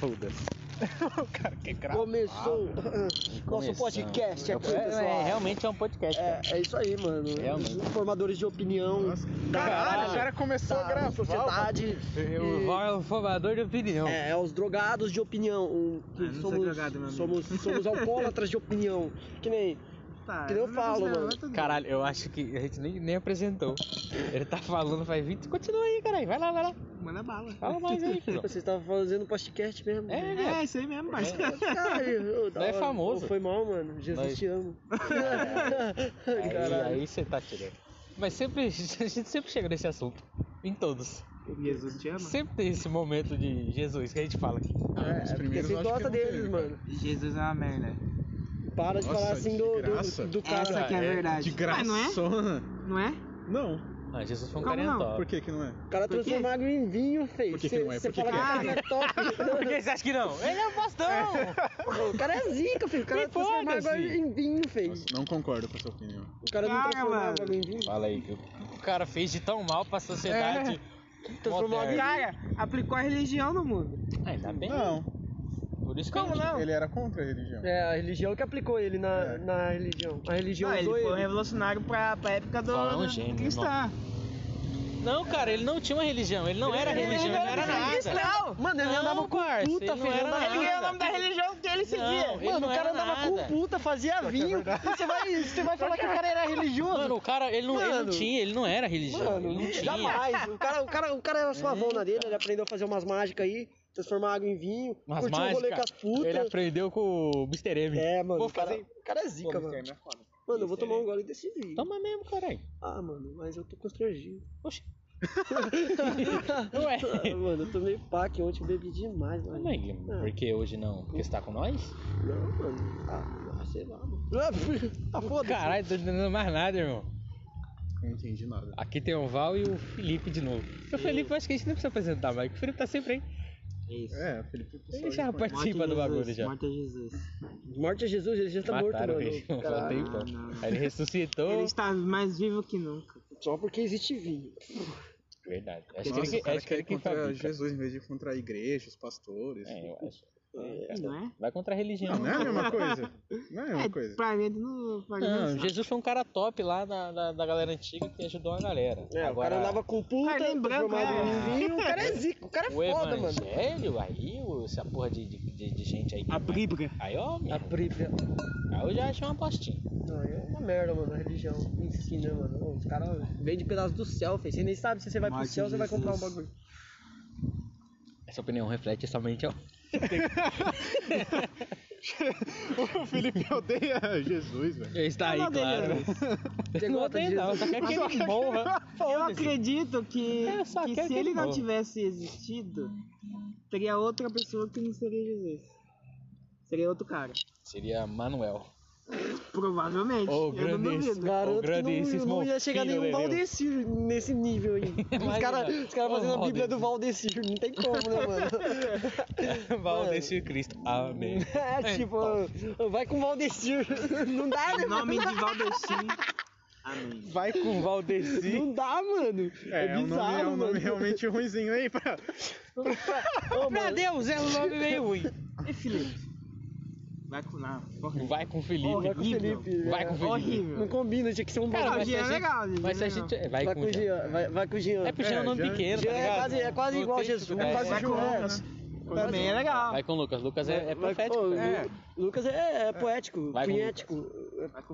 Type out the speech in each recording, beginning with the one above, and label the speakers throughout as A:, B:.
A: Foda-se.
B: o cara que grava.
C: Começou nosso
A: Começando.
C: podcast aqui,
A: É,
C: pessoal.
A: é, realmente é um podcast.
C: É, é isso aí, mano.
A: Realmente.
C: Os formadores de opinião. da-
B: Caralho, o cara começou a
D: Tá,
C: da
B: gravar.
C: é Sociedade.
E: Eu vou ao formador de opinião.
C: É, é os drogados de opinião. o- que
E: Ah, não sou
C: somos,
E: drogado, meu amigo.
C: somos, somos alcoólatras de opinião. Que nem.
E: Tá,
C: que nem eu falo, mano.
E: Caralho, eu acho que a gente nem, nem apresentou. Ele tá falando faz 20. Continua aí, caralho. Vai lá, vai lá.
D: Manda bala.
E: Fala mais aí, filho.
C: Vocês estavam fazendo podcast mesmo.
E: É, é.
D: É, isso aí mesmo, parceiro.
C: Caralho, ô, da
E: Não é
C: hora.
E: famoso.
C: Ô, foi mal, mano. Jesus
E: Nós-
C: te amo.
E: Aí,
C: é, Caralho.
E: aí você tá tirando. Mas sempre, a gente sempre chega nesse assunto. Em todos.
D: Jesus te ama?
E: Sempre tem esse momento de Jesus que a gente fala aqui.
C: É, é porque
B: primeiros eu
C: você
B: acho que
C: gosta
B: não teve,
C: deles,
B: cara.
C: mano.
D: Jesus é uma merda.
C: Para de
B: Nossa,
C: falar assim
B: de
C: do, do-
B: graça.
C: do, do cara.
D: Essa que é a verdade.
B: Ah, De graça.
D: Mas não é?
B: é?
D: Não é?
B: Não.
E: Ah, Jesus foi um
D: Como não?
E: carentó.
B: Por que que não é?
C: O cara
D: Por quê?
C: transforma água em vinho, feio.
B: Por que que não é?
C: Você
B: Por que
C: fala
B: que
C: que ele é top.
E: Por que você acha que não? Ele é um bastão!
C: o cara é zica, filho. O cara
E: Me
C: transforma
E: foda-se.
C: água em vinho, feio.
B: Nossa, não concordo com essa opinião.
C: O cara não
D: Cara,
C: transforma
D: mano.
C: água em vinho.
E: Fala aí, que o o cara fez de tão mal
C: É.
E: pra sociedade.
C: Transformou
D: É.
C: água em
E: Moderno.
C: vinho.
D: Cara, aplicou a religião no mundo.
E: Ah,
C: Hum,
E: ainda bem.
B: Não,
E: Por isso que
D: Como
E: eu não.
D: não?
B: ele era contra a religião.
C: É, a religião que aplicou ele na,
B: É.
C: na religião. A religião
D: Não, ele
C: usou
D: foi
C: ele.
D: um revolucionário pra, pra época do,
E: Fala um
D: do
E: gênio,
D: cristã.
E: Não, cara, ele não tinha uma religião. Ele não era religião, ele não era
D: cristão.
E: nada.
C: Mano, ele
E: Não,
C: andava com
E: parça, ele
C: puta,
E: não
C: filho.
E: era
C: andava-
E: nada.
D: Ele ganhou o nome da religião que ele seguia.
E: Não, ele
C: Mano,
E: não
C: o cara
E: era
C: andava com
E: nada. é
C: puta, fazia vinho. e você vai, você vai falar que o cara era religioso?
E: Mano, o cara, ele não, ele não
C: Mano.
E: tinha, ele não era religião.
C: Mano,
E: ele não tinha.
C: jamais. O cara, o cara, o cara era suavão na dele, ele aprendeu a fazer umas mágicas aí, transformar água em vinho,
E: Mas
C: curtiu o rolê com
E: mágica,
C: as putas.
E: ele aprendeu com o Mr. M.
C: É, mano,
E: Vou
C: o cara,
E: fazer-
C: o cara é zica, mano. Mano, eu vou tomar um gole desse vinho.
E: Toma mesmo, caralho.
C: Ah, mano, mas eu tô constrangido.
E: Oxi. Ué.
C: Ah, mano, eu tomei pack ontem, eu bebi demais, mano.
E: Calma é. aí,
C: É.
E: por que hoje não? Porque você tá com nós?
C: Não, mano. Ah, sei lá, mano.
E: tá
C: Ah, foda-se.
E: Caralho, tô entendendo mais nada, irmão.
B: Não entendi nada.
E: Aqui tem o Val e o Felipe de novo. O Felipe, eu acho que a gente não precisa apresentar mais, que o Felipe tá sempre aí.
D: Isso.
B: É, Felipe, o pessoal
E: Ele já
B: reconhece.
E: participa do bagulho já.
D: Morte é Jesus.
C: Morte a Jesus, ele já tá
E: Mataram ele,
C: morto, mano.
E: faz um
C: Caralho.
E: tempo.
D: não, não.
E: Aí ele
D: Ele
E: ressuscitou.
D: está mais vivo que nunca.
C: Só porque existe vinho.
E: Verdade. Acho que
B: Nossa,
E: ele
B: o cara
E: acho que
B: quer
E: ele
B: ir
E: que
B: contra
E: fabrica.
B: Jesus em vez de ir contra igrejas, pastores.
E: É, eu acho.
D: Não é?
E: Vai contra a religião. né?
B: Não, não é a mesma coisa. Não é a mesma
D: É,
B: coisa.
D: pra mim, não, pra mim não
E: Não,
D: sabe.
E: Jesus foi um cara top lá da, da, da galera antiga que ajudou a galera.
C: É, o cara andava com puta,
D: Ah, nem branco,
C: transformado
D: né?
C: em vinho. O cara é zica, o cara é
E: o
C: foda, mano.
E: evangelho aí, o- essa porra de, de, de- de gente aí. que-
D: A Bíblia.
E: Aí, ó, meu,
C: A Bíblia.
E: aí eu já achei uma apostinha.
C: Não, é uma merda, mano, a religião em si, né, mano? Ô, Os caras vendem pedaço do céu, fez. Você nem sabe se você vai pro
D: Mas
C: céu ou você vai
D: Jesus.
C: comprar um bagulho.
E: Essa opinião reflete somente ao.
B: O Felipe odeia Jesus, velho.
E: Ele está tá aí,
D: não odeio
E: claro.
C: Você
E: Não
C: gosta de
E: odeio, não,
C: Jesus?
E: só quer que ele morra.
D: Eu acredito que,
E: Eu só
D: que
E: quero
D: se
E: que ele
D: ele não
E: morra.
D: tivesse existido, teria outra pessoa que não seria Jesus. Seria outro cara.
E: Seria Manuel.
D: Provavelmente.
E: Ô,
D: eu não
E: grande
D: duvido.
C: Garanto que não,
E: grandíssimo
C: não ia chegar
E: filho
C: nenhum
E: de Deus.
C: Valdecir nesse nível aí. Os
E: Imagina.
C: caras os cara
E: Ô,
C: fazendo a Bíblia do Valdecir, não tem como, né, mano?
E: Valdecir Cristo. Amém.
C: É, tipo, vai com o Valdecir. Não dá, né?
D: Em nome de Valdeci.
E: Vai com Valdecir.
C: Não dá, mano. É,
B: É, é um nome, é
C: bizarro,
B: um nome
C: mano.
B: realmente ruimzinho aí pra.
C: Ô,
E: Pra
C: mano,
E: Deus, é um nome meio ruim.
D: E Felipe? Vai com lá.
E: Vai com Felipe.
C: vai com o Felipe.
E: Vai
C: é.
E: com Felipe.
C: Não
D: Horrível.
C: combina, tinha que ser um
E: Cara,
D: Ah,
C: bagulho.
E: mas se a
D: Jean é
E: gente-
D: legal, Jean
E: Mas se
D: é
E: a
D: legal.
E: gente. Vai
C: Vai
E: com
C: com o
E: Jean.
C: Jean, vai- vai com o Jean.
E: É porque Jean é um nome
B: É, Jean-
E: pequeno,
C: Jean
E: tá
C: é
E: ligado?
C: quase- é quase
E: Não
C: igual a
E: tem-
C: Jesus,
E: É,
C: é quase
D: Vai com
C: João,
D: Lucas. Também é legal.
E: Vai com o Lucas. Lucas é, é
C: Vai-
E: profético.
C: ô,
E: né?
C: Lu- Lucas é, é poético,
E: Vai com
C: punhético.
D: Vai com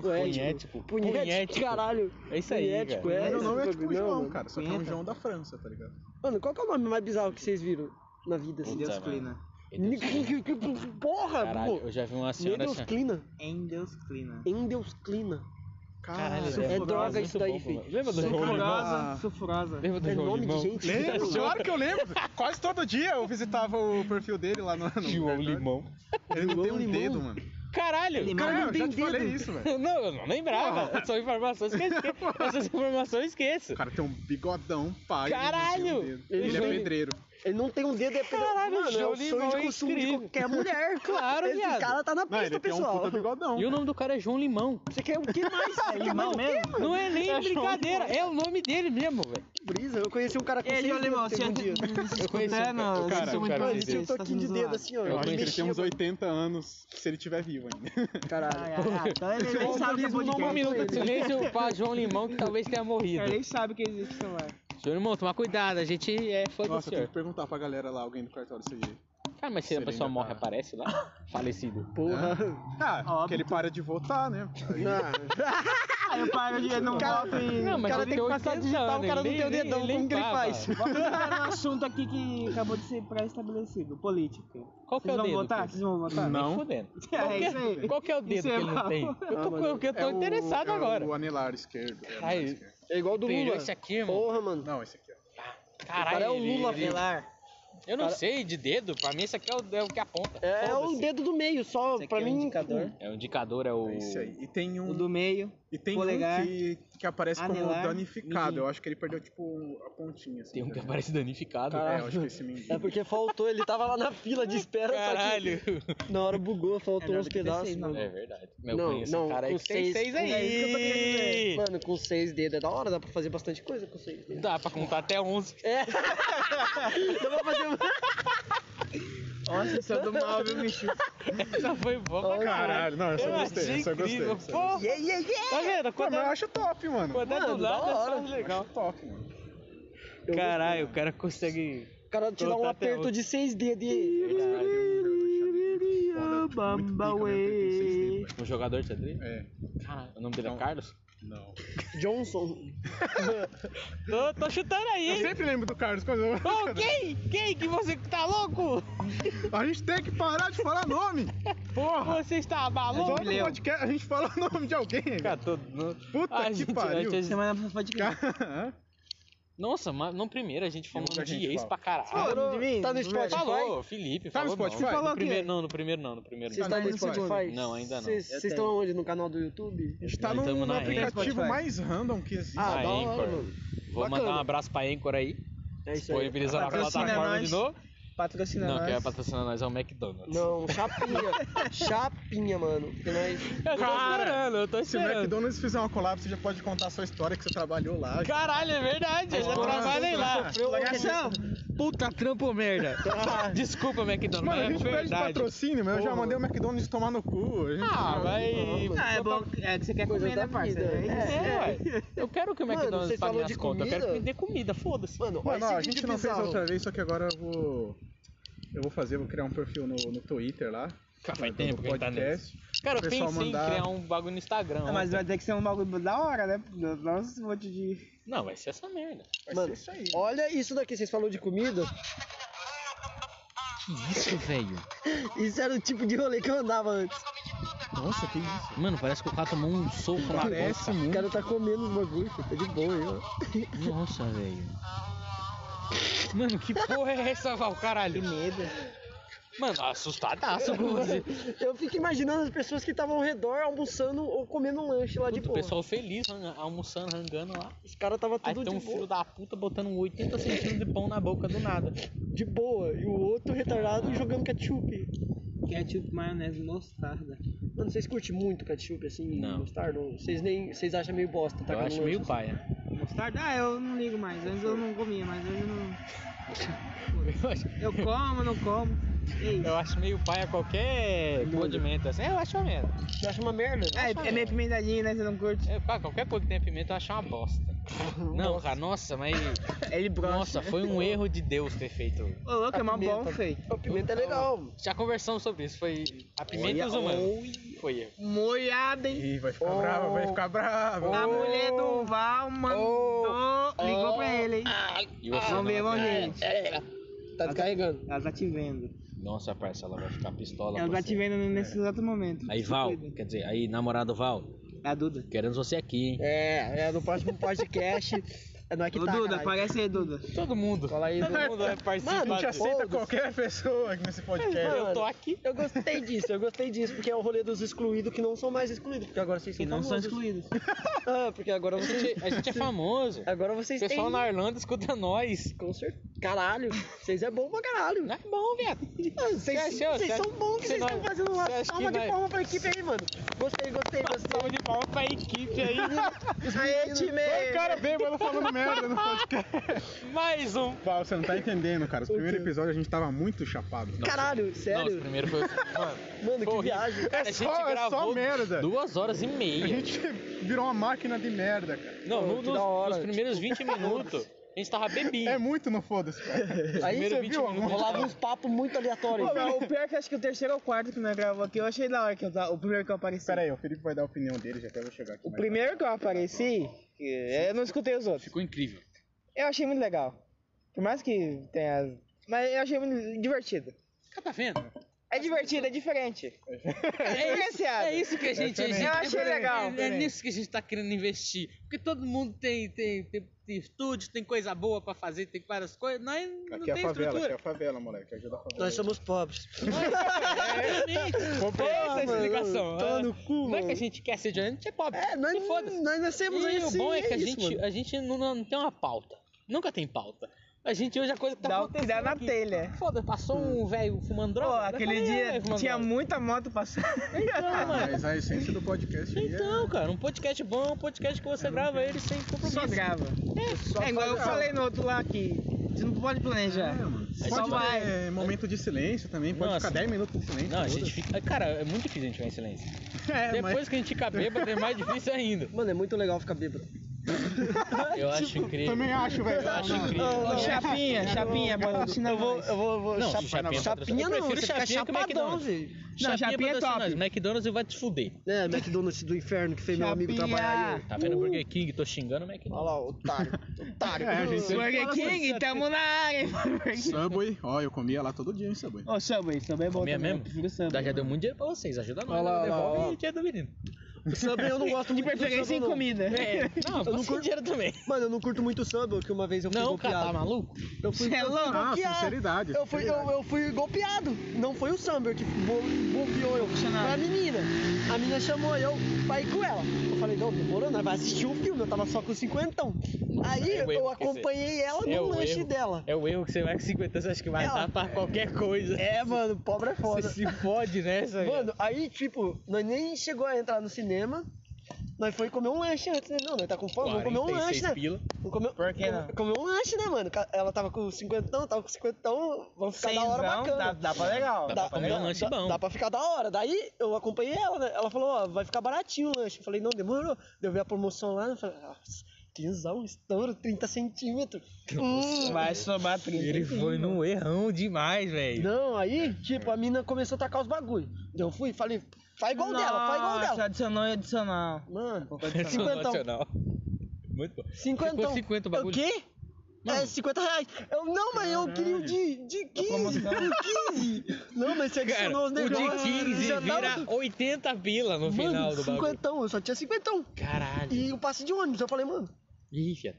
E: Punhético.
C: Punhético. Punhético,
E: Punhético.
C: caralho.
E: É isso aí,
C: Punhético,
E: cara.
C: é.
B: Meu
C: esse
B: nome é tipo
C: bagulho, não,
B: João,
C: mano.
B: cara. Só que é um
D: Punheta.
B: João da França, tá ligado?
C: Mano, qual que é o nome mais bizarro que vocês viram na vida? Assim?
E: Puta,
D: Deus
E: mano.
D: clina.
E: Meu Deus.
C: Porra,
E: Caralho,
C: pô.
E: eu já vi uma senhora. assim-
C: Endeusclina.
D: Em Deus clina.
C: Endeusclina.
E: Caralho,
B: Cara,
E: velho.
C: é droga
E: muito
C: isso daí,
E: bom,
C: filho.
E: mano. Lembra do João Limão?
B: Ah.
D: Sulfurosa, sulfurosa.
E: Lembra do
C: É
E: João
C: nome de
E: Limão?
C: gente.
B: Lembro,
C: bizarro.
B: claro que eu lembro. Quase todo dia eu visitava o perfil dele lá no. no
E: João Limão.
B: Ele não tem
C: João
B: um
C: Limão?
B: dedo, mano.
E: Caralho!
C: é
D: Ele
B: Cara, eu
C: tem
B: já te falei
C: dedo.
B: isso, velho.
E: Não, eu não lembrava. São informações que eu esqueço. Essas informações eu esqueço.
B: O cara tem um bigodão, pai.
E: Caralho!
B: Ele, não tem um dedo. ele é
C: Ele-
B: pedreiro.
C: Ele não tem um dedo é pedra-
E: Caralho,
C: Mano, é o
E: Johnny
C: sonho
E: Boy
C: de consumo
E: incrível.
C: de qualquer
D: É
C: mulher.
E: Claro,
C: Esse
E: viado.
C: cara tá na
B: Não,
C: pista,
B: ele tem um
C: pessoal.
B: puta bigodão.
E: E o nome do cara é João Limão.
C: Você quer o que mais? Você quer
D: Limão
C: mais o quê?
D: mesmo?
E: Não é nem
D: É João
E: brincadeira, é o nome dele mesmo, velho.
C: Brisa, eu conheci um cara com
D: E aí,
C: seis
D: ô Limão,
C: dedos
D: você
C: teve um dia.
E: Eu conheci um cara-
D: escutando?
E: o cara-
D: sou
E: o
D: muito
E: cara
C: Mano,
E: fez
D: feliz,
C: ele tinha um
D: tá
C: toquinho de
D: sendo
C: dedo
D: zoado.
C: assim, ó.
B: Eu acho que ele
C: mexia,
B: tem uns 80 anos, se ele tiver vivo ainda.
D: Ai,
C: Caralho.
D: ai, ai, Então ele nem sabe que é
B: alcoolismo não
D: podcast.
E: Um minuto de silêncio pra João Limão, que talvez tenha morrido.
D: Ele nem sabe que existe é? celular.
E: João Limão, toma cuidado, a gente é fã do
B: Nossa, eu tenho
E: senhor.
B: que perguntar pra galera lá, alguém do cartório, se ele...
E: Cara, mas se a
B: Ele
E: pessoa
B: ainda
E: morre,
B: tá-
E: aparece lá? Falecido.
C: Porra.
B: Ah, porque
D: Óbvio.
B: ele para de votar, né?
C: Não.
D: Aí Ah, eu paro de não
C: Cara-
D: voto e.
E: Não, mas
C: o cara
E: ele
C: tem que passar
E: oitenta
C: digital,
E: anos,
C: o cara não
E: ele
C: tem o
E: nem-
C: dedão.
E: ele
C: Como que ele
E: limpava.
C: faz?
D: Vamos entrar num assunto aqui que acabou de ser pré-estabelecido, político.
E: Qual que é
D: Vocês
E: o
D: vão
E: dedo?
D: votar?
E: pô?
D: Vocês vão votar?
B: Não.
E: Nem fudendo.
D: É isso aí.
E: Qual que é o dedo
D: Isso
E: que
D: é
E: ele não
D: mal.
E: tem? Eu
C: Ah,
E: tô,
C: mano,
E: eu
B: É
E: tô
B: o-
E: interessado
B: é
E: agora.
B: o anelar esquerdo. é o anelar
E: Ai,
B: esquerdo.
C: É igual do
E: Pegou
C: Lula.
E: esse aqui, irmão.
C: Porra, mano.
B: Não, esse aqui. ó.
E: Caralho,
C: cara é o
E: Tá ele-
C: Lula,
E: ele- Eu não
C: Cara-
E: sei, de dedo, pra mim esse aqui é o, é o que aponta.
C: É o
E: Foda-se.
C: dedo do meio, só
D: aqui
C: pra
D: é um
C: mim.
D: indicador.
E: É o indicador, é o...
B: É esse aí. E tem um,
D: O do meio.
B: e tem
D: polegar,
B: um que, que aparece
D: anelar,
B: como danificado.
D: midinho.
B: Eu acho que ele perdeu, tipo, a pontinha. Assim,
E: Tem um que Tá
B: tá ligado?
E: aparece danificado.
B: É, eu acho que esse mindinho.
C: É porque faltou, ele tava lá na fila de espera,
E: Caralho.
C: só que na hora bugou, faltou
D: É,
C: uns
D: deve ter
C: pedaços,
D: seis,
C: mano.
E: É verdade. Meu,
C: Não,
E: não, conheço
C: não,
E: um cara aí
C: com
E: que tem
C: seis-
E: seis
C: é isso que eu tô
E: aí.
C: Mano, com seis dedos é da hora, dá pra fazer bastante coisa com seis dedos.
E: Dá pra contar até 11.
C: É. Dá pra fazer
D: Nossa, isso é do mal, viu, bicho?
E: Essa foi boa pra caralho.
B: Caralho, não, essa eu gostei,
E: achei
B: essa eu gostei,
E: incrível.
B: essa eu
E: Porra,
C: Yeah, yeah, yeah.
E: tá vendo?
B: Pô,
E: Quando
B: mas
E: é,
B: eu acho top, mano.
E: quando é do
C: Mano, da
E: lado, é só
C: hora.
E: legal.
B: Acho top, mano.
C: Eu-
E: Caralho, o cara consegue...
C: O cara tirar um
E: Colocar até
C: aperto
E: outro.
C: de seis dedos e...
B: um tipo, né?
D: Bambaway.
E: Um jogador de xadrez?
B: É,
E: Caralho, o nome dele é
B: Não.
E: Carlos?
B: não.
C: Johnson.
E: Tô, tô chutando aí,
B: Eu
E: hein?
B: sempre lembro do Carlos quando eu...
D: Tá
E: Ô, quem? Quem que você tá louco?
B: A gente tem que parar de falar nome. Porra.
E: Você está maluco?
B: Todo
D: Leo.
B: podcast a gente fala o nome de alguém.
E: Cara, tô-
B: velho.
E: não-
B: Puta
E: A
B: que
E: gente-
B: pariu.
E: a gente-
D: Semana pode ficar.
E: Nossa, mas não primeiro, a gente falando
B: Nunca a
E: de
B: gente
E: ex
B: fala.
E: pra caralho.
D: Falou de mim?
C: Tá no Spotify?
E: Falou, Felipe,
B: Tá no
E: falou não.
B: Spotify?
D: Falou
E: No
D: o quê?
E: primeiro não, no primeiro não, no primeiro
C: Vocês
E: não.
D: Tá
C: estão
D: no
C: no Spotify?
D: segundo.
E: Não, ainda não.
C: Vocês
D: Eu
C: vocês estão
D: tenho.
C: onde? No canal do YouTube?
B: A gente tá
E: Nós
B: no,
E: tamo
B: no
E: na
B: aplicativo
D: Anchor.
B: mais random que existe.
C: Ah,
E: Ah,
C: da hora,
E: Anchor.
C: mano.
E: Vou
C: Bacana.
E: mandar um abraço pra Anchor aí.
C: É isso aí.
E: Disponibilizar na
D: Patrocina
E: plataforma
D: nós.
E: de novo.
D: Patrocina
E: Não, quem vai
D: nós.
E: patrocinar nós é o McDonald's.
C: Não, chapinha. chapinha, mano. Porque nós...
E: Eu tô
B: Cara,
E: esperando, eu tô
B: Se o
E: esperando.
B: McDonald's fizer uma collab, você já pode contar a sua história que você trabalhou lá.
E: Caralho, é verdade, eles já
B: Nossa,
E: trabalham lá.
B: sofreu
E: São puta trampo merda. Desculpa, McDonald's,
B: Mano, a
E: mas
B: gente
E: é
B: pede
E: verdade.
B: patrocínio, mas eu já
C: Porra.
B: mandei o McDonald's tomar no cu. a gente-
E: Ah, vai.
D: Ah, é bom. É que você quer
C: Coisa
D: comer,
C: da
D: né, parça?
C: vida.
D: É isso.
E: É, ué. Eu quero que o
C: Mano,
E: McDonald's
C: vocês
E: pague
C: falou
E: minhas
C: de
E: contas. Eu quero que
C: comida?
E: me dê comida, foda-se.
C: Mano, olha
B: Mano, ó,
C: esse
B: a
C: vídeo é
B: gente não fez
C: bizarro.
B: outra vez, só que agora eu vou. Eu vou fazer, vou criar um perfil no, no Twitter lá.
E: Cara, faz
B: do-
E: tempo
B: do
E: que a gente tá
B: podcast.
E: Cara, eu
B: O pessoal
E: pensei
B: mandar-
E: em criar um bagulho no Instagram.
D: Ah, Mas
E: ontem.
D: vai ter que ser um bagulho da hora, né? Nossa, um monte de.
E: Não, vai ser essa merda.
B: Vai
C: Mano,
B: ser isso aí.
C: olha isso daqui, vocês falaram de comida?
E: Que isso, velho?
C: Isso era o tipo de rolê que eu andava antes.
B: Nossa, que isso.
E: Mano, parece que o cara tomou um soco na
B: Parece
C: O
B: muito.
C: cara tá comendo os bagulho, filho, tá de boa aí, ó.
E: Nossa, velho. Mano, que porra é essa, Val? Caralho. Que medo. Mano, assustadaço com você.
C: Eu fico imaginando as pessoas que estavam ao redor almoçando ou comendo um lanche lá de
E: Puta, o
C: boa.
E: pessoal feliz, né, almoçando, rangando lá.
C: Os caras tava
E: Aí
C: tudo
E: tem
C: de,
E: um
C: boa,
E: filho da puta botando 80 centímetros de pão na boca do nada.
C: de boa e o outro retardado jogando ketchup.
D: Ketchup, maionese, mostarda.
C: Mano, vocês curtem muito ketchup assim,
E: Não.
C: mostarda? Ou Vocês nem, vocês acham meio bosta, tá?
E: Eu acho meio paia.
D: Mostarda? Ah, eu não ligo mais. Antes eu não comia, mas hoje eu não.
E: Eu acho-
D: Eu como, não como. É isso.
E: Eu acho meio paia qualquer condimento assim. É, Eu acho uma merda.
C: Você acha uma merda?
D: É, é meio pimentadinho, né? Você não curte.
E: É, cara, qualquer coisa que tenha pimenta eu acho uma bosta.
D: tipo,
E: Não, cara, nossa, mas.
D: Ele brocha.
E: Nossa, foi um erro de Deus ter feito.
D: Ô, louco, é mó bom,
C: Pimenta.
D: feio.
C: O pimenta é legal.
E: Já conversamos sobre isso. Foi. A pimenta e os
C: Olha,
E: humanos. Foi erro.
D: Moiada, hein?
B: Ih, vai ficar
C: Oh.
B: brava, vai ficar brava.
D: A mulher do Val mandou. Ligou pra ele, hein?
E: E você
D: Vamos ver,
E: não né? É.
D: vamos ver.
E: acredita.
C: Tá descarregando.
D: Ela tá te vendo.
E: Nossa, parça, ela vai ficar pistola.
D: Ela
E: com
D: tá
E: você. É.
D: te vendo nesse exato momento. Tá
E: Aí,
D: Se
E: Val,
D: cuida.
E: quer dizer, aí, namorado Val,
D: A Duda.
E: queremos você aqui, hein?
C: É, é no próximo podcast. É, Não é que
D: Ô,
C: tá,
D: Duda,
C: caralho.
D: aparece aí, Duda.
E: É Todo mundo.
C: Cola aí,
E: Todo
C: Duda.
E: mundo vai participar.
C: Mano,
B: A gente
C: Ô,
B: aceita
C: Duda.
B: qualquer pessoa aqui nesse podcast.
E: Eu tô aqui.
C: É, Eu gostei disso, eu gostei disso, porque é o rolê dos excluídos que não são mais excluídos, porque agora vocês
D: Que
C: são
D: não são
C: famosos.
D: excluídos.
C: Ah, porque agora
E: A
C: vocês...
E: gente, a gente é famoso.
C: Agora
E: O
C: vocês têm...
E: pessoal na Irlanda escuta nós.
C: Com certeza. Caralho, vocês é bom pra caralho.
E: Não é bom, viado.
C: Mano, Vocês
E: Você achou?
C: vocês
E: Você
C: são
E: acha-
C: bons que
E: você
C: vocês estão
E: não- é.
C: fazendo uma
E: você acha
C: salva
E: que
C: de
E: nós-
C: palma pra equipe aí, mano. Gostei, gostei, gostei.
E: Salva de palmas pra equipe aí.
C: Aê, time!
B: O cara veio ela falando merda no podcast.
E: Mais um.
B: Paulo, você não tá entendendo, cara. Os primeiros episódios a gente tava muito chapado.
C: Caralho,
E: Não,
C: sério?
E: os primeiros foi. Mano,
C: Mano, que
E: Pô,
C: viagem.
E: a
B: É
E: gente
B: só- é só
E: gravou
B: merda.
E: duas horas e meia.
B: A gente virou uma máquina de merda, cara.
E: Não,
C: Pô,
E: no-
C: que
E: nos,
C: da hora.
E: nos primeiros 20 minutos, a gente tava bebinho.
B: Tipo, É muito no foda-se, cara.
C: Aí
E: Primeiro 20
B: você viu
E: minutos
B: alguma-
E: rolava
C: Rolava uns papos muito aleatórios.
D: Pô, mas o pior é que acho que o terceiro ou quarto que nós gravou aqui, eu achei da hora que eu tava. O primeiro que eu apareci.
B: Pera aí, o Felipe vai dar a opinião dele, já até vou chegar aqui.
D: O
B: mais
D: primeiro que eu apareci, que eu não escutei os outros.
E: Ficou incrível.
D: Eu achei muito legal. Por mais que tenha. as- Mas eu achei muito divertido.
E: Cara, tá vendo?
D: É divertido, é diferente. É diferenciado.
E: É isso que a gente. a gente-
D: Eu achei
E: é-
D: legal,
E: É,
D: peraí.
E: nisso que a gente tá querendo investir. Porque todo mundo tem, tem, tem, tem estúdio, tem coisa boa pra fazer, tem várias coisas. Nós não
B: Aqui é a
E: tem
B: favela, aqui é
E: estrutura.
B: a favela, moleque. Ajuda a favela.
C: Nós somos pobres.
E: Exatamente. Tem essa é explicação.
C: Tá
E: Ah,
C: no cu,
E: Não é que a
C: mano.
E: gente quer ser diante, a gente é pobre.
C: É, nós,
E: E foda-se.
C: nós nascemos
E: E o
C: assim,
E: bom é que a
C: isso,
E: gente,
C: mano.
E: a gente não, não tem uma pauta. Nunca tem pauta. A gente hoje a coisa que tá
D: Dá o que
E: acontecendo.
D: dá na
E: aqui.
D: telha.
E: Foda, passou um velho fumando droga.
D: Pô,
E: eu
D: aquele
E: falei, "É,
D: dia
E: velho fumando
D: tinha
E: droga."
D: muita moto passando.
E: Então, mano.
B: É, Mas a essência do podcast aí é...
E: Então, cara, um podcast bom, um podcast que você grava ele sem compromisso.
D: Só grava.
B: só
D: é igual eu
B: fazer-
D: falei no outro lá que você não pode planejar.
B: É, mano.
D: Só
B: Pode
D: vai.
B: ter é, momento de silêncio também, pode
E: Nossa.
B: ficar 10 minutos de silêncio.
E: Não, a gente
B: foda-se.
E: fica. Cara, é muito difícil a gente ficar em silêncio.
B: É,
E: Depois
B: mas
E: que a gente fica bêbado, é mais difícil ainda.
C: Mano, é muito legal ficar bêbado.
E: Eu
D: tipo,
E: acho incrível.
B: também acho, velho.
E: Eu acho
B: Não, não.
E: incrível.
D: Ô, Chapinha, Chapinha, patrocina
C: Eu vou,
D: nós.
C: eu vou, eu vou.
E: Não,
C: chapa-
E: chapinha, é
C: chapinha não,
E: prefiro
C: você fica
E: chapinha é que
C: chapadão,
E: McDonald's.
C: velho.
D: Não, Chapinha é
E: patrocina
D: top.
E: nós, McDonald's vai te fuder.
C: É, McDonald's do inferno que fez meu amigo
D: Chapinha.
C: trabalhar aí.
E: Tá vendo o Burger King? Tô xingando o
C: Olha
E: McDonald's.
C: lá, otário. Otário.
B: É, a gente sempre-
D: Burger King, tamo na área, hein? Burger King.
B: Subway, ó, eu comia lá todo dia, hein, Subway.
D: Ô, Subway, Subway é bom
E: Comia
D: também.
E: mesmo?
D: eu prefiro Subway.
E: Já deu muito dinheiro pra vocês, ajuda nós.
C: Olha lá,
E: né?
C: olha lá,
E: Devolve
C: olha lá.
E: o dinheiro do menino.
C: O sub eu não gosto
D: De
C: muito do
D: preferência
C: sub,
D: em
C: não.
D: comida.
E: Não, eu não curto dinheiro também.
C: Mano, eu não curto muito sub, porque uma vez eu fui
E: Não, cara, tá
C: golpeado.
E: maluco?
C: eu fui
D: Cê é louco?
B: Ah,
C: golpeado.
B: sinceridade,
C: Eu fui, eu, eu fui golpeado. Não foi o Summer que go- golpeou eu. Foi
D: Funcionário.
C: a menina. A menina chamou eu pra ir com ela. Eu falei, não, demorou, nós vai assistir o filme. Eu tava só com 50. Aí
E: é o erro
C: eu
E: que você-
C: acompanhei ela no
E: É o
C: lanche
E: erro-
C: dela.
E: É o erro que você vai com 50, você acha que vai
C: Ela-
E: dar pra qualquer coisa.
C: É, mano, pobre é
E: Você
C: foda.
E: se fode né, nessa,
C: Mano, aí, tipo, nós nem chegou a entrar no cinema. Nós foi comer um lanche antes, né? Não, nós tá com fome, vamos comer um lanche, né?
E: Pila.
C: Vamos comer,
D: Por que não?
C: comer um lanche, né, mano? Ca- Ela tava com 50, tava com 50, vamos ficar da hora
D: Cenzão,
C: bacana.
D: dá, dá pra legal.
E: Dá pra comer um lanche
C: dá,
E: bom.
C: Dá pra ficar da hora. Daí eu acompanhei ela, né? Ela falou, ó, vai ficar baratinho o lanche. Eu falei, não, demorou. Deu ver a promoção lá, né? eu falei, nossa, quinzão, estouro, 30 centímetros. Hum.
D: Vai sobrar 30.
E: Ele foi num errão demais, velho.
C: Não, aí, tipo, a mina começou a tacar os bagulho. Eu fui e falei, faz igual dela, faz igual
D: Nossa,
C: dela.
D: Adicionou e adicional.
C: Mano,
D: é
C: cinquentão.
E: Sensacional. Muito bom.
C: cinquentão.
E: Ficou 50 o bagulho.
C: O quê?
E: Mano.
C: É, 50 reais. Eu, não, mas eu queria o de, de
D: Tá
C: 15,
D: promoção.
C: de 15. Não, mas você
E: Cara,
C: adicionou
E: o
C: os
E: de
C: negócios.
E: 15
C: já tava-
E: vira 80 pila no final
C: Mano,
E: do bagulho.
C: cinquentão, eu só tinha cinquentão.
E: Caralho.
C: E o passe de ônibus, eu falei, mano.
E: Ih, viado.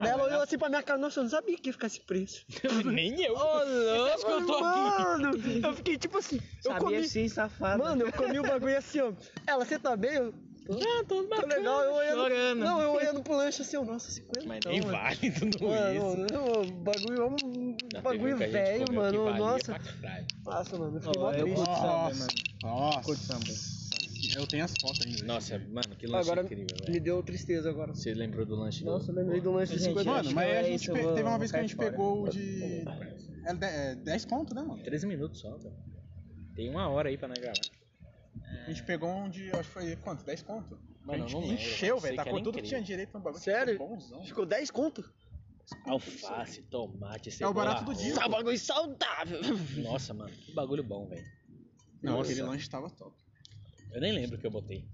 E: Ah,
C: Daí ela olhou assim pra minha cara, nossa, eu não sabia que ia ficar esse preço.
E: Nem eu. Você acha que eu tô aqui?
C: mano, eu fiquei tipo assim, eu
D: Sabia
C: comi.
D: sim, safado.
C: Mano, eu comi o bagulho assim, ó. Ela, você tá bem? Eu,
E: Ah, tô
C: tô Tá legal, eu olhando.
D: chorando.
C: Não, eu olhando pro lanche assim, ó, nossa, 50.
E: Mas nem vale tudo é isso.
C: Mano, não, o bagulho, é um
E: Não, teve
C: bagulho
E: um que a gente comeu
C: velho,
E: que
C: mano.
E: valia
C: Nossa,
E: pra caralho.
C: nossa, mano, eu fiquei
D: Ó,
C: mó
D: eu
C: triste.
D: curto samba,
B: Nossa.
D: mano. Curto
B: Nossa.
D: samba.
B: Eu tenho as fotos ainda.
E: Nossa, mano, que lanche
C: Agora
E: incrível,
C: me
E: velho.
C: deu tristeza agora.
E: Você lembrou do lanche do-
D: né?
C: Nossa, eu lembrei do lanche de
D: Gente,
C: 50
B: Mano,
D: acho
B: mas
D: que
B: a
D: é
B: gente
D: isso, eu
B: pe-
D: vou-
B: teve uma
D: vou
B: vez que a
D: cair
B: gente
D: fora.
B: pegou o de. É de- é 10 conto, né, mano?
E: 13 minutos só, velho. Tem uma hora aí pra nós gravar.
B: A gente pegou um de. Acho que foi quanto? 10 conto?
E: Mano,
B: a gente
E: eu não lembro,
B: encheu,
E: mano. Sei Tá
B: velho.
E: que era
B: Tacou tudo que
E: incrível.
B: tinha direito no bagulho.
C: Sério?
B: Ficou bonzão.
C: Ficou 10 conto?
E: Alface, tomate,
B: É o
E: cebola.
B: barato do dia.
C: Tá, bagulho saudável.
E: Nossa, mano, que bagulho bom, velho.
B: Não,
E: Nossa.
B: aquele lanche tava top.
E: Eu nem lembro o que eu botei.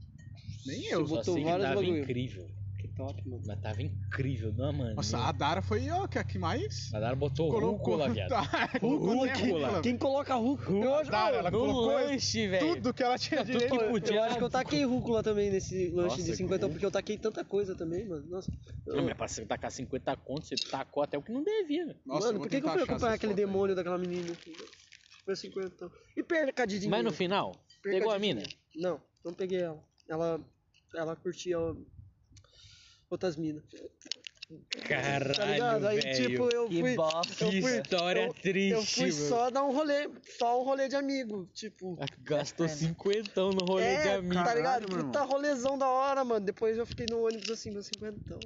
B: Nem
E: Eu
B: eu.
E: só
C: botou
E: sei que
C: vários
E: tava
C: bagulho.
E: incrível.
C: TikTok, mano.
E: Mas tava incrível, não, mano.
B: Nossa, a Dara foi ó, que é a que mais.
E: A Dara botou Ah, rúcula, viado.
B: Tá, colocou rúcula.
C: Quem coloca rúcula? Eu acho,
B: Dara, ela
E: No
B: colocou
E: lanche, é, velho.
B: tudo que ela tinha
E: Tudo
B: direito.
E: que podia.
C: eu acho que eu taquei rúcula também nesse lanche
E: Nossa,
C: de 50,
E: que-
C: porque eu taquei tanta coisa também, mano. Nossa. Eu-
E: Não, mas pra você tacar 50 conto, você tacou até o que não devia, né? velho.
B: Nossa, eu
C: mano,
B: vou
C: por que, que eu
B: tentar
C: fui
B: achar
C: acompanhar
B: essas
C: aquele
B: fotos aí.
C: demônio daquela menina? Meu 50. E perca de dinheiro.
E: Mas no final,
C: Perca
E: pegou
C: de
E: a mina.
C: dinheiro. Não, não peguei ela. Ela, ela curtia ó, outras minas.
E: Caralho,
C: Tá ligado? Aí,
E: velho.
C: tipo, eu
D: Que
C: fui.
D: bosta.
C: eu
E: Que
C: fui-
E: história
C: eu-
E: triste,
C: Eu fui
E: mano.
C: só dar um rolê, só um rolê de amigo. Tipo.
E: Ah, Gastou cinquentão no rolê
C: é,
E: de amigo.
C: tá
B: Caralho,
C: ligado?
B: meu
C: Puta
B: irmão.
C: rolezão da hora, mano. Depois eu fiquei no ônibus assim, meu cinquentão.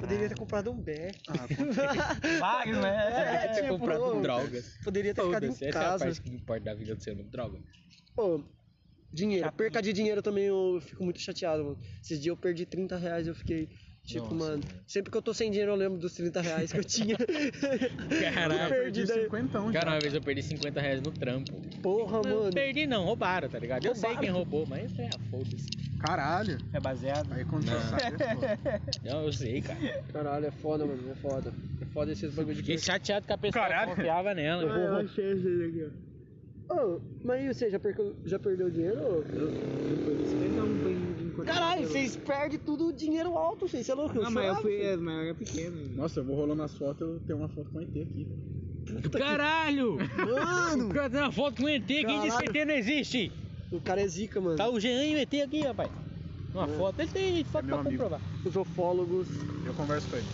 C: Poderia ter comprado um beck.
D: Vários, né?
C: É, tipo, ô,
E: drogas.
C: Poderia ter ficado
E: um Foda-se,
C: em
E: essa é a
C: casa.
E: parte que importa da vida do ser humano. Droga.
C: Pô, dinheiro. Perca de dinheiro também eu fico muito chateado, mano. Esses dias eu perdi 30 reais, eu fiquei. Tipo,
E: Nossa,
C: mano,
E: mano.
C: sempre que eu tô sem dinheiro eu lembro dos 30 reais que eu tinha.
B: Eu
E: Caralho.
B: perdi
C: daí.
B: 50 daí.
E: Cara, uma vez eu perdi 50 reais no trampo.
C: Porra,
E: Não
C: mano.
E: perdi não, roubaram, tá ligado? Eu sei
C: Roubaram.
E: quem roubou, mas é, foda-se.
B: Caralho.
D: É baseado.
B: Aí quando você sai, é foda.
E: Não, eu sei, cara.
C: Caralho, é foda, mano. É foda. É foda esses bagulho de
E: Fiquei
C: que.
E: chateado que a pessoa
B: Caralho.
E: confiava nela.
C: eu
D: achei esse daqui,
C: Ô, mas e você já, percou- já perdeu dinheiro? ô?
D: ó.
C: Caralho, vocês perdem tudo o dinheiro alto, vocês. Você é louco? Eu
E: Ah,
D: Não, mas eu
C: chorava,
D: fui. é,
C: filho.
D: Mas eu era pequeno. né?
B: Nossa, eu vou rolando as fotos, eu tenho uma foto com o ET aqui.
E: Caralho!
C: Mano,
E: O cara tem uma foto com o ET, quem disse que
C: Caralho.
E: ET não existe?
C: o cara é zica, mano.
E: Tá o Jean e o ET aqui, rapaz. Uma foto, ele tem foto
B: É meu
E: pra
B: amigo.
E: comprovar.
C: Os ofólogos.
B: Eu converso com ele.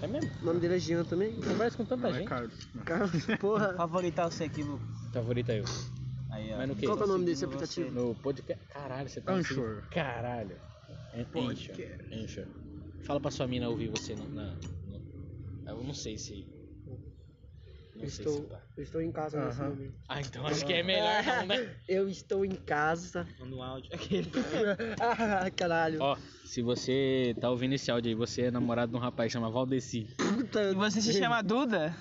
E: É mesmo?
C: O nome dele é Jean também. é
E: Conversa com tanta
B: Não é
E: gente. Tá
B: Carlos. Não.
C: Cara, porra.
D: Favoritar você aqui, Lucas.
E: Favorita eu.
D: Aí, ó.
E: Mas no quê?
C: Qual que é o nome desse
D: Seguindo você.
C: aplicativo?
E: No podcast. Caralho, você tá no
B: Anchor.
E: segundo- Caralho. É, Anchor. Anchor. Fala pra sua mina ouvir você no- na. no- Eu não sei se. Não
C: Eu
E: sei
C: estou,
E: se dá.
C: eu estou em casa nesse
B: Aham.
C: momento.
E: Ah, então acho que é melhor não, né?
C: Eu estou em casa.
D: No áudio. Aquele.
C: ah, caralho.
E: Ó, se você tá ouvindo esse áudio aí, você é namorado de um rapaz chamado Valdeci.
C: Puta.
D: E você se chama Duda?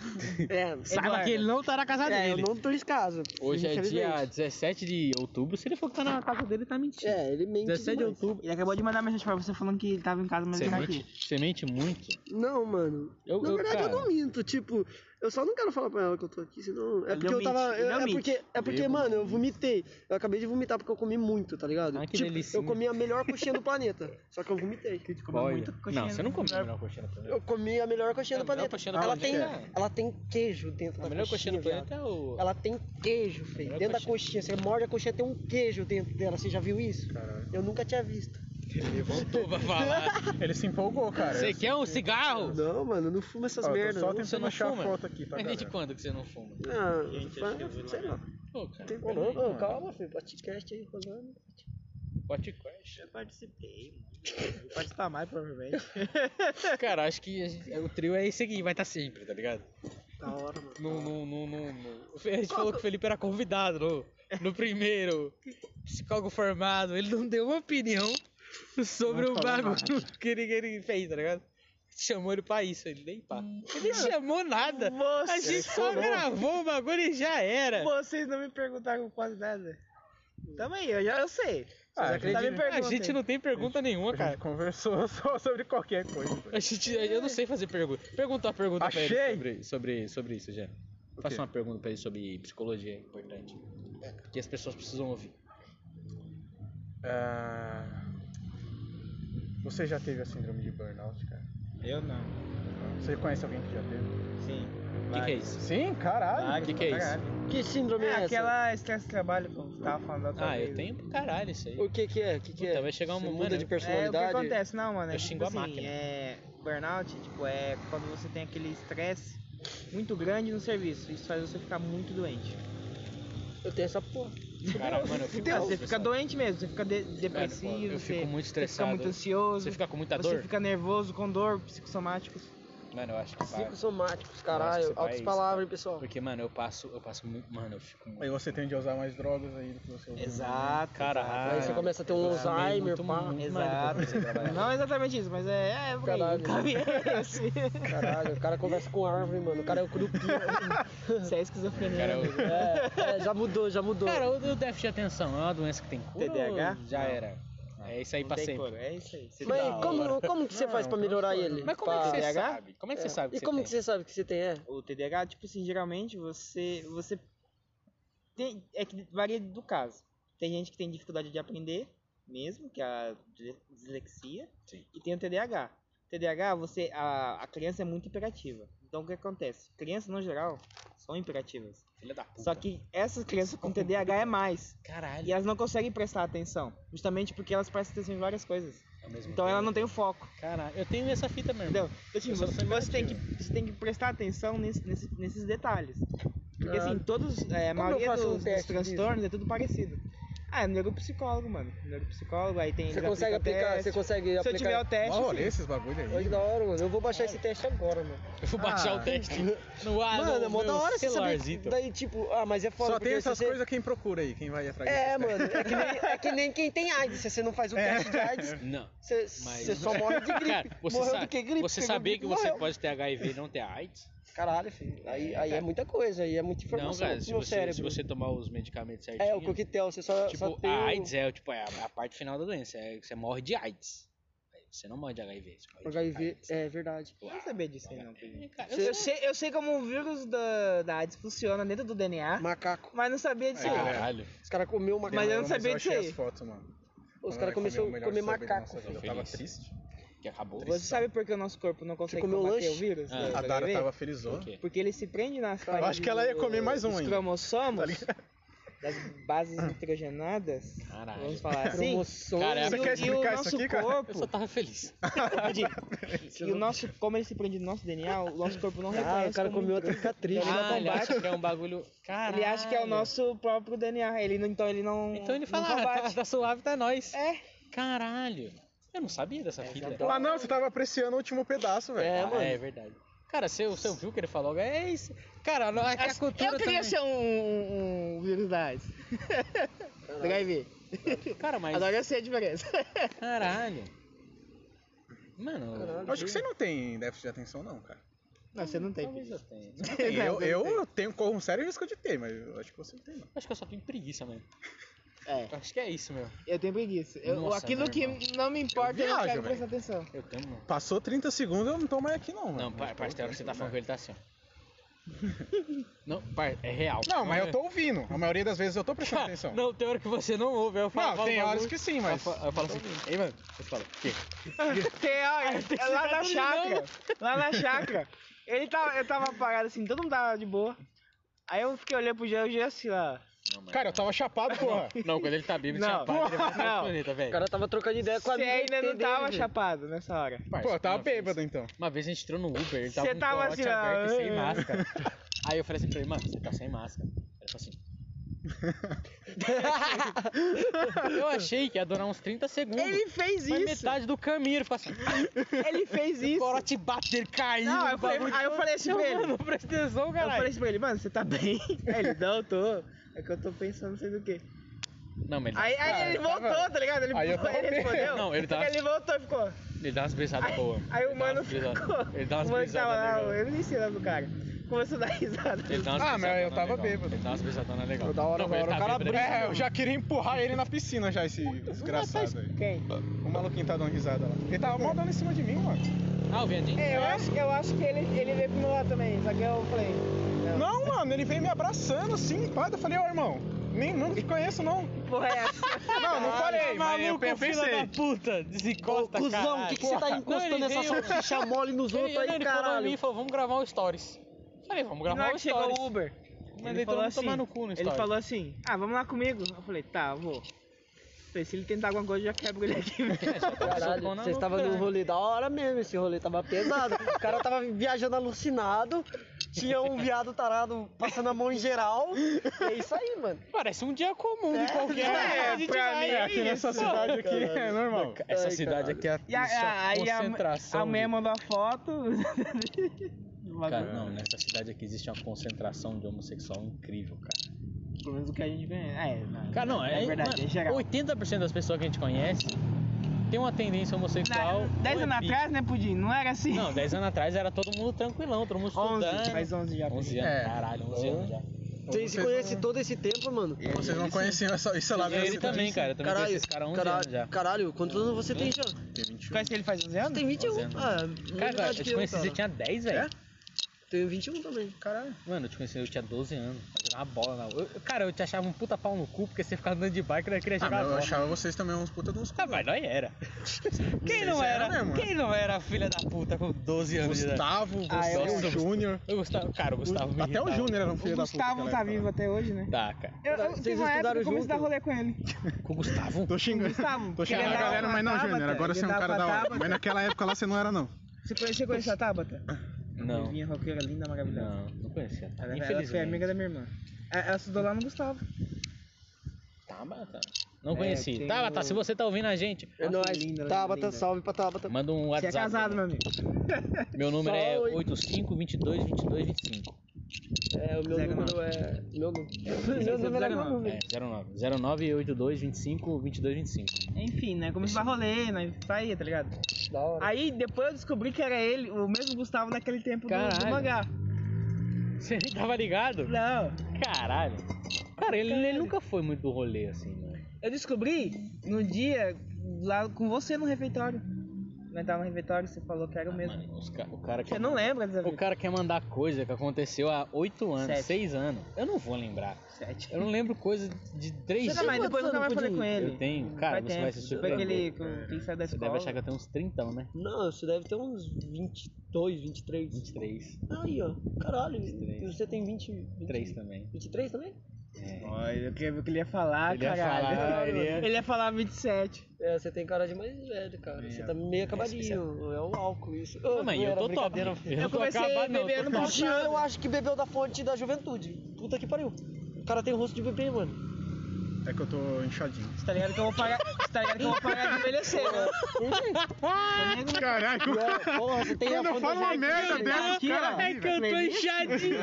C: É,
E: Saiba
D: Eduardo.
E: que ele não tá na casa
C: é, eu
E: dele.
C: não tô em casa.
E: Hoje é dia
C: infelizmente.
E: 17 de outubro. Se ele for que tá na casa dele, tá mentindo.
C: É, ele mente.
E: 17 de
C: demais.
E: outubro.
D: Ele acabou de mandar mensagem pra você falando que ele tava em casa, mas
E: Você
D: ele tá
E: mente,
D: aqui.
E: você mente muito.
C: Não, mano.
E: Eu-
C: Na
E: eu,
C: verdade,
E: cara,
C: eu não minto. Tipo, eu só não quero falar pra ela que eu tô aqui, senão. É
D: Ele
C: porque
D: não
C: eu tava.
D: mente, ele
C: eu-
D: não
C: é,
D: mente.
C: porque, é porque,
E: Bêbado.
C: mano, eu vomitei. Eu acabei de vomitar porque eu comi muito, tá ligado?
E: Ah, que
C: tipo,
E: delicinha.
C: eu comi a melhor coxinha do planeta. Só que eu vomitei.
D: Comeu
E: olha.
D: muito coxinha.
E: Não, você não comeu a melhor coxinha do planeta.
C: Eu comi a melhor
E: É,
C: coxinha do
E: a melhor
C: planeta.
E: coxinha do
C: ela,
E: planeta
C: tem,
E: é-
C: ela tem queijo dentro
E: A
C: da
E: melhor coxinha do
C: viado.
E: planeta é o.
C: Ela tem queijo, filho.
E: Melhor
C: Dentro da coxinha. Você morde a coxinha, tem um queijo dentro dela. Você já viu isso?
B: Caralho.
C: Eu nunca tinha visto.
B: Ele voltou.
E: Opa, falar.
B: Ele se empolgou, cara.
E: Você quer um cigarro?
C: Não, mano, não fuma essas
B: Ó, eu tô
C: merdas.
B: Só
C: não.
E: Você
B: tentando
E: não
B: achar
E: fuma?
B: a foto aqui pra
E: Mas desde
B: galera.
E: quando que você não fuma?
C: Ah,
D: Gente,
C: fala-
D: acho que eu vou
C: sei
D: lá.
C: lá.
E: Pô, cara.
C: Tem como. Ô, calma, filho. Podcast aí rolando.
E: Podcast.
D: Eu participei, mano. Vou participar mais, provavelmente.
E: Cara, acho que a gente- o trio é esse aqui, vai estar sempre, tá ligado?
C: Da hora, mano.
E: No, no, no, no, no- A gente falou que o Felipe era convidado no, no primeiro. Psicólogo formado, ele não deu uma opinião sobre
B: Não
E: o
B: falou
E: bagulho que ele, que ele fez, tá ligado? Chamou ele pra isso, ele nem pá.
C: Hum.
E: Ele chamou nada. A gente só gravou o bagulho e já era.
D: né? Vocês não me perguntaram quase nada. Tamo aí, eu já eu sei.
B: Ah,
D: Vocês acreditam? me
E: A
D: perguntem.
E: gente não tem pergunta nenhuma,
B: A
E: cara.
B: gente conversou só sobre qualquer coisa.
E: A gente, eu não sei fazer pergunta. Pergunta uma pergunta pra
B: Achei!
E: ele sobre, sobre, sobre isso, já.
B: O
E: Faça
B: quê?
E: uma pergunta pra ele sobre psicologia, é importante. Que as pessoas precisam ouvir.
B: Ah, Você já teve a síndrome de burnout, cara?
D: Eu não.
B: Você conhece alguém que já teve?
D: Sim.
E: O que, que é isso?
B: Sim, caralho.
E: Ah, que que é isso?
C: Que síndrome é,
D: É,
C: essa?
D: aquela estresse de trabalho que eu tava falando da outra
E: Ah,
D: vez.
E: eu tenho pra caralho isso aí.
C: O que que é? O que que
E: Puta,
C: é?
E: vai chegar um
C: Você
E: momento-
C: muda de
D: É, o que
C: personalidade?
D: acontece? Não, mano, é
E: Eu
D: tipo
E: xingo a
D: assim,
E: máquina.
D: é... Burnout, tipo, é quando você tem aquele estresse muito grande no serviço. Isso faz você ficar muito doente.
C: Eu tenho essa porra.
E: Cara, mano, eu fico
D: Então,
E: muito
D: você fica
E: estressado.
D: doente mesmo, você fica de- depressivo,
E: eu
D: você,
E: fico muito
D: você fica
E: estressado.
D: muito ansioso,
E: Você fica com muita
D: você
E: dor?
D: fica nervoso, com dor, psicossomáticos.
E: Mano, eu acho que vai.
C: Psicossomáticos,
E: Eu acho que
C: caralho.
E: você
C: Altas
E: vai-
C: palavras, hein, pessoal.
E: Porque, mano, eu passo, eu passo muito. Mano, eu fico muito.
B: Aí você tende a usar mais drogas aí do que você usa.
E: Caralho.
C: Aí você começa a ter um Alzheimer, pá.
D: Exato. Não exatamente isso, mas é. É, é por aí,
C: Caralho.
D: caminho assim.
C: Caralho, o cara conversa com árvore, mano. O cara é o Curupira.
D: Você é esquizofrenia.
E: Cara,
D: amigo.
E: eu...
C: É, é, já mudou, já mudou.
E: Cara, o o déficit de atenção é uma doença que tem cura?
D: TDAH?
E: ou Já
D: Não.
E: era.
C: Ah,
E: É isso aí
D: Não
E: pra
D: tem
E: sempre.
D: cor, É isso aí. Você
C: Mas
D: dá
C: como,
D: hora.
C: como que você faz pra melhorar ele?
E: Mas como é que
C: Pra-
E: você
D: TDAH?
E: sabe? Como é que você sabe que
C: E
E: você
C: como
E: tem?
C: que você sabe que você tem? É.
D: O TDAH, tipo assim, geralmente você. você tem, é que varia do caso. Tem gente que tem dificuldade de aprender mesmo, que é a dis- dislexia,
E: Sim.
D: e tem o TDAH. TDAH, você, a, a criança é muito imperativa. Então o que acontece? Crianças, no geral, são imperativas.
E: Filha da puta.
D: Só que essas crianças com TDAH é mais. E
E: Caralho.
D: elas não conseguem prestar atenção. Justamente porque elas prestam atenção em várias coisas.
E: Ao mesmo
D: Então ela
E: tempo.
D: não tem o foco.
E: Caralho, eu tenho essa fita mesmo.
D: Entendeu? Então, tipo,
E: Eu sou
D: você, você tem que,
E: imperativo.
D: você tem que prestar atenção nesse- nesse- nesses detalhes. Porque
C: Ah.
D: assim, todos. É, a
C: Como eu
D: maioria
C: faço um
D: dos, dos
C: teste
D: transtornos é tudo parecido. Ah, é neuropsicólogo, mano. Neuropsicólogo, aí tem.
C: Você
D: eles
C: consegue
D: aplicam o
C: aplicar,
D: teste.
C: você consegue
D: Se eu
C: aplicar.
D: tiver o teste.
B: Ó,
D: sim.
B: olha esses bagulho aí.
C: Olha que da hora, mano. Eu vou baixar
E: É.
C: esse teste agora, mano.
E: Eu vou baixar
B: Ah.
E: o teste no ar.
C: mano,
E: no
C: é mó da
E: Ah, meu
C: hora você saber.
E: celularzito.
C: que- Daí, tipo, ah, mas é foda.
B: Só
C: porque
B: tem
C: se
B: essas
C: você-
B: coisas quem procura aí, quem vai atrás
C: É,
E: né?
B: desses
C: mano, é que, nem, é que nem quem tem AIDS. Se você não faz o teste de AIDS,
E: Não.
C: você,
E: É. Mas-
C: você só morre de gripe.
E: Cara, você,
C: Morreu
E: sa-
C: do que gripe?
E: você
C: pegou
E: sabia
C: gripe,
E: que você
C: morreu.
E: pode ter HIV e não ter AIDS?
C: Caralho, filho. Aí, aí é muita coisa, aí é muita
E: Não,
C: informação
E: cara,
C: no
E: se você,
C: cérebro.
E: se você tomar os medicamentos certinho.
C: É, o coquetel, você só,
E: Tipo,
C: só tem...
E: a
C: o-
E: AIDS é, tipo, é a, a parte final da doença. É, que você morre de AIDS. Você não morre de HIV. Você morre De
C: HIV,
E: AIDS.
C: é verdade.
D: Eu não sabia disso aí, não.
E: É, cara, eu sou-
D: Eu sei, eu sei como o vírus da, da AIDS funciona dentro do DNA,
C: Macaco.
D: mas não sabia
E: assim.
D: disso
B: É,
D: aí.
B: galera.
E: Caralho.
C: Os caras comeu macaco.
B: Demorou,
D: Mas eu não sabia
B: eu achei
D: disso aí.
B: as fotos, mano.
C: Os
B: Caralho,
C: caras começaram
B: foi o
C: a
B: melhor
C: comer
B: saber da
C: macaco.
B: nossa vida. Eu
E: Feliz.
B: tava triste.
E: Que acabou.
D: Você sabe por que o nosso corpo não consegue
C: comeu
D: combater
C: lanche?
D: o vírus?
E: Ah.
D: do- do
B: A Dara
D: HIV?
B: tava felizona.
E: Por quê?
D: Porque ele se prende nas
B: acho
D: partes
B: que ela ia
D: do-
B: comer mais um
D: dos
B: ainda.
D: cromossomos, das bases nitrogenadas,
E: Caralho.
D: vamos falar assim.
C: Promoções.
E: Cara,
D: E
E: é-
D: o-
E: Você
B: quer
D: e o
B: explicar isso
D: nosso
B: aqui, cara?
D: corpo,
E: Eu só tava feliz.
D: E o nosso, como ele se prende no nosso DNA, o nosso corpo não
C: Ah,
D: reconhece.
C: o cara
D: como
C: comeu outra
D: intruso.
C: fica triste.
D: Ah,
E: ele acha que é um bagulho. Caralho.
D: Ele acha que é o nosso próprio DNA. Ele não, então ele não.
E: Então ele
D: não
E: fala, ah, tá,
D: combate.
E: tá suave, tá nóis.
D: É.
E: Caralho. Eu não sabia dessa fita.
B: Ah, não, você tava apreciando o último pedaço, velho.
C: É,
E: Ah,
C: mano.
E: é verdade. Cara, você, você ouviu o que ele falou? É isso. Cara, a, a cultura
D: Eu queria
E: também.
D: ser um, um- um vírus da AIDS. Você vai ver.
E: Cara, mas...
D: Agora eu sei a diferença.
E: Caralho. Mano...
C: É.
B: Eu acho que você não tem déficit de atenção, não, cara.
D: Não, você não tem.
E: Talvez
D: filho.
E: eu tenha.
B: Eu,
D: Não, você não tem.
B: eu tenho, corro um sério risco de ter, mas eu acho que você não tem, não.
E: Acho que eu só tenho preguiça mesmo.
D: É,
E: Acho que é isso, meu.
D: eu tenho preguiça. Eu,
E: Nossa,
D: aquilo
E: meu
D: que
E: irmão.
D: não me importa, eu, não
B: viajo,
D: quero
B: velho.
D: prestar atenção.
E: Eu tenho, mano.
B: Passou 30 segundos, eu não tô mais aqui, não, mano. é.
E: Não, par, parte da hora que você tá falando que ele tá assim, ó. Não, par, é real.
B: Não, mas eu
E: é-
B: tô ouvindo. A maioria das vezes eu tô prestando
E: Cara,
B: atenção.
E: Não, tem hora que você não ouve. aí Eu falo, um
B: Não, tem horas que sim, mas-
E: Eu falo, eu falo assim, ei, mano. Você fala, o quê?
D: Tem, olha,
E: tem
D: é lá
E: cidade
D: na
E: de
D: chácara.
E: novo.
D: Lá na chácara. Ele tava, eu tava parado assim, todo mundo tava de boa. Aí eu fiquei olhando pro Jean e o Jean assim, ó.
E: Não, mano.
B: Cara, eu tava chapado, porra.
E: Não, quando ele tá bêbado,
D: Não.
E: chapado, ele vai pra
D: Não.
E: planeta,
C: O
E: velho.
C: cara tava trocando ideia com a
D: Você
C: amiga
D: ainda não
C: dele,
D: tava
C: velho.
D: chapado nessa hora.
E: Parça,
B: Pô, eu tava
E: uma vez-
B: bêbado, então.
E: Uma vez a gente entrou no Uber, ele tava
D: Você
E: com
D: tava
E: o corote
D: assim, ó,
E: aberto e sem
D: é.
E: máscara. Aí eu falei assim pra ele, mano, você tá sem máscara. Ele falou assim... eu achei que ia durar uns 30 segundos.
D: Ele fez
E: Mas
D: isso.
E: metade do caminho, ele ficou assim...
D: Ele fez
E: O
D: isso.
E: corote bateu, ele caiu.
D: Não, eu falei-
E: bagulho
D: aí eu falei assim pra ele.
E: Mano, presta atenção,
D: Eu falei
E: caralho.
D: assim pra ele, mano, você tá bem? Aí ele, não, tô. É que eu tô pensando não sei do que.
E: Não, mas ele,
D: Aí, aí
B: Cara,
D: ele
B: tava-
D: voltou, tá ligado? Ele,
B: Aí eu
D: ele
B: tava-
D: respondeu.
E: Não, ele tava-
D: Ele voltou e ficou.
E: ele dá umas brisadas boas.
D: Aí o
E: Ele dá
D: mano
E: umas brisadas-
D: ficou.
E: Ele dá umas
D: o mano que tava lá,
E: brisadas legal.
D: eu nem sei o nome do cara. Começou a dar risada.
E: Ele dá umas
B: Ah, mas
E: brisadonas
B: eu tava
E: legal.
B: bêbado.
E: Ele dá umas brisadonas legal.
B: Eu da hora,
E: Não,
B: da
E: mas
B: hora.
E: ele
B: O
E: tá
B: cara
E: bêbado,
B: brinca.
E: ele-
B: É, eu já queria empurrar ele na piscina já, esse desgraçado aí.
D: Quem?
B: O maluquinho tá dando risada lá. Ele tava mal dando em cima de mim, mano.
E: Ah, o Viandinho.
D: É, eu acho, eu acho que ele, ele veio pro meu lado também, só que eu falei.
B: Não, mano, ele veio me abraçando assim, pá. Eu falei, ô irmão, nem, não te conheço, não.
D: Porra, é essa.
B: Não, não falei, mas eu
E: tá maluco,
B: pe-
E: filha
B: pensei.
E: da puta, desencosta,
C: Cusão, o que, que você tá
E: caralho.
C: encostando
E: Não, ele
C: essa
E: veio-
C: salsicha mole nos
E: Ele,
C: outros
E: ele,
C: aí,
E: ele falou pra mim e
C: caralho?
E: falou, vamos gravar um stories. Falei, vamos
D: Na
E: gravar
D: hora
E: um
D: que chegou
E: stories.
D: o Uber.
E: Mas ele todo mundo tomar no cu no
D: ele
E: stories.
D: falou assim, ah, vamos lá comigo. Eu falei, tá, eu vou. Falei, se ele tentar alguma coisa, eu já quebro ele aqui.
E: É, Caralho,
C: Caralho, vocês estavam num rolê da hora mesmo, esse rolê tava pesado. O cara tava viajando alucinado, tinha um viado tarado passando a mão em geral. É isso aí, mano.
E: Parece um dia comum de qualquer.
D: É,
E: a gente
D: pra
E: vai-
D: mim é
B: Aqui nessa
E: isso.
B: cidade aqui é normal.
E: Essa
C: Ai,
E: cidade
C: caralho.
E: aqui é a,
D: E a, a, aí a,
E: concentração.
D: a
E: de-
D: mulher mandou a foto. Do bagulho. né?
E: Cara, não, nessa cidade aqui existe uma concentração de homossexual incrível, cara.
D: Pelo menos o que a gente ganha. É, não,
E: né? Cara, não, é,
D: verdade,
E: mano,
D: é geral.
E: 80% das pessoas que a gente conhece tem uma tendência homossexual.
D: Na, 10
E: ou é
D: anos
E: bi.
D: atrás, né, Pudim? Não era assim?
E: Não, 10 anos atrás era todo mundo tranquilão, todo mundo
D: 11,
E: estudando.
D: faz 11 já.
E: 11 anos,
B: É.
E: caralho, 11 anos já.
C: Vocês se
B: vocês-
C: conhecem todo esse tempo, mano.
B: Vocês não conheciam essa, isso lá
E: E ele também, cara. Eu também conheci
C: Caralho,
E: esse cara há 11 anos já.
C: caralho, caralho, quantos anos você tem já?
B: Tem 21.
D: Conhece ele faz 11
C: Você
D: anos?
C: tem 21.
E: 11 anos.
C: Ah,
E: é Cara, eu
C: que
E: te conheci,
C: cara.
E: eu tinha 10, velho.
B: É?
C: Tenho 21 também.
B: Caralho.
E: Mano, eu te conheci, eu tinha 12 anos. Eu jogava bola na rua. Eu- Cara, eu te achava um puta pau no cu porque você ficava andando de bike e não queria
B: Ah,
E: jogar
B: mas eu
E: bola.
B: achava vocês também uns puta de uns
E: Ah, mas nós era. Quem
B: Vocês
E: não
B: era
E: era?
B: mesmo,
E: quem não era filha da puta com 12 anos? de idade?
B: Gustavo,
D: Ah, eu-
B: você, o Júnior.
E: Eu gostava, cara, o Gustavo me
B: Até o
E: irritava.
B: Júnior era um filho
D: O
B: da puta.
D: Gustavo não
B: naquela
D: tá
B: época.
D: vivo até hoje, né?
E: Tá, cara.
D: Eu, eu
C: Vocês
D: tive uma época que
C: estudaram
D: eu comecei a dar
C: junto?
D: rolê com ele.
E: Com o Gustavo?
B: Tô xingando.
D: Gustavo,
B: Tô xingando a
D: ele dava
B: galera,
D: uma
B: mas não,
D: Tabata,
B: Júnior. Agora
D: ele
B: você é um
D: dava
B: cara da
D: uma
B: hora.
D: Tabata.
B: Mas naquela época lá você não era, não.
D: Você conhece, conhece a Tabata?
E: Não.
D: Minha roqueira linda, maravilhosa.
E: Não, não conhecia.
D: Ela, ela
E: Infelizmente.
D: foi amiga da minha irmã. Ela, ela estudou lá no Gustavo.
E: Tá, mas tá. Não
D: É,
E: conheci.
D: tem
E: Tá,
D: o-
E: tá, se você tá ouvindo a gente,
C: É
D: Nossa,
C: nóis.
E: Tá,
D: linda,
C: Tabata,
D: linda.
C: salve pra Tabata.
E: manda um
D: Você é
E: WhatsApp.
D: casado, meu amigo.
E: Meu número é
C: Salve.
E: 85 22 22 25.
C: É, o meu
D: Zero
C: número é. Meu número. meu
D: Zero
C: número é meu
D: nove.
C: número.
E: É, 09. 09 82 25 22 25.
D: Enfim, né? Começou a dar rolê, né? Saía, tá ligado?
C: Da hora.
D: Aí depois eu descobri que era ele, o mesmo Gustavo naquele tempo do, do
E: Caralho.
D: mangá.
E: Você nem tava ligado?
D: Não.
E: Caralho. Cara, ele, ele nunca foi muito do rolê assim, mano.
D: Eu descobri no dia lá com você no refeitório. Nós tava no refeitório, você falou que era o mesmo.
E: Mano, os ca- o cara que
D: Você não lembra dessa
E: O
D: vez?
E: cara quer mandar coisa que aconteceu há 8 anos,
D: Sete.
E: 6 anos. Eu não vou lembrar.
D: Sete.
E: Eu não lembro coisa de 3
D: Sei lá,
E: anos.
D: mas depois eu nunca tá mais falei com ele.
E: Eu tenho. Cara,
D: Faz
E: você
D: tempo.
E: vai se
D: Foi aquele
E: surpreender.
D: com quem saiu da
E: Você
D: escola.
E: deve achar que eu tenho uns 30, né?
C: Não, você deve ter uns 22, 23.
E: 23.
C: Aí, ó. Caralho.
E: 23.
C: Você tem 20, 20
E: 3 também. É.
C: 23 né? também?
D: Olha, eu queria, eu queria falar,
E: Ele ia
D: caralho.
E: falar, ele ia-
D: ele ia falar 27.
C: É, você tem cara de mais velho, cara. Você tá meio acabadinho. É um álcool isso.
E: Não, mas eu
C: era
E: tô top.
C: brincadeira.
E: Eu, não tô
D: comecei
E: acabado, não.
D: bebendo
E: eu tô
C: O
D: Não,
E: top.
C: Jean,
D: cara.
C: eu acho que bebeu da fonte da juventude. Puta que pariu. O cara tem rosto de bebê, mano.
B: É que eu tô inchadinho.
D: Você tá ligado que eu vou parar. Você tá ligado que eu vou parar de envelhecer, né?
B: Caralho.
C: É, porra, você tem a
B: Quando eu
C: fonte né?
B: falo uma merda dessa,
D: aqui,
B: o cara
D: ó.
B: ri,
E: É que eu
B: velho.
E: tô inchadinho.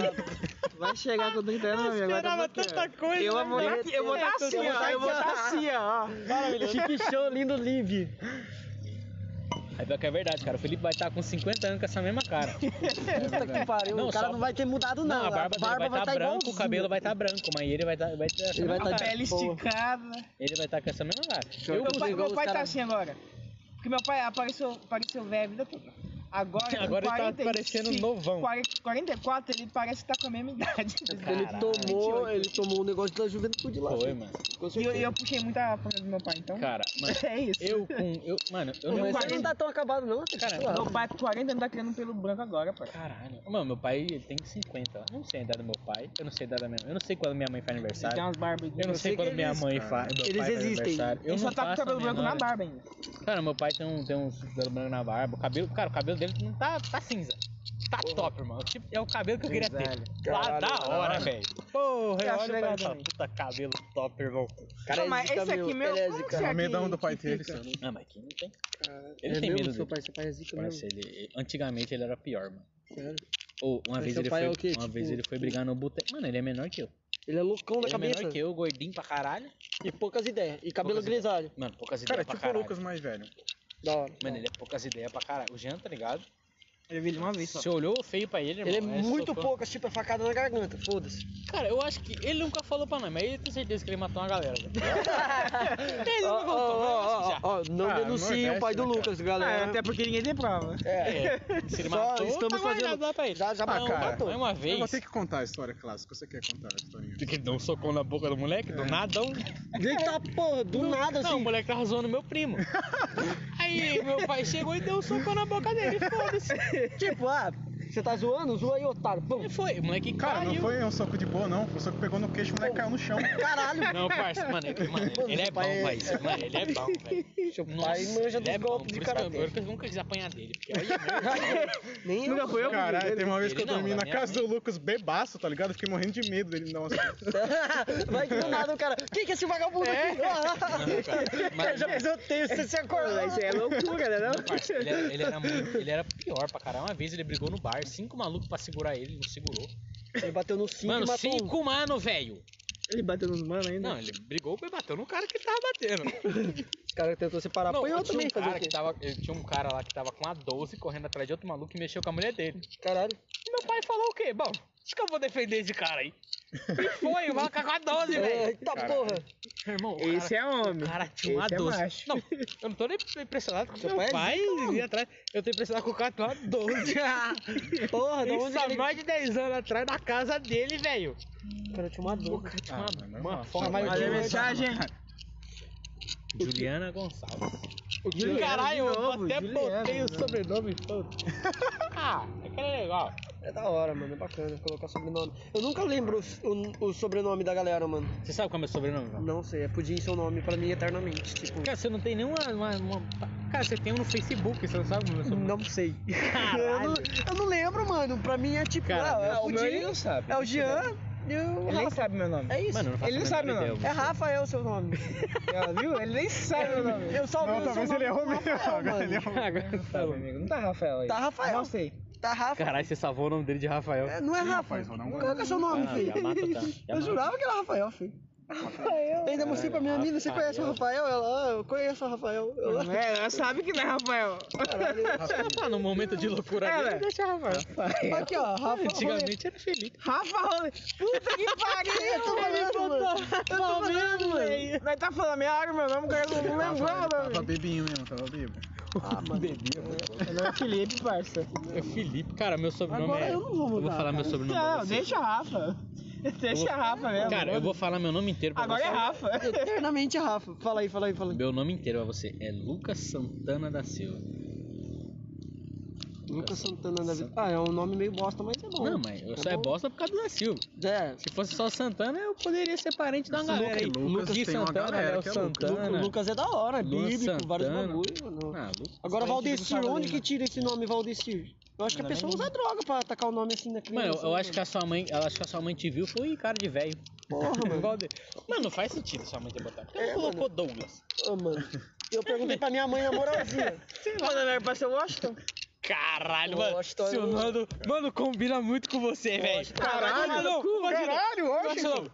D: Vai chegar com 30 anos,
E: Eu
D: amigo.
E: esperava
D: Agora tá
E: tanta coisa.
D: Eu vou
E: né?
D: botar aqui, eu vou botar assim, ó. Eu vou botar assim, ó.
C: Maravilhoso. Chique show, lindo live.
E: É pior que é verdade, cara. O Felipe vai estar com 50 anos com essa mesma cara.
C: Puta que pariu.
E: Não,
C: o cara
E: só-
C: não vai ter mudado, não.
E: Não, a barba, dele vai estar branca,
C: tá igualzinha.
E: o cabelo vai estar branco, mas ele vai estar. vai ter essa
C: Ele vai
E: mesma
C: tá
D: A
C: de-
E: cara.
D: pele
C: boa.
D: esticada.
E: Ele vai estar com essa mesma cara.
C: Eu
D: Meu pai,
C: consigo,
D: meu
C: os
D: pai tá
C: cara-
D: assim agora. Porque meu pai apareceu, apareceu velho a vida toda. Agora,
E: Agora ele tá
D: 45,
E: parecendo novão. Tá
D: 40, 44, ele parece que tá com a mesma idade.
C: Ele
E: Caralho.
C: tomou, ele tomou um negócio da juventude lá.
E: Foi, mano.
C: Com
D: E eu,
C: certeza.
D: e eu puxei muita coisa do meu pai, então.
E: Cara, mano.
D: é isso.
E: Eu com. Eu, mano, eu
C: Não,
E: lembro.
C: mas você não tá tão acabado, não.
E: Cara,
C: Sei lá.
D: Meu pai com 40 anos tá criando um pelo branco agora, pai.
E: Caralho. Mano, meu pai ele tem 50. Eu não sei a idade do meu pai. Eu não sei a idade da minha mãe. Eu não sei quando minha mãe faz
D: Ele tem
E: aniversário.
D: umas barbas de
E: Eu não sei
C: Então, sei que
E: quando minha
C: eles-
E: mãe faz. Meu
C: Eles
E: pai faz
C: existem.
E: aniversário. Eu
D: Ele só
E: não
D: tá com o
E: faço a
D: cabelo branco
E: menor
D: na barba ainda.
E: Cara, meu pai tem um, tem um cabelo branco na barba. O cabelo, cara, o cabelo dele não tá, tá cinza. Tá top, irmão. Tipo, é o cabelo que eu queria ter. Lá da hora, velho. Porra,
D: Eu
E: eu
D: acho
E: olho pra ele
D: legal
E: e falo,
D: também.
E: puta cabelo top, irmão.
C: Cara,
D: Não, mas
C: zica
D: esse aqui, meu,
C: ele é
D: como
C: zica.
D: que você
B: O medão do pai
D: que
B: dele,
D: fica?
B: sabe?
E: Ah, mas quem não tem? Ele
C: É
E: tem
C: mesmo,
E: medo
C: seu
E: dele.
C: pai, seu pai é zica
E: Parece
C: mesmo.
E: ele. Antigamente ele era pior, mano.
C: Sério.
E: Ou uma
C: Mas
E: vez
C: seu
E: ele
C: pai
E: foi.
C: é o quê?
E: Uma
C: Tipo,
E: vez ele foi brigar no boteco. Mano, ele é menor que eu.
C: Ele é loucão
E: Ele
C: da
E: é menor
C: cabeça.
E: que eu, gordinho pra caralho.
C: E poucas ideias. E cabelo
E: Poucas ideias.
C: grisalho.
E: Mano, poucas
B: Cara, é
E: ideias pra
B: tipo o
E: caralho.
B: Lucas mais velho.
C: Da hora.
E: Mano, ele é poucas ideias pra caralho. O Jean, tá ligado?
D: Eu vi ele uma vez só.
E: Você olhou feio pra ele, irmão.
C: Ele é
E: aí
C: muito
E: socou.
C: poucas, tipo, é facada na garganta. Foda-se.
E: Cara, eu acho que ele nunca falou pra nós, mas ele tem certeza que ele matou uma galera. velho. ele
C: Ó,
E: nunca contou, mas eu acho que já.
C: ó, ó, ó, não
B: Ah,
C: denunciem o pai do
B: Nordeste, né, cara?
C: Lucas,
D: Ah,
C: galera.
D: até porque ninguém tem prova.
E: É, se ele
C: Só
E: matou,
C: estamos
E: tá guardado
C: fazendo-
E: lá pra ele.
C: Já- já
E: Mas
B: matou.
E: uma- mas uma
B: Eu vou
E: vez.
B: ter que contar a história clássica. Você quer contar a historinha?
E: Que ele deu um socão na boca do moleque, do nada. um-
C: Eita porra, do nada
E: Não, o
C: É. assim.
E: moleque tava zoando meu primo. Aí meu pai chegou e deu um socão na boca dele, foda-se.
C: Tipo, ah, você tá zoando? Zoa aí, otário. Pum.
E: E foi, o moleque
B: Cara,
E: caiu.
B: não foi um soco de boa, não. Foi um soco que pegou no queixo, o moleque caiu no chão.
C: Caralho.
E: Não, parça, mano, ele, mano, ele- ele é bom,
C: Pai é-
E: velho. Mano, ele é bom, velho.
C: Seu
E: Nossa,
C: pai manja
E: ele
C: dos
E: é bom.
C: golpes
E: Por
C: de
E: isso que eu-
C: karatê.
E: eu nunca quis apanhar dele, porque olha,
C: Nem eu.
D: Nunca fui eu.
B: Caralho, tem uma vez que eu
E: um Ele não,
B: dormi
E: da
B: na
E: minha
B: casa do Lucas bebaço, tá ligado? Eu Fiquei morrendo de medo dele me dar uma soco.
C: Vai que do nada o cara. Quem que é esse vagabundo aqui? Ah,
E: mas-
C: eu já pisoteio, você se acordou.
D: Isso aí é loucura, né? Não?
E: Parça, Ele, era- ele era muito- ele era pior pra caralho. Uma vez ele brigou no bar, cinco malucos pra segurar ele, ele não segurou.
C: Ele bateu no cinco
E: mano,
C: e matou um.
E: cinco mano, velho.
D: Ele bateu nos manos ainda.
E: Não, ele brigou e bateu no cara que ele tava batendo. né?
C: Os caras um tentou
D: Tá,
C: separar.
E: Não,
C: Põe eu
E: tinha
C: também
E: um
C: fazer
E: cara
C: o quê?
E: que tava, ele tinha um cara lá que tava com a 12 correndo atrás de outro maluco e mexeu com a mulher dele.
C: Caralho.
E: E meu pai falou o quê? Bom, acho que eu vou defender esse cara aí. E foi, o maluco com a 12, velho.
C: É, Eita porra!
E: Irmão, o cara-
D: É, Esse é homem.
E: o cara tinha uma
D: Esse é
E: 12.
D: macho.
E: não, eu não tô nem impressionado com
D: Seu
E: meu
D: pai é
E: pai ir atrás. Eu tô impressionado com o cara que tem uma 12.
C: Porra, da onde
E: Isso há
C: ele...
E: mais de 10 anos atrás na casa dele, velho.
C: Cara, eu tinha uma dor.
E: Tinha uma-
B: mas não
E: uma
B: é
E: forma
B: normal.
E: de-
D: Olha a mensagem.
E: Juliana Gonçalves.
D: Juliana
E: Caralho,
D: de
E: eu
D: novo,
E: até
D: Juliana,
E: botei o
D: mano.
E: sobrenome todo. ah, aquele é legal.
C: É da hora, mano. É bacana colocar sobrenome. Eu nunca lembro o, o- o sobrenome da galera, mano.
E: Você sabe qual é o meu sobrenome, Val?
C: Não sei, é podia ser o nome pra mim eternamente. Tipo,
E: Cara, você não tem nenhuma. uma- uma- Cara, você tem um no Facebook, você não sabe o meu sobrenome.
C: não sei. Eu
E: Caralho.
C: não, eu não lembro, mano. Pra mim é tipo,
E: Cara,
C: ah, é
E: não,
C: o
E: o
C: Dinho,
D: ele não sabe.
C: É o Jean e o
D: Ele nem
C: Rafa.
D: sabe meu nome.
C: É isso.
E: Mano, eu não faço
D: Ele
E: a
D: não sabe
E: menor
D: meu
E: ideia,
C: É Rafa, é o seu nome.
D: Ela viu? Ele nem sabe meu nome.
C: Eu só
B: Não,
C: vi o
B: talvez
C: seu nome
B: ele
C: É,
B: errou
C: com
B: mesmo.
C: Rafael,
B: Agora ele é errou.
E: Agora você
D: Tá, meu
E: falou.
D: amigo. Não tá Rafael aí.
C: Tá Rafael.
D: Não sei.
C: Tá Rafa.
E: Caralho, você salvou o nome dele de Rafael.
C: É, não é Rafa.
B: rapaz, vou dar um
C: Qual que é seu nome,
D: Ah,
E: Caralho,
C: filho?
E: Yamato tá.
C: Eu
E: Yamato.
C: jurava que era Rafael, filho. Rafael. Ainda mostrei pra minha mina, você
E: Rafael.
C: conhece o Rafael? Ela, ah, eu conheço o Rafael. Eu,
D: Não é, ela sabe que não é Rafael.
E: Ah, no momento de loucura
D: É,
E: dele,
D: velho.
E: deixa Rafael.
C: aqui, ó, Rafa.
E: Antigamente era Felipe.
D: Rafa Rolê. Puta que pariu.
C: Eu tô falando, mano. Eu tô falando, mano.
D: Nós tá falando a meia hora meu nome, o cara não lembrou meu
B: Tava, tava
D: nome.
B: bebinho mesmo, tava bebo.
C: Ah, mano.
D: Meu nome é Felipe, parça.
E: É Felipe, cara, meu sobrenome
C: Agora
E: é.
C: eu não vou
E: vou
C: mudar,
E: falar meu
C: cara.
E: sobrenome. pra
D: Não,
E: é você.
D: deixa a Rafa. Deixa a Rafa mesmo.
E: Cara, eu vou falar meu nome inteiro pra
D: Agora
E: você.
D: é Rafa.
C: Eternamente é Rafa. Fala aí, fala aí, fala aí.
E: Meu nome inteiro pra você é Lucas Santana da Silva.
C: Lucas Santana da vida. Ah, é um nome meio bosta, mas é bom.
E: Não, mas eu só é
C: bom.
E: bosta por causa do da Silva.
C: É.
E: Se fosse só Santana, eu poderia ser parente da uma
B: Lucas-
E: galera aí.
B: Lucas
E: Gui
B: tem uma
E: Santana,
B: galera
E: Léo
B: que é Lucas.
E: Santana.
C: O Lucas é da hora, é
E: Luan
C: bíblico, vários
E: Santana.
C: bagulho, mano.
E: Ah, Lucas.
C: Agora,
D: Só a gente não
C: Valdecir,
D: sabe
C: onde
D: ainda.
C: que tira esse nome, Valdecir? Eu acho que a pessoa usa droga pra atacar o nome assim na criança.
E: Mano, eu, eu acho que
C: mano.
E: a sua mãe, ela acho que a sua mãe te viu foi "Ih, cara de velho.
C: Porra, mano.
E: Igual de- Mano, não faz sentido sua mãe ter botado. Por que ela
C: É,
E: colocou Douglas?
C: Ô, mano. Eu perguntei pra minha mãe na moralzinha.
D: Quando eu era pra ser Washington.
E: Caralho,
C: Eu
E: mano.
C: acho que
E: Se o
C: eu-
E: Nando. Mano, combina muito com você, velho.
D: é Caralho,
E: Ah, não, imagina.
B: Caralho,
E: Imagina,
B: Washington.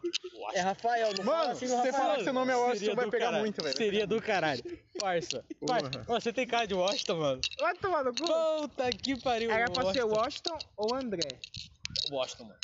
C: É Rafael, não fala
B: Mano,
C: assim
B: se
C: no
B: você
C: Rafael.
B: falar que seu nome é
E: Seria
B: Washington, vai
E: do
B: pegar
E: caralho.
B: muito, velho.
E: Seria do caralho. Parça.
B: Porra.
E: Parça. Ó, Você tem cara de Washington, mano.
D: Vai tomar no cu.
E: Puta que pariu.
D: Era pra ser Washington ou André.
E: Washington, mano.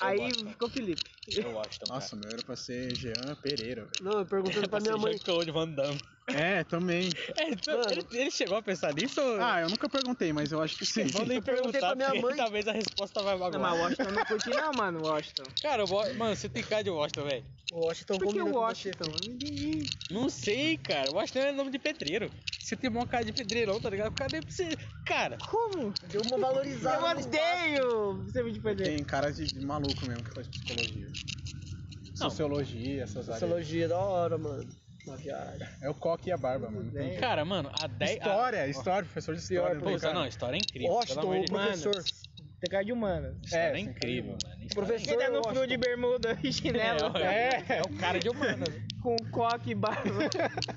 E: Eu
D: Aí
E: Washington.
D: ficou Felipe.
E: Eu Washington.
B: Nossa, meu era pra ser Jean Pereira, velho.
C: Não, eu perguntando pra minha mãe.
E: Ficou de Van Damme.
B: É, também.
E: É, então,
C: Mano.
E: ele, ele chegou a pensar nisso?
B: Ah, eu nunca perguntei, mas eu acho que sim.
E: Vou nem
C: perguntei
E: perguntar,
C: pra minha
E: porque
C: mãe.
E: talvez a resposta vai
D: Não, mas
E: agora.
D: Washington eu não curti não, mano, Washington.
E: Cara, eu bo- mano, você tem cara de Washington, velho.
C: Washington
D: Por que
C: combina com
D: Washington? Eu Não entendi.
E: Não sei, cara. Washington é nome de pedreiro. Você tem uma cara de pedreirão, tá ligado? Cadê pra você. Cara,
D: Como?
C: você. Deu uma
D: Eu
C: valorizada.
D: odeio você me fazer.
B: Tem cara de, de maluco mesmo que faz psicologia.
E: Não.
B: Sociologia, essas áreas.
C: Sociologia da hora, mano. Uma viagem.
B: É o coque e a barba, mano. Tem-
E: cara, mano, a 10.
B: História, história, professor de história.
E: A...
B: né,
E: Ah. Pô,
B: cara?
E: não, a história é incrível. pelo
C: Washington,
E: amor
C: o
E: de Deus.
C: professor.
D: Tem cara de humano.
E: História
B: É,
E: é
B: sim,
E: incrível, mano.
C: O
E: História-
C: professor
D: Ele tá no
C: Washington.
D: frio de bermuda e chinelo.
E: É, é o cara de humano.
D: Com coque e barba.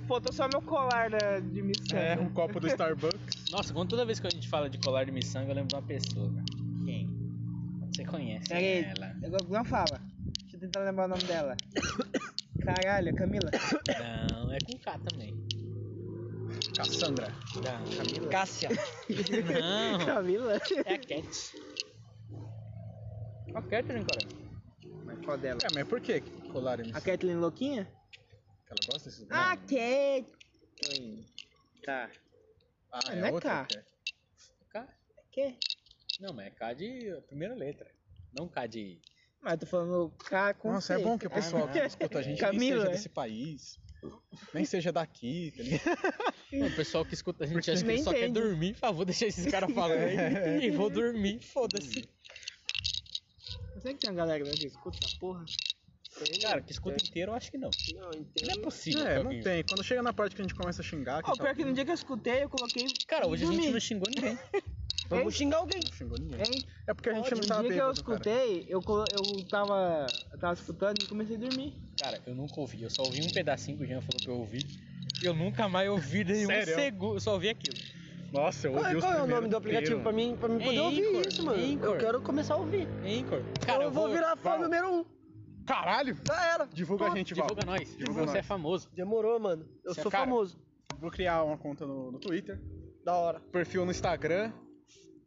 D: Faltou só meu colar da, de missão.
B: É, um copo do Starbucks.
E: Nossa, quando toda vez que a gente fala de colar de miçanga, eu lembro de uma pessoa, cara. Quem? Você conhece
D: Pera aí.
E: ela?
D: Agora Não fala. Deixa eu tentar lembrar o nome dela. Caralho, Camila.
E: Não, é com K também.
B: Cassandra.
E: Não,
C: Cássia.
E: não.
D: Camila?
E: É a Cat. A Cat, né, cara?
D: Mas qual dela?
B: É, mas por que colar em
D: A Kathleen Louquinha?
B: Ela gosta desses
D: Ah,
B: Não.
D: Kathleen. Tá.
B: ah,
D: não é K.
B: outra que é.
E: K?
D: Que?
E: Não, mas é K de a primeira letra. Não K de.
D: Mas eu tô falando Ah, K com
B: Nossa, é
D: C.
B: bom que o pessoal que escuta a gente nem
D: Camila,
B: seja
D: é.
B: desse país. Nem seja daqui, tá ligado?
E: Não, o pessoal que escuta a gente acha que
D: Nem
E: ele só quer
D: entende.
E: dormir. Por favor, deixa esses caras falando aí. E vou dormir, foda-se.
C: Hum.
D: Eu sei que tem uma galera lá que escuta essa porra.
E: Cara, que escuta inteiro, eu acho que não.
C: É. Não,
E: Não
C: entendo.
E: é possível.
B: é,
E: que
B: não
E: alguém-
B: tem. Quando chega na parte que a gente começa a xingar, que
D: Ó,
B: tá-
D: pior que no dia que eu escutei, eu coloquei.
E: Cara, hoje a gente
D: Dormi.
E: não xingou ninguém.
C: Vamos xingar alguém.
B: não xingou ninguém.
D: Hein?
B: É porque a gente não
D: no
B: tá
D: dia que eu
B: bêbado, cara.
D: escutei, eu, colo- eu, tava, eu tava escutando e comecei a dormir.
E: Cara, eu nunca ouvi. Eu só ouvi um pedacinho que o Jean falou pra eu ouvir. E eu nunca mais ouvi nenhum
B: Sério?
E: segundo. Eu só ouvi aquilo.
B: Nossa, eu
C: Qual,
B: ouvi
C: é-
B: os
C: qual é o nome
B: primeiros
C: do aplicativo
B: inteiros.
C: pra mim, pra mim
E: É
C: poder ouvir
E: Anchor,
C: isso, mano? Eu
E: Anchor.
C: quero começar a ouvir.
E: Anchor. Cara,
C: eu vou virar fã
E: Val,
C: número um.
B: Caralho!
C: Já era.
B: Divulga a
C: Pô,
B: gente, Val.
E: Divulga nós.
B: Divulga
E: Você
B: nós.
E: é famoso.
C: Demorou, mano. Eu
B: Você é
C: sou
B: cara?
C: famoso.
B: Vou criar uma conta no, no Twitter,
C: Da hora.
B: perfil no Instagram,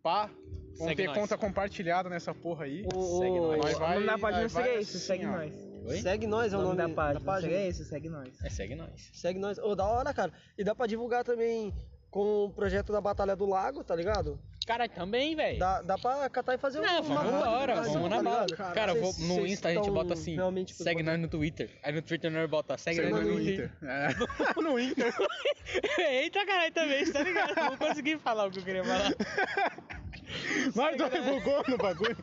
B: pá, Vamos
E: Segue
B: ter
E: nós.
B: conta compartilhada nessa porra aí.
D: O, o,
E: Segue nós.
D: o
B: Nós vai-
D: nome da página
B: nós vai
D: seria isso,
B: assim,
D: segue
B: ó.
D: nós.
E: Oi?
C: Segue nós, é
D: O
C: o
D: nome da página,
C: é
D: segue
C: esse.
D: isso, segue nós.
E: É, segue nós.
C: Segue nós. Ô, da hora, cara. E dá pra divulgar também com o projeto da Batalha do Lago, tá ligado?
E: Cara, também, velho.
C: Dá, dá pra catar e fazer um.
E: Não, vamos na hora, vamos na
C: tá
E: bala. Cara, eu vou, no Insta a gente bota assim, segue
C: nós.
E: nós no Twitter. Aí no Twitter nós bota, segue
B: Segue
E: nós
B: no
E: no Twitter.
B: Inter. É. no Inter.
E: Eita caralho também, tá ligado? Não consegui falar o que eu queria falar.
B: Nós dois bugou no bagulho.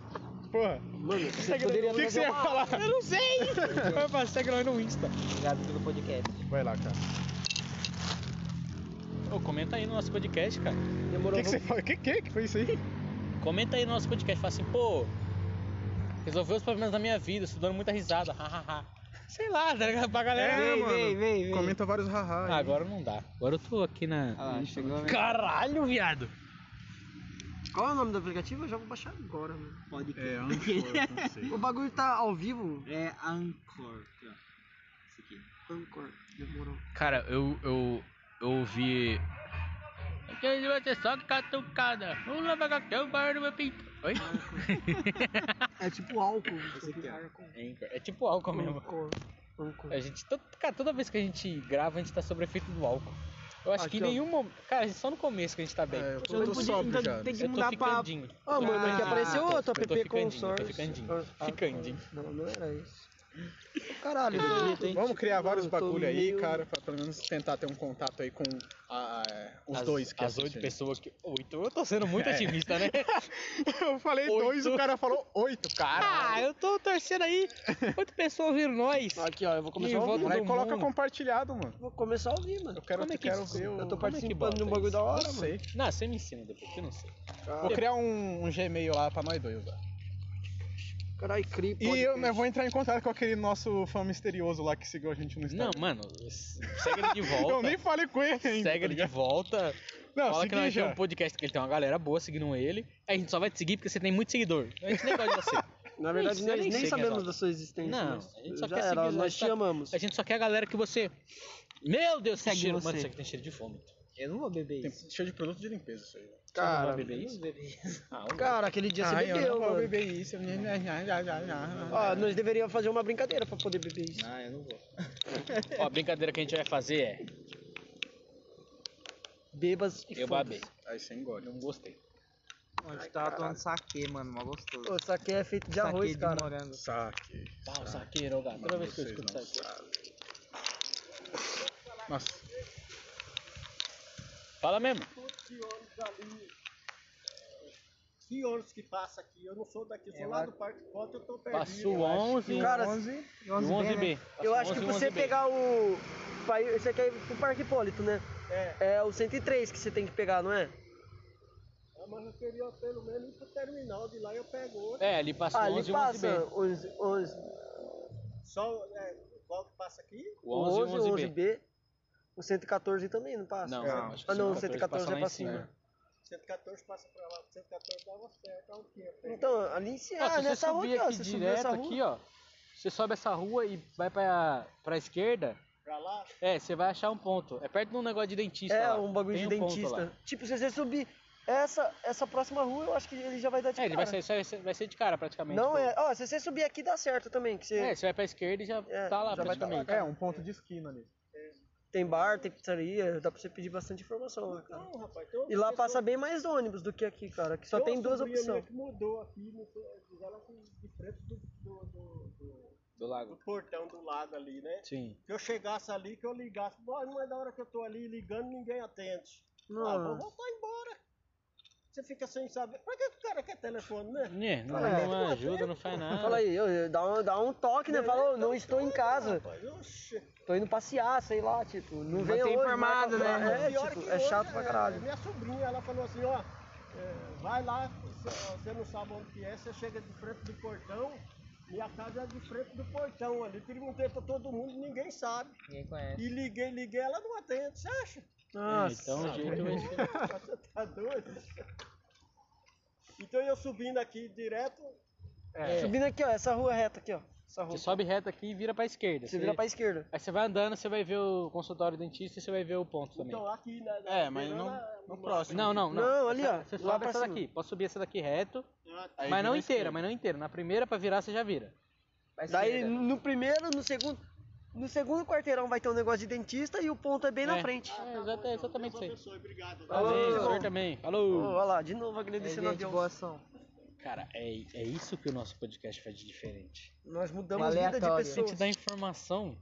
B: Porra.
C: Mano, você poderia
B: O que, que você
C: levar
B: ia
C: uma-
B: falar?
E: Ah, Eu não sei! Vai pra segue nós no Insta.
D: Obrigado pelo podcast.
B: Vai lá, cara.
E: Ô, comenta aí no nosso podcast, cara.
B: O
C: Demorou.
B: que, que você falou? O que, que que foi isso aí?
E: Comenta aí no nosso podcast, fala assim, pô, resolveu os problemas da minha vida, estou dando muita risada, hahaha. Sei lá, tá ligado? Pra galera.
B: É,
D: vem,
B: mano.
D: vem, vem.
B: Comenta vários haha.
E: Ah,
B: aí.
E: agora não dá. Agora eu tô aqui
D: Olha
E: na.
D: lá, chegou né?
E: Caralho, viado!
C: Qual é o nome do aplicativo? Eu já vou baixar agora, mano.
B: É, antes foi, eu não sei.
C: O bagulho tá ao vivo?
D: É Anchor. aqui, ó. Isso aqui.
C: Anchor. Demorou.
E: Cara, eu, eu, eu ouvi. Aquele vai ter só catucada. Vamos lá pegar teu bar no meu pinto. Oi?
C: É tipo álcool.
D: Esse aqui, ó.
E: É tipo álcool mesmo. É.
C: Anchor. Anchor.
E: A gente, to- cara, toda vez que a gente grava, a gente tá sobre o efeito do álcool. Eu acho
C: Aqui,
E: que em
C: ó.
E: nenhum momento. Cara, só no começo que a gente tá bem.
B: É, eu
D: Eu
B: tô, tô
D: podia-
B: sóbrio
D: então
B: já.
D: Tem que
E: Eu tô
D: mudar pra.
E: ficandinho.
C: Ó, mano, aqui
D: Ah,
C: apareceu
E: tô-
C: outro
E: eu tô
C: app
E: ficandinho,
C: consórcio.
E: tô ficandinho, tô ficandinho.
C: Não, não era isso. Caralho,
B: Vamos criar vários
C: Mano, eu tô
B: bagulho aí,
C: meio-
B: cara, pra pelo menos tentar ter um contato aí com a- os
E: As-
B: dois que
E: As oito
B: assistem.
E: pessoas que. Oito? Eu tô sendo muito otimista, né?
B: Eu falei dois,
E: Oito.
B: o cara falou oito, cara.
E: Ah, eu tô torcendo aí. Oito pessoas viram nós.
C: Aqui, ó, eu vou começar
E: Em
C: a
E: volta
C: ouvir.
E: do-
B: Aí
E: todo
B: coloca
E: um mundo.
B: compartilhado, mano.
C: Vou começar a ouvir, mano.
B: Eu quero,
E: Como é que
B: quero
E: isso-
B: ver o...
C: Eu tô
E: Como é que
C: participando de um
E: bota
C: bagulho
E: isso?
C: da hora,
B: Não
C: mano.
B: sei.
E: Não, você me ensina depois, que eu não sei.
C: Ah,
B: Vou criar um, um Gmail lá pra nós dois usar.
C: Caralho, cri,
B: E eu, né, vou entrar em contato com aquele nosso fã misterioso lá que seguiu a gente no Instagram.
E: Não, mano, segue ele de volta.
B: Eu nem falei com ele ainda.
E: Segue
B: tá
E: ele de
B: ligado?
E: volta.
B: Não,
E: fala que
B: segui
E: nós
B: já.
E: temos um podcast que ele tem uma galera boa seguindo ele. A gente só vai te seguir porque você tem muito seguidor. A gente nem gosta de você.
C: Na verdade,
E: Isso, eu
C: nós
E: nem
C: nem,
E: sei quem é
C: sabemos
E: ela.
C: da sua existência.
E: Não,
C: mas
E: a gente só
C: já
E: quer
C: era,
E: seguir os
C: Nós te
E: resultados.
C: amamos.
E: A gente só quer a galera que você. Meu Deus, que
D: Segue
E: cheiro.
D: você.
E: Mano, isso aqui tem cheiro de fome.
D: Eu não vou beber
B: Tem
D: isso.
B: cheio de produto de limpeza isso aí. velho.
E: Você não
C: Cara,
E: vai beber
D: Eu não
E: isso?
D: vou beber isso.
E: Ah, ô,
C: cara, aquele dia
B: Ai,
C: você bebeu,
B: eu não vou
C: mano.
B: beber isso.
C: Ó, nós deveríamos fazer uma brincadeira pra poder beber isso.
B: Ah,
D: Não, eu não vou.
E: Ó, a brincadeira que a gente vai fazer é.
C: Bebas e
E: Eu babei.
C: foda-se.
B: Aí você engole.
E: Não gostei.
D: A gente tava tomando um saque, mano, mó gostoso.
C: Pô, isso aqui é feito de
D: Saquê
C: arroz,
D: de
C: cara.
D: morango.
B: Saque.
E: Pau, saqueiro, gato. Toda vez que eu
B: Vocês
E: escuto
B: não
E: isso.
B: sabem. Nossa.
E: Fala mesmo.
A: Que ônibus que passa aqui? Eu não sou daqui, sou
D: É,
A: lá
D: mas-
A: do Parque Ponte, eu tô perdido.
E: Passou
A: eu acho.
E: 11
C: Cara,
B: 11.
D: E
E: e
D: né?
E: 11B.
C: Eu
E: Passou
C: acho que
E: 11,
C: você
E: 11B.
C: pegar o. pra ir- Você quer ir pro é Parque Hipólito, né?
A: É,
C: É o 103 que você tem que pegar, não é?
A: Ah, mas eu queria pelo menos ir pro terminal de lá eu pego outro.
E: É, ali passou
C: Ah,
E: 11
C: ali
E: e 11B.
C: passa 11, 11,
A: Só é, qual que passa aqui?
E: O 11 e 11B.
C: 11B. O 114 também não passa.
E: Não,
D: Não.
E: acho que
C: Ah, não, o
E: 114 passa
C: 114 é
E: lá
C: pra
E: em cima.
C: cima.
A: 114 passa pra lá, 114 dava certo, olha o que eu pego.
C: Então, ali em cima,
E: Ah,
C: ah,
E: se você
C: nessa rua
E: subir
C: aqui, ó.
E: aqui
C: Você subiu
E: direto
C: essa
E: aqui,
C: rua.
E: ó. Você sobe essa rua e vai pra, pra esquerda.
A: Pra lá,
E: É, você vai achar um ponto. É perto de um negócio de dentista.
C: É,
E: lá.
C: um bagulho
E: Tem
C: de
E: ponto lá.
C: dentista. Tipo, se você subir essa, essa próxima rua, eu acho que ele já vai dar de
E: É, ele vai
C: cara.
E: ser, vai ser- vai ser de cara praticamente.
C: Não
E: pô.
C: é. Ó, se você subir aqui, dá certo também. Que você...
E: É, você vai pra esquerda e já
C: É,
E: tá lá
C: já vai tá lá,
E: praticamente.
B: É, um ponto de esquina ali.
C: Tem bar, tem pizzaria, dá pra você pedir bastante informação lá, cara.
A: não, rapaz. Então,
C: E lá passa bem mais ônibus do que aqui, cara. Que só tem duas opções.
A: um que mudou aqui, não sei, mas ela com- de frente do, do, do, do-
C: um.
E: Do
A: do
E: lago.
A: portão do lado ali, né?
E: Sim.
A: Que eu chegasse ali, que eu ligasse, "Boy, não é da hora que eu tô ali ligando, ninguém atende. Ah, vou
C: Nossa.
A: voltar embora. Você fica sem saber. Pra que que o cara quer telefone, né?
E: É, não,
C: Fala aí.
E: não ajuda, não faz nada.
C: Fala aí, eu- dá um, dá um toque, né? Fala, ô, não estou em casa.
A: Rapaz, oxe.
C: Tô indo passear, sei lá, tipo, não vem
D: Mantém
C: hoje,
D: informado,
C: marca-
D: né?
C: É,
A: Pior que
C: tipo, é
A: hoje,
C: chato pra
A: é,
C: caralho.
A: Minha sobrinha, ela falou assim, ó, é, vai lá, você você não sabe onde que é, você chega de frente do portão, minha casa é de frente do portão ali. Perguntei pra todo mundo, ninguém sabe.
D: Ninguém conhece.
A: E liguei, liguei, ela não atende, você acha?
E: É,
C: Nossa.
E: então o jeito vai ser.
A: Você tá doido? Então eu subindo aqui direto,
E: É.
C: é. Subindo aqui, ó, essa rua reta aqui, ó. essa roupa.
E: Você sobe reto aqui e vira pra esquerda.
C: Você vira pra esquerda.
E: Aí você vai andando, você vai ver o consultório do dentista e você vai ver o ponto também.
A: Então aqui na. na
F: É, mas
A: beirando
F: não,
A: a-
F: não próximo.
E: Não, não, não.
C: Não, ali,
E: Essa-
C: ó,
E: Você
C: lá
E: sobe
C: pra
E: essa
C: cima.
E: daqui. Posso subir essa daqui reto,
F: Aí
E: mas não inteira,
F: vira esquerda.
E: mas não inteira. Na primeira pra virar você já vira. Mas
C: Daí
E: vira.
C: no primeiro, no segundo. No segundo quarteirão vai ter um negócio de dentista e o ponto é bem na
E: É. Tá
C: frente.
E: É, exata- exatamente isso aí.
A: Pessoa, obrigado.
E: Amém,
C: Falou.
E: senhor também.
C: Ô,
E: Falou.
C: olha lá, de novo agradecendo
D: É,
C: a
D: gente,
C: Deus.
D: boa ação.
E: Cara, é, é isso que o nosso podcast faz de diferente.
C: Nós mudamos a
D: Um
C: vida de
D: aleatório.
E: Tem
C: pessoas.
E: que dar informação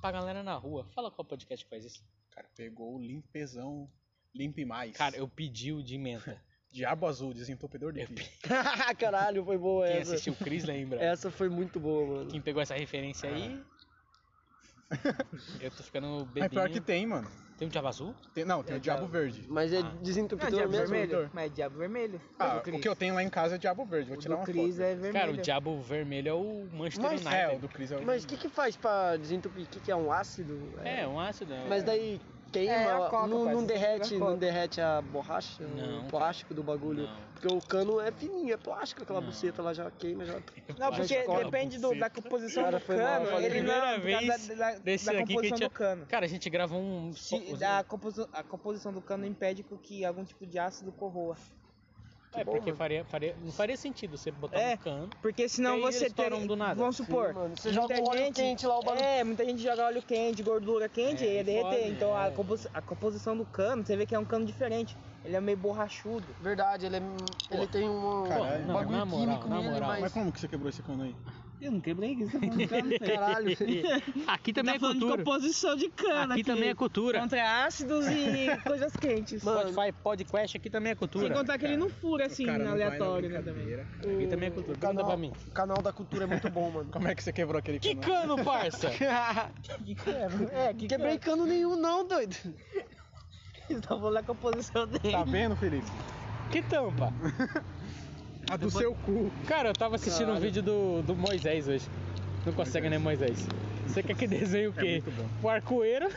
E: pra galera na rua. Fala qual podcast que faz isso.
B: Cara, pegou o limpezão. Limpe mais.
E: Cara, eu pedi o de menta.
B: Diabo azul, desentupidor de
E: Eu
B: pia.
C: Caralho, foi boa
B: É,
E: Quem é
C: essa.
E: assistiu o Cris lembra.
C: Essa foi muito boa, mano.
E: Quem pegou essa referência aí. eu tô ficando bebinho.
B: É pior que tem, mano.
E: Tem um diabo azul?
B: Tem- não, tem o diabo verde.
C: Mas é
E: Ah.
D: Não,
C: desentupidor
D: diabo
C: mesmo?
D: vermelho.
B: doutor?
D: Mas é diabo vermelho.
B: Ah,
D: do Cris.
B: o que eu tenho lá em casa é diabo verde. Vou
D: O
B: tirar
D: do
B: uma
D: Cris
B: foto.
D: é
E: Cara, o
D: vermelho.
E: diabo vermelho é o Manchester
B: Mas,
E: United.
B: é, o do Cris é o.
C: Mas o que que faz pra desentupir? O que que é um ácido?
E: É, um ácido. é um-
C: Mas daí queima,
D: É, a coca,
C: não,
D: pai,
C: não
D: você
C: derrete,
D: joga a coca.
C: não derrete a borracha,
E: Não,
C: o
E: cara.
C: plástico do bagulho.
E: Não.
C: Porque o cano é fininho, é plástico, aquela
E: Não.
C: buceta lá já queima, já.
D: Não, porque
E: Escola,
D: depende do- da composição
C: Cara,
D: do
C: foi mal,
D: cano.
C: foi
D: ele não
E: primeira
D: é por causa
E: vez
D: da, da,
E: desse
D: da
E: aqui que a
D: composição
E: gente- é
D: do cano.
E: Cara, a gente gravou um.
D: Se- a, composição, a composição do cano impede com que algum tipo de ácido corroa.
E: É, porque faria, faria, não faria sentido você botar
D: né? É.
E: um cano.
D: Porque senão
E: Porque
D: você
E: eles
D: tem.
E: param do nada.
D: Vamos supor.
C: mano, você joga
D: muita
C: um óleo quente lá, o bagulho-
D: É, muita gente joga óleo quente, gordura quente,
E: É,
D: e ia
E: aí
D: derreter.
E: fode,
D: então a,
E: é.
D: compos- a composição do cano, você vê que é um cano diferente. Ele é meio borrachudo.
C: Verdade, ele, é, ele tem um,
B: Caralho.
C: um
E: Não,
C: bagulho
E: na moral,
C: químico
E: na
C: nele,
E: moral.
B: Mas
C: mas.
B: como que você quebrou esse cano aí?
D: Eu não quebrei isso, tá falando de cano,
C: Caralho,
E: Aqui também é cultura.
D: composição tá de cano.
E: Aqui também é cultura.
D: Contra ácidos e coisas quentes.
C: Mano,
E: Spotify, podcast, aqui também é
D: Sem
E: cultura.
D: contar que ele não fura
B: O
D: assim,
B: cara não vai na
D: aleatório, né, também.
B: brincadeira.
E: Aqui também é cultura.
C: o
E: Pergunta
C: canal,
E: pra mim.
C: o canal da cultura é muito bom, mano.
B: Como é que você quebrou aquele
E: Que
B: cano?
E: cano, parça?
D: É, que
C: Quebrei cano nenhum, não, doido.
D: Eles estão tá falando da composição dele.
B: Tá vendo, Felipe?
E: Que tampa?
B: A do seu cu.
E: Cara, eu tava assistindo um vídeo do, do Moisés hoje. Não consegue, né, Moisés? É Você quer que desenhe o quê?
B: muito bom.
E: o arco-eiro?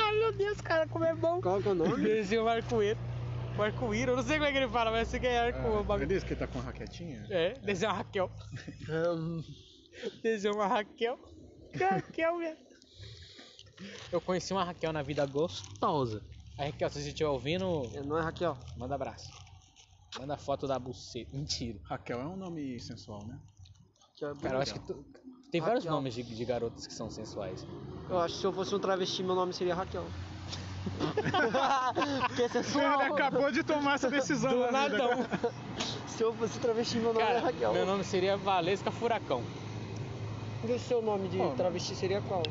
E: Ai, meu Deus, cara, como é bom.
C: Qual que é o nome?
E: Desenha um o arco-eiro. O arco-íro, eu não sei como é que ele fala, mas você quer arco... o
B: Ah, é
E: bagulho.
B: desse que tá com a raquetinha?
E: É, desenha uma Raquel.
C: Hum,
E: Desenha uma Raquel. Que Raquel, velho. Eu conheci uma Raquel na vida gostosa. A Raquel, se você estiver ouvindo,
C: não é Raquel?
E: manda abraço. Manda foto da buceta. Mentira.
B: Raquel é um nome sensual, né?
C: Raquel é
E: Cara, eu acho que
C: bonitão.
E: tu- tem vários
C: Raquel.
E: nomes de, de garotas que são sensuais.
C: Eu acho que se eu fosse um travesti, meu nome seria Raquel. Porque é sensual.
B: Ele acabou de tomar essa decisão. né?
E: Do
B: na vida.
E: nada, um-
C: Se eu fosse um travesti, meu nome era
E: Cara,
C: Raquel.
E: meu nome seria Valesca Furacão.
C: E o seu nome de
B: Pô,
C: travesti seria qual?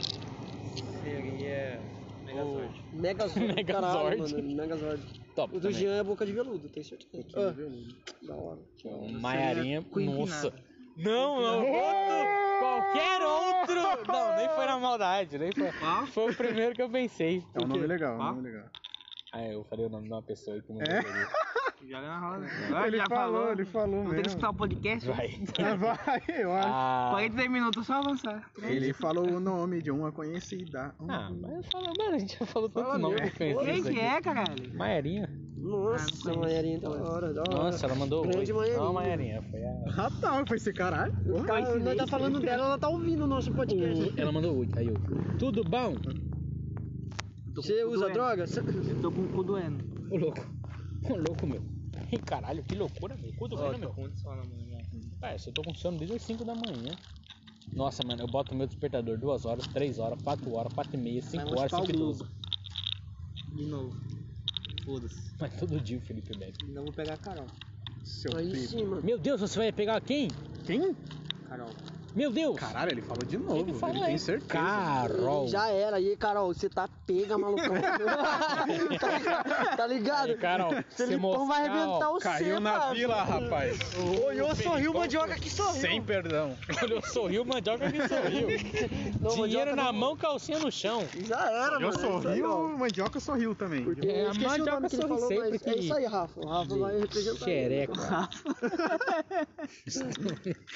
D: Seria. Megazord.
C: Megazord.
E: Megazord.
C: Caralho, mano. Megazord.
E: Top.
C: O do
E: também.
C: Jean é boca de veludo, tenho certeza. Ah, da hora.
E: Maiarinha.
D: Queen
E: Nossa. Não, não. outro- qualquer outro. Não, nem foi na maldade. Nem foi. Foi o primeiro que eu pensei.
B: É um nome legal, é um nome legal.
E: Ah, eu falei o nome de uma pessoa aí que não
B: É?
E: deveria.
D: Joga na roda.
E: Ah,
B: ele falou, ele
D: Vou
B: falou
D: ter que
B: mesmo.
D: escutar o podcast.
E: Vai.
B: Ah, Vai, olha.
E: Ah,
D: 43 minutos, só avançar.
B: Ele falou o nome de uma conhecida. um
E: ah, mas fala, mano, a gente já falou tanto
C: Fala
E: nome
C: mesmo.
E: que conhece.
D: Quem que é, caralho?
E: Maiarinha.
C: Nossa, Maiarinha, da hora, da hora.
E: Nossa, ela mandou.
C: Grande
E: oi.
C: Maiarinha.
E: Não, Maiarinha. Foi a.
B: Ah, tá, foi esse caralho.
C: O cara,
D: Coincidência.
C: nós tá falando dela, ela tá ouvindo o nosso podcast.
E: Ela mandou oi, caiu. Tudo bom?
C: Você usa
D: doendo.
C: droga? Você-
D: Eu tô com o cu doendo.
E: Ô louco. Ô louco, meu. Ih, caralho, que loucura, meu. Cu doendo, meu.
D: com sono, mano.
E: Cara, se eu tô com sono desde as 5 da manhã. Nossa, mano, eu boto meu despertador 2 horas, 3 horas, 4 horas, 4 e meia, 5 horas, 5 e 12.
D: De novo. Foda-se.
E: Mas todo dia o Felipe bebe.
D: Ainda vou pegar a Carol.
B: Seu
C: Aí
B: primo.
C: sim, mano.
E: Meu Deus, você vai pegar quem?
B: Quem?
D: Carol.
E: Meu Deus!
B: Caralho, ele falou de novo. Ele,
E: falou,
B: tem
E: hein?
B: certeza.
E: Carol!
C: Já era aí, Carol. Você tá pega, malucão. tá ligado? Tá ligado?
E: Aí, Carol, você
C: Felipão vai
E: mostrar,
C: arrebentar
E: ó,
C: o
B: Caiu
C: cê,
B: na
E: tá
C: parça.
B: vila, rapaz.
C: Olhou, sorriu, mandioca que sorriu.
B: Sem perdão.
E: Olhou, sorriu, mandioca que sorriu.
C: Não, mandioca
E: Dinheiro na
C: não.
E: mão, calcinha no chão.
C: Já era, mano.
B: Eu
C: É isso aí, ó.
B: sorriu, mandioca sorriu também.
C: Eu
E: É, a
C: esqueci o nome
E: mandioca
C: que ele
E: sorri
C: falou,
E: sempre
C: mas
E: que-
C: É isso aí, Rafa. O Rafa vai representar. ele.
E: Xereco.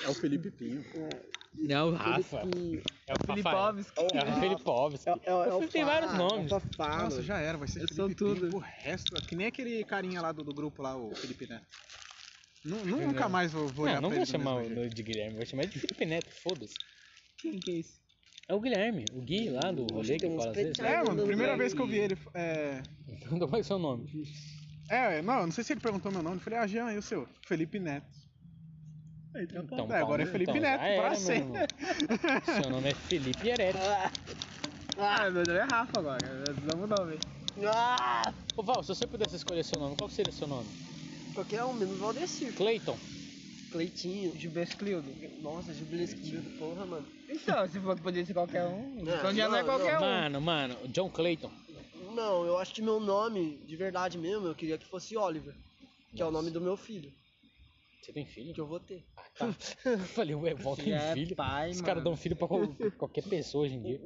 B: É o Felipe Pinho.
E: Não, Rafa.
C: Ele que-
E: É o
D: Filipovski.
E: Rafael. É o Filipovski.
C: É, é, é o
E: Tem
C: Fá,
E: vários nomes.
C: É o Fafá,
B: Nossa,
C: mano.
B: já era, vai ser
D: Eu
B: Felipe
D: sou tudo.
B: Pinho pro resto. Que nem aquele carinha lá do, do grupo lá, o Felipe Neto. né? Nu- nu- Nunca mais vou, vou olhar
E: não, não
B: pra
E: vou
B: ele do
E: chamar
B: mesmo jeito.
E: o de Guilherme, vou chamar de Felipe Neto, foda-se.
C: Quem que é esse?
E: É o Guilherme, o Gui lá do rolê que
C: tem uns
E: fala às vezes. né?
C: pretos.
B: É, mano,
C: Não,
B: primeira
C: não,
B: vez que eu
C: não.
B: vi ele. É,
E: Não dá mais seu nome.
B: é, não, eu não sei se ele perguntou meu nome. Eu falei, ah, Jean, e o seu? Felipe Neto.
E: Então,
B: É, agora
E: Paulo,
B: é Felipe
E: então,
B: Neto,
E: já era,
B: pra
E: meu
B: sempre.
E: irmão. Seu nome é Felipe Ereto.
D: Ah, meu nome é Rafa agora. Vamos dar um nome.
C: Ah,
E: Ô Val, se você pudesse escolher seu nome, qual que seria seu nome?
C: qualquer um, menos Valdecir.
E: Clayton.
C: Cleitinho.
D: Gilberto Cliudo.
C: Nossa, Jubilesquinho, porra, mano.
D: Então, se for que poderia ser qualquer um,
C: Não,
D: então já não, é
C: não,
D: qualquer um.
E: Mano, mano, John Clayton.
C: Não, eu acho que meu nome, de verdade mesmo, eu queria que fosse Oliver. Que é o nome do meu filho,
E: Você tem filho?
C: que eu vou ter.
E: Ah, tá. Eu falei, ué, Val tem
D: Já é
E: filho.
D: pai,
E: Os caras
D: mano.
E: dão filho pra qual- pra qualquer pessoa hoje em dia.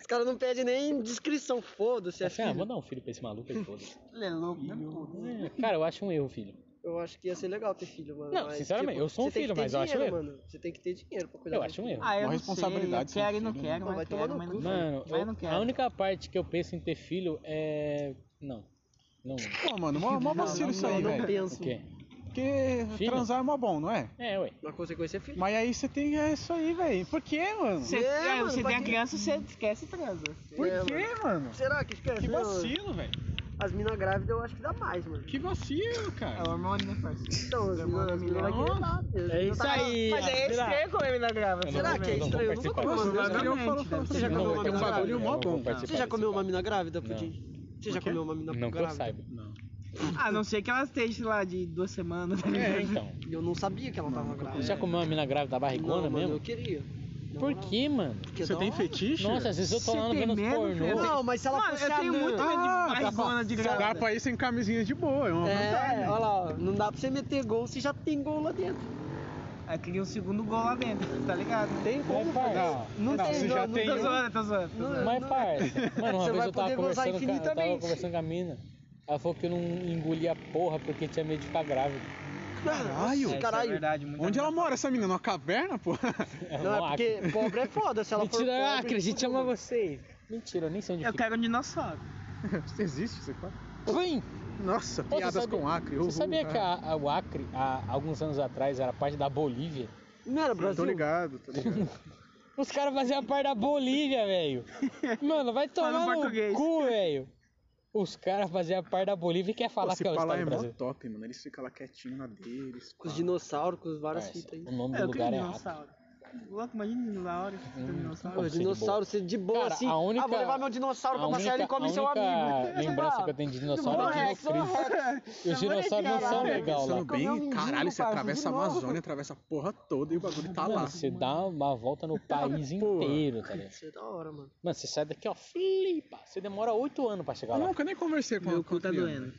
C: Os caras não pedem nem descrição, foda-se, é
E: Assim, ah, vou
C: filho.
E: dar um filho pra esse maluco aí, foda-se.
D: Ele é louco, né? pô?
E: Cara, eu acho um erro, filho.
C: Eu acho que ia ser legal ter filho, mano.
E: Não,
C: mas, tipo,
E: sinceramente, eu sou um
C: você tem
E: filho,
C: que ter
E: mas eu acho
C: dinheiro,
E: erro.
C: mano. Você tem que ter dinheiro pra cuidar.
E: Eu
C: do
E: acho um
C: filho.
E: erro.
D: Ah, eu
B: Uma
D: não
B: responsabilidade
D: sei, eu quero e não
B: sem filho, né?
D: quero,
C: Não, vai
D: mas
C: tomar
D: quero,
C: no
D: mas
C: cu.
D: não quero.
E: Mano,
D: Mas
E: eu-
D: não quero.
E: a única parte que eu penso em ter filho é. Não. Não.
B: Pô, mano, mó, mó vacilo isso aí,
C: eu Ah, não
B: velho.
E: O
C: penso.
E: quê?
B: Porque
E: Filho?
B: transar é mó bom, não é?
E: É, ué.
C: Uma consequência é filho.
B: Mas aí você tem é isso aí, velho. Por quê, mano?
D: Você,
C: É,
D: é,
C: mano,
D: você
C: pra
D: tem a
C: quê?
D: criança, você esquece e transa.
B: Por
C: É,
B: quê, mano?
C: Será que
E: é
C: esquece?
B: Que
C: né, mano?
B: vacilo, velho.
C: As minas grávidas eu acho que dá mais, mano.
B: Que vacilo,
D: É
B: cara.
D: o hormônio, né, parceiro?
C: Então, as minas mina vai querer lá. É
E: isso aí.
D: Mas aí é
E: Será?
D: estranho comer na grava.
E: Eu não
D: será
C: Será
E: vou-
D: que
C: que é
E: eu não vou
C: estranho? Eu não vou
E: participar
C: comer uma
D: disso.
C: mina
D: Mas
C: grávida.
D: eu falo- falo-
C: Você já
E: Não,
C: comeu
E: vai
C: uma
E: ter
C: mina
E: um bagulho
C: grávida?
E: mó bom.
C: Você já comeu uma mina grávida,
E: Não.
C: Pudim? Você já
B: Por quê?
C: comeu uma mina
E: Não que eu
C: grávida?
E: saiba.
D: Ah, a não ser que ela esteja lá de duas semanas. tá ligado?
E: É, então.
C: Eu não sabia que ela tava grávida.
E: Você já comeu uma mina grávida barrigona
C: Não, mano,
E: mesmo?
C: eu queria.
E: Por quê, mano?
C: Porque
B: Você
C: da
B: tem
C: hora.
B: fetiche?
E: Nossa, às vezes eu tô
D: Você
E: lá no
D: tem
E: vendo os
D: medo,
E: pornô.
D: filho?
C: Não, mas se ela
D: Mano,
C: fosse
D: eu tenho
C: anã-
D: muito medo de
B: Ah,
D: barrigona de
B: Dá
D: grávida.
B: pra ir sem camisinha de boa, é uma
C: É,
B: vantagem.
C: olha lá, ó, não dá pra você meter gol se já tem gol lá dentro.
D: Aí cria um segundo gol lá dentro, tá ligado?
C: Tem como
E: Mas, parça,
C: fazer.
B: não,
C: tem,
B: você já
C: não
B: tem
D: Tô
B: um-
D: zoando, tô zoando, tô
C: Não, é
D: zoando.
E: Mas, parça, mano, uma
C: Você
E: vez
C: vai
E: eu tava conversando,
C: poder gozar
E: com a, eu tava
C: infinitamente.
E: conversando com a mina. Ela falou que eu não engolia porra porque tinha medo de ficar grávida.
C: Nossa,
B: Caralho.
D: É, isso é
C: caralho.
D: verdade,
E: um-
D: muita
B: Onde ela
D: merda.
B: mora, essa menina? Numa caverna, pô?
C: Não, é
E: No Acre.
C: porque pobre é foda, se ela for
E: "Ah, Mentira,
C: pobre...
E: ah, Acre, a gente
C: fudeu,
E: ama
C: mano.
E: vocês. Mentira, eu nem sei onde
D: Eu
E: fica.
D: quero um dinossauro.
B: Você existe, você quase.
E: Sim!
B: Nossa,
E: Pô,
B: piadas
E: você sabia-
B: com Acre.
E: Você sabia que a, a- o Acre, há alguns anos atrás, era parte da Bolívia?
C: Não era
B: Tô
C: Brasil?
B: ligado, tô ligado.
E: Os caras faziam parte da Bolívia, velho. Mano, vai tomar
D: Fala em
E: no
D: português.
E: cu, velho. Os caras faziam parte da Bolívia e quer falar
B: Pô,
E: que é o
B: Se
E: estado
B: falar
E: do
B: é mó
E: Brasil.
B: top, mano. Eles ficam lá quietinho na deles.
C: Com os
B: pá.
C: dinossauros, com várias
E: Parça,
C: fitas aí.
E: O nome
D: É,
E: do
D: eu queria um
E: lugar é Acre.
D: dinossauro. Louco, imagina um dinossauro. Um dinossauro.
C: Pô,
E: Nossa, de
C: dinossauro, você de boa
E: Cara,
C: assim.
E: a única-
C: Ah, vou levar meu dinossauro pra passear, ele come seu amigo.
E: A lembrança que eu tenho de dinossauro é
C: Rex,
E: Dino Cristo. E os dinossauros não são
C: Caralho,
E: legais lá.
B: Pensando
C: Como é um
B: bem,
C: mendigo,
B: caralho, você
C: parça,
B: atravessa a
C: de novo.
B: Amazônia, atravessa a porra toda e o bagulho tá lá.
E: Mano, você dá uma volta no país
B: Porra.
E: inteiro, tá ligado?
C: Isso é da hora, mano.
E: Mano, você sai daqui, ó, flipa. Você demora oito anos pra chegar
B: Eu
E: lá.
B: nunca nem conversei com
D: Meu
B: com
D: cu tá
B: criança.
D: doendo.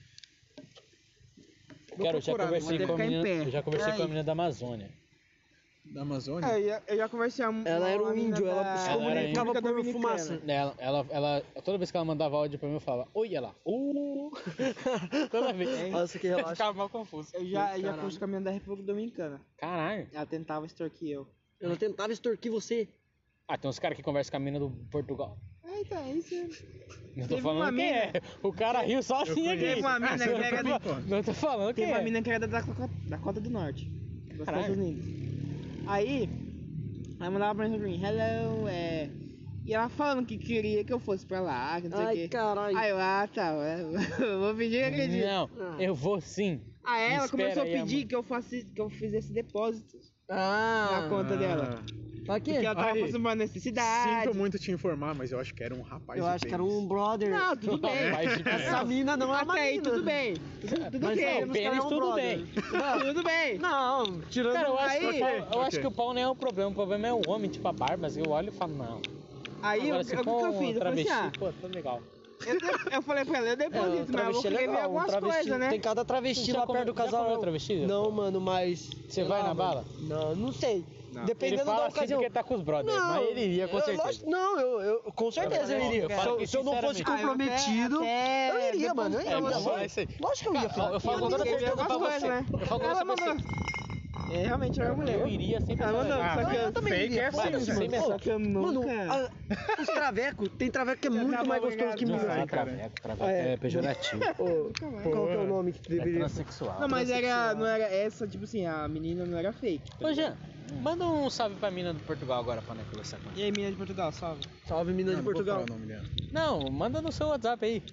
E: Cara, eu já
B: procurar,
E: conversei
D: mas
E: com a
D: deve ficar em
E: menina,
D: pé.
E: eu já conversei com a
D: Peraí.
E: menina da Amazônia.
B: Da Amazônia?
D: É, eu já- eu já conversei com
C: Ela era um
D: uma mina
C: índio,
D: da-
C: ela se
E: Ela era
C: comunicava
D: República
C: por
D: Dominicana.
C: fumaça.
E: Ela, ela, ela, toda vez que ela mandava áudio pra mim, eu falava, oi, ela. Uh, toda vez.
C: Nossa, que
E: Eu
C: relaxa.
E: ficava mal confuso.
D: Eu já, eu já
C: Caralho.
D: curti com a menina da República Dominicana.
E: Caralho.
D: Ela tentava extorquir eu.
C: Ela tentava extorquir você.
E: Ah, tem uns caras que conversam com a menina do Portugal.
C: Ah, então,
D: Eita, é isso.
E: Não tô
D: Teve uma
E: falando quem é.
D: mina-
E: O cara riu sozinho aqui.
D: Teve
B: Ah,
D: uma mina que era da-
E: Não tô falando quem
D: Teve uma
E: é.
D: mina que era da Dakota, Dakota do Norte, dos
E: Caralho.
D: Estados Unidos. Aí, ela mandava pra mim, hello, é... E ela falando que queria que eu fosse pra lá, que não sei o
C: Ai,
D: quê.
C: caralho.
D: Aí eu, ah, tá, eu vou pedir que acredito.
E: Não,
C: Ah.
E: eu vou sim.
D: Aí ela
E: Espera
D: começou a
E: aí,
D: pedir
E: amor.
D: que eu, faci- que eu fizesse depósito na
C: Ah,
D: conta dela.
C: pra quê?
D: Porque ela tava
B: Aí.
D: passando uma necessidade.
B: Sinto muito te informar, mas eu acho que era um rapaz
C: Eu
B: de
C: acho que era
B: pênis.
C: um brother.
D: Não, tudo bem.
E: Mas, tipo,
C: Essa mina não é uma
D: Até aí,
C: mina.
D: tudo bem. Tudo, tudo
E: Mas
D: bem.
E: não,
C: Os caras
E: pênis,
C: é um
E: tudo
C: brother.
E: bem.
C: Não,
D: Tudo bem.
C: Não, tirando...
E: Cara, eu acho, que, o
D: Aí-
E: pau- eu
B: Ok,
E: acho
B: ok.
E: que o pau nem é o problema. O problema é o homem, tipo a barba. Mas eu olho e falo, não.
D: Aí
E: Agora,
D: eu- eu- o
E: se
D: que que
E: for
D: eu
E: um
D: fiz? Eu falei assim,
E: travesti,
D: ah,
E: pô, tá legal.
D: Eu, de- eu falei pra ela, eu deposito, mas eu vou
C: travesti é
D: querer ver
C: legal, um
D: algumas
C: travesti-
D: coisas, né?
C: Tem cada travesti
E: Já
C: lá
E: comeu-
C: perto do
E: já
C: casal.
E: comeu travesti, Zé?
C: Não, mano, mas. sei
E: vai
C: lá,
E: na
C: mano.
E: bala?
C: Não, não sei.
E: Ele
C: Dependendo
E: fala
C: da
E: assim
C: ocasião.
E: porque tá com os brothers,
C: não,
E: mas ele iria com
C: eu-
E: certeza.
C: lógico- Não, eu, eu- com certeza eu,
E: falo- eu
C: iria.
E: falo
C: Se eu-
E: que
C: se eu não fosse
E: sinceramente. Ah,
C: comprometido,
D: até-
C: eu iria,
D: até-
C: mano. Eu
E: É,
C: iria.
E: mas
C: mano.
E: é isso aí.
C: Lógico que eu ia,
E: Cara,
C: filho.
E: eu falo com toda
D: Ela
E: certeza
D: mandou-
E: pra você. Eu falo com
D: né? Ela
E: toda
D: mandou-
E: certeza.
D: É, realmente era uma
E: Eu
D: mulher.
E: iria sempre.
C: Ah, mas não,
E: Ah,
C: só que assim, né?
E: mas
C: eu também
E: fake
C: iria,
E: é
C: foda-se,
E: foda-se,
C: mano.
E: sem mensagem.
D: que eu
C: Mano,
D: nunca-
C: a- os travecos, tem traveco que é muito
D: tava
C: mais gostoso que
D: ligado.
C: mil.
B: Não,
C: velho.
B: cara.
E: Traveco, traveco
C: Ah, é.
E: é pejorativo.
C: Ô, Qual que é o nome que
E: É
C: deveria
E: transexual.
D: Não, mas era, não era essa, tipo assim, a menina não era fake. tá
E: Ô,
D: ligado?
E: Jean, manda um salve pra mina do Portugal agora pra nós conversar com ela.
D: E aí, menina de Portugal, salve.
C: Salve,
B: Não,
C: Minas
B: não
C: de
B: vou falar
C: Portugal.
B: o nome dela.
E: Não, manda no seu WhatsApp aí.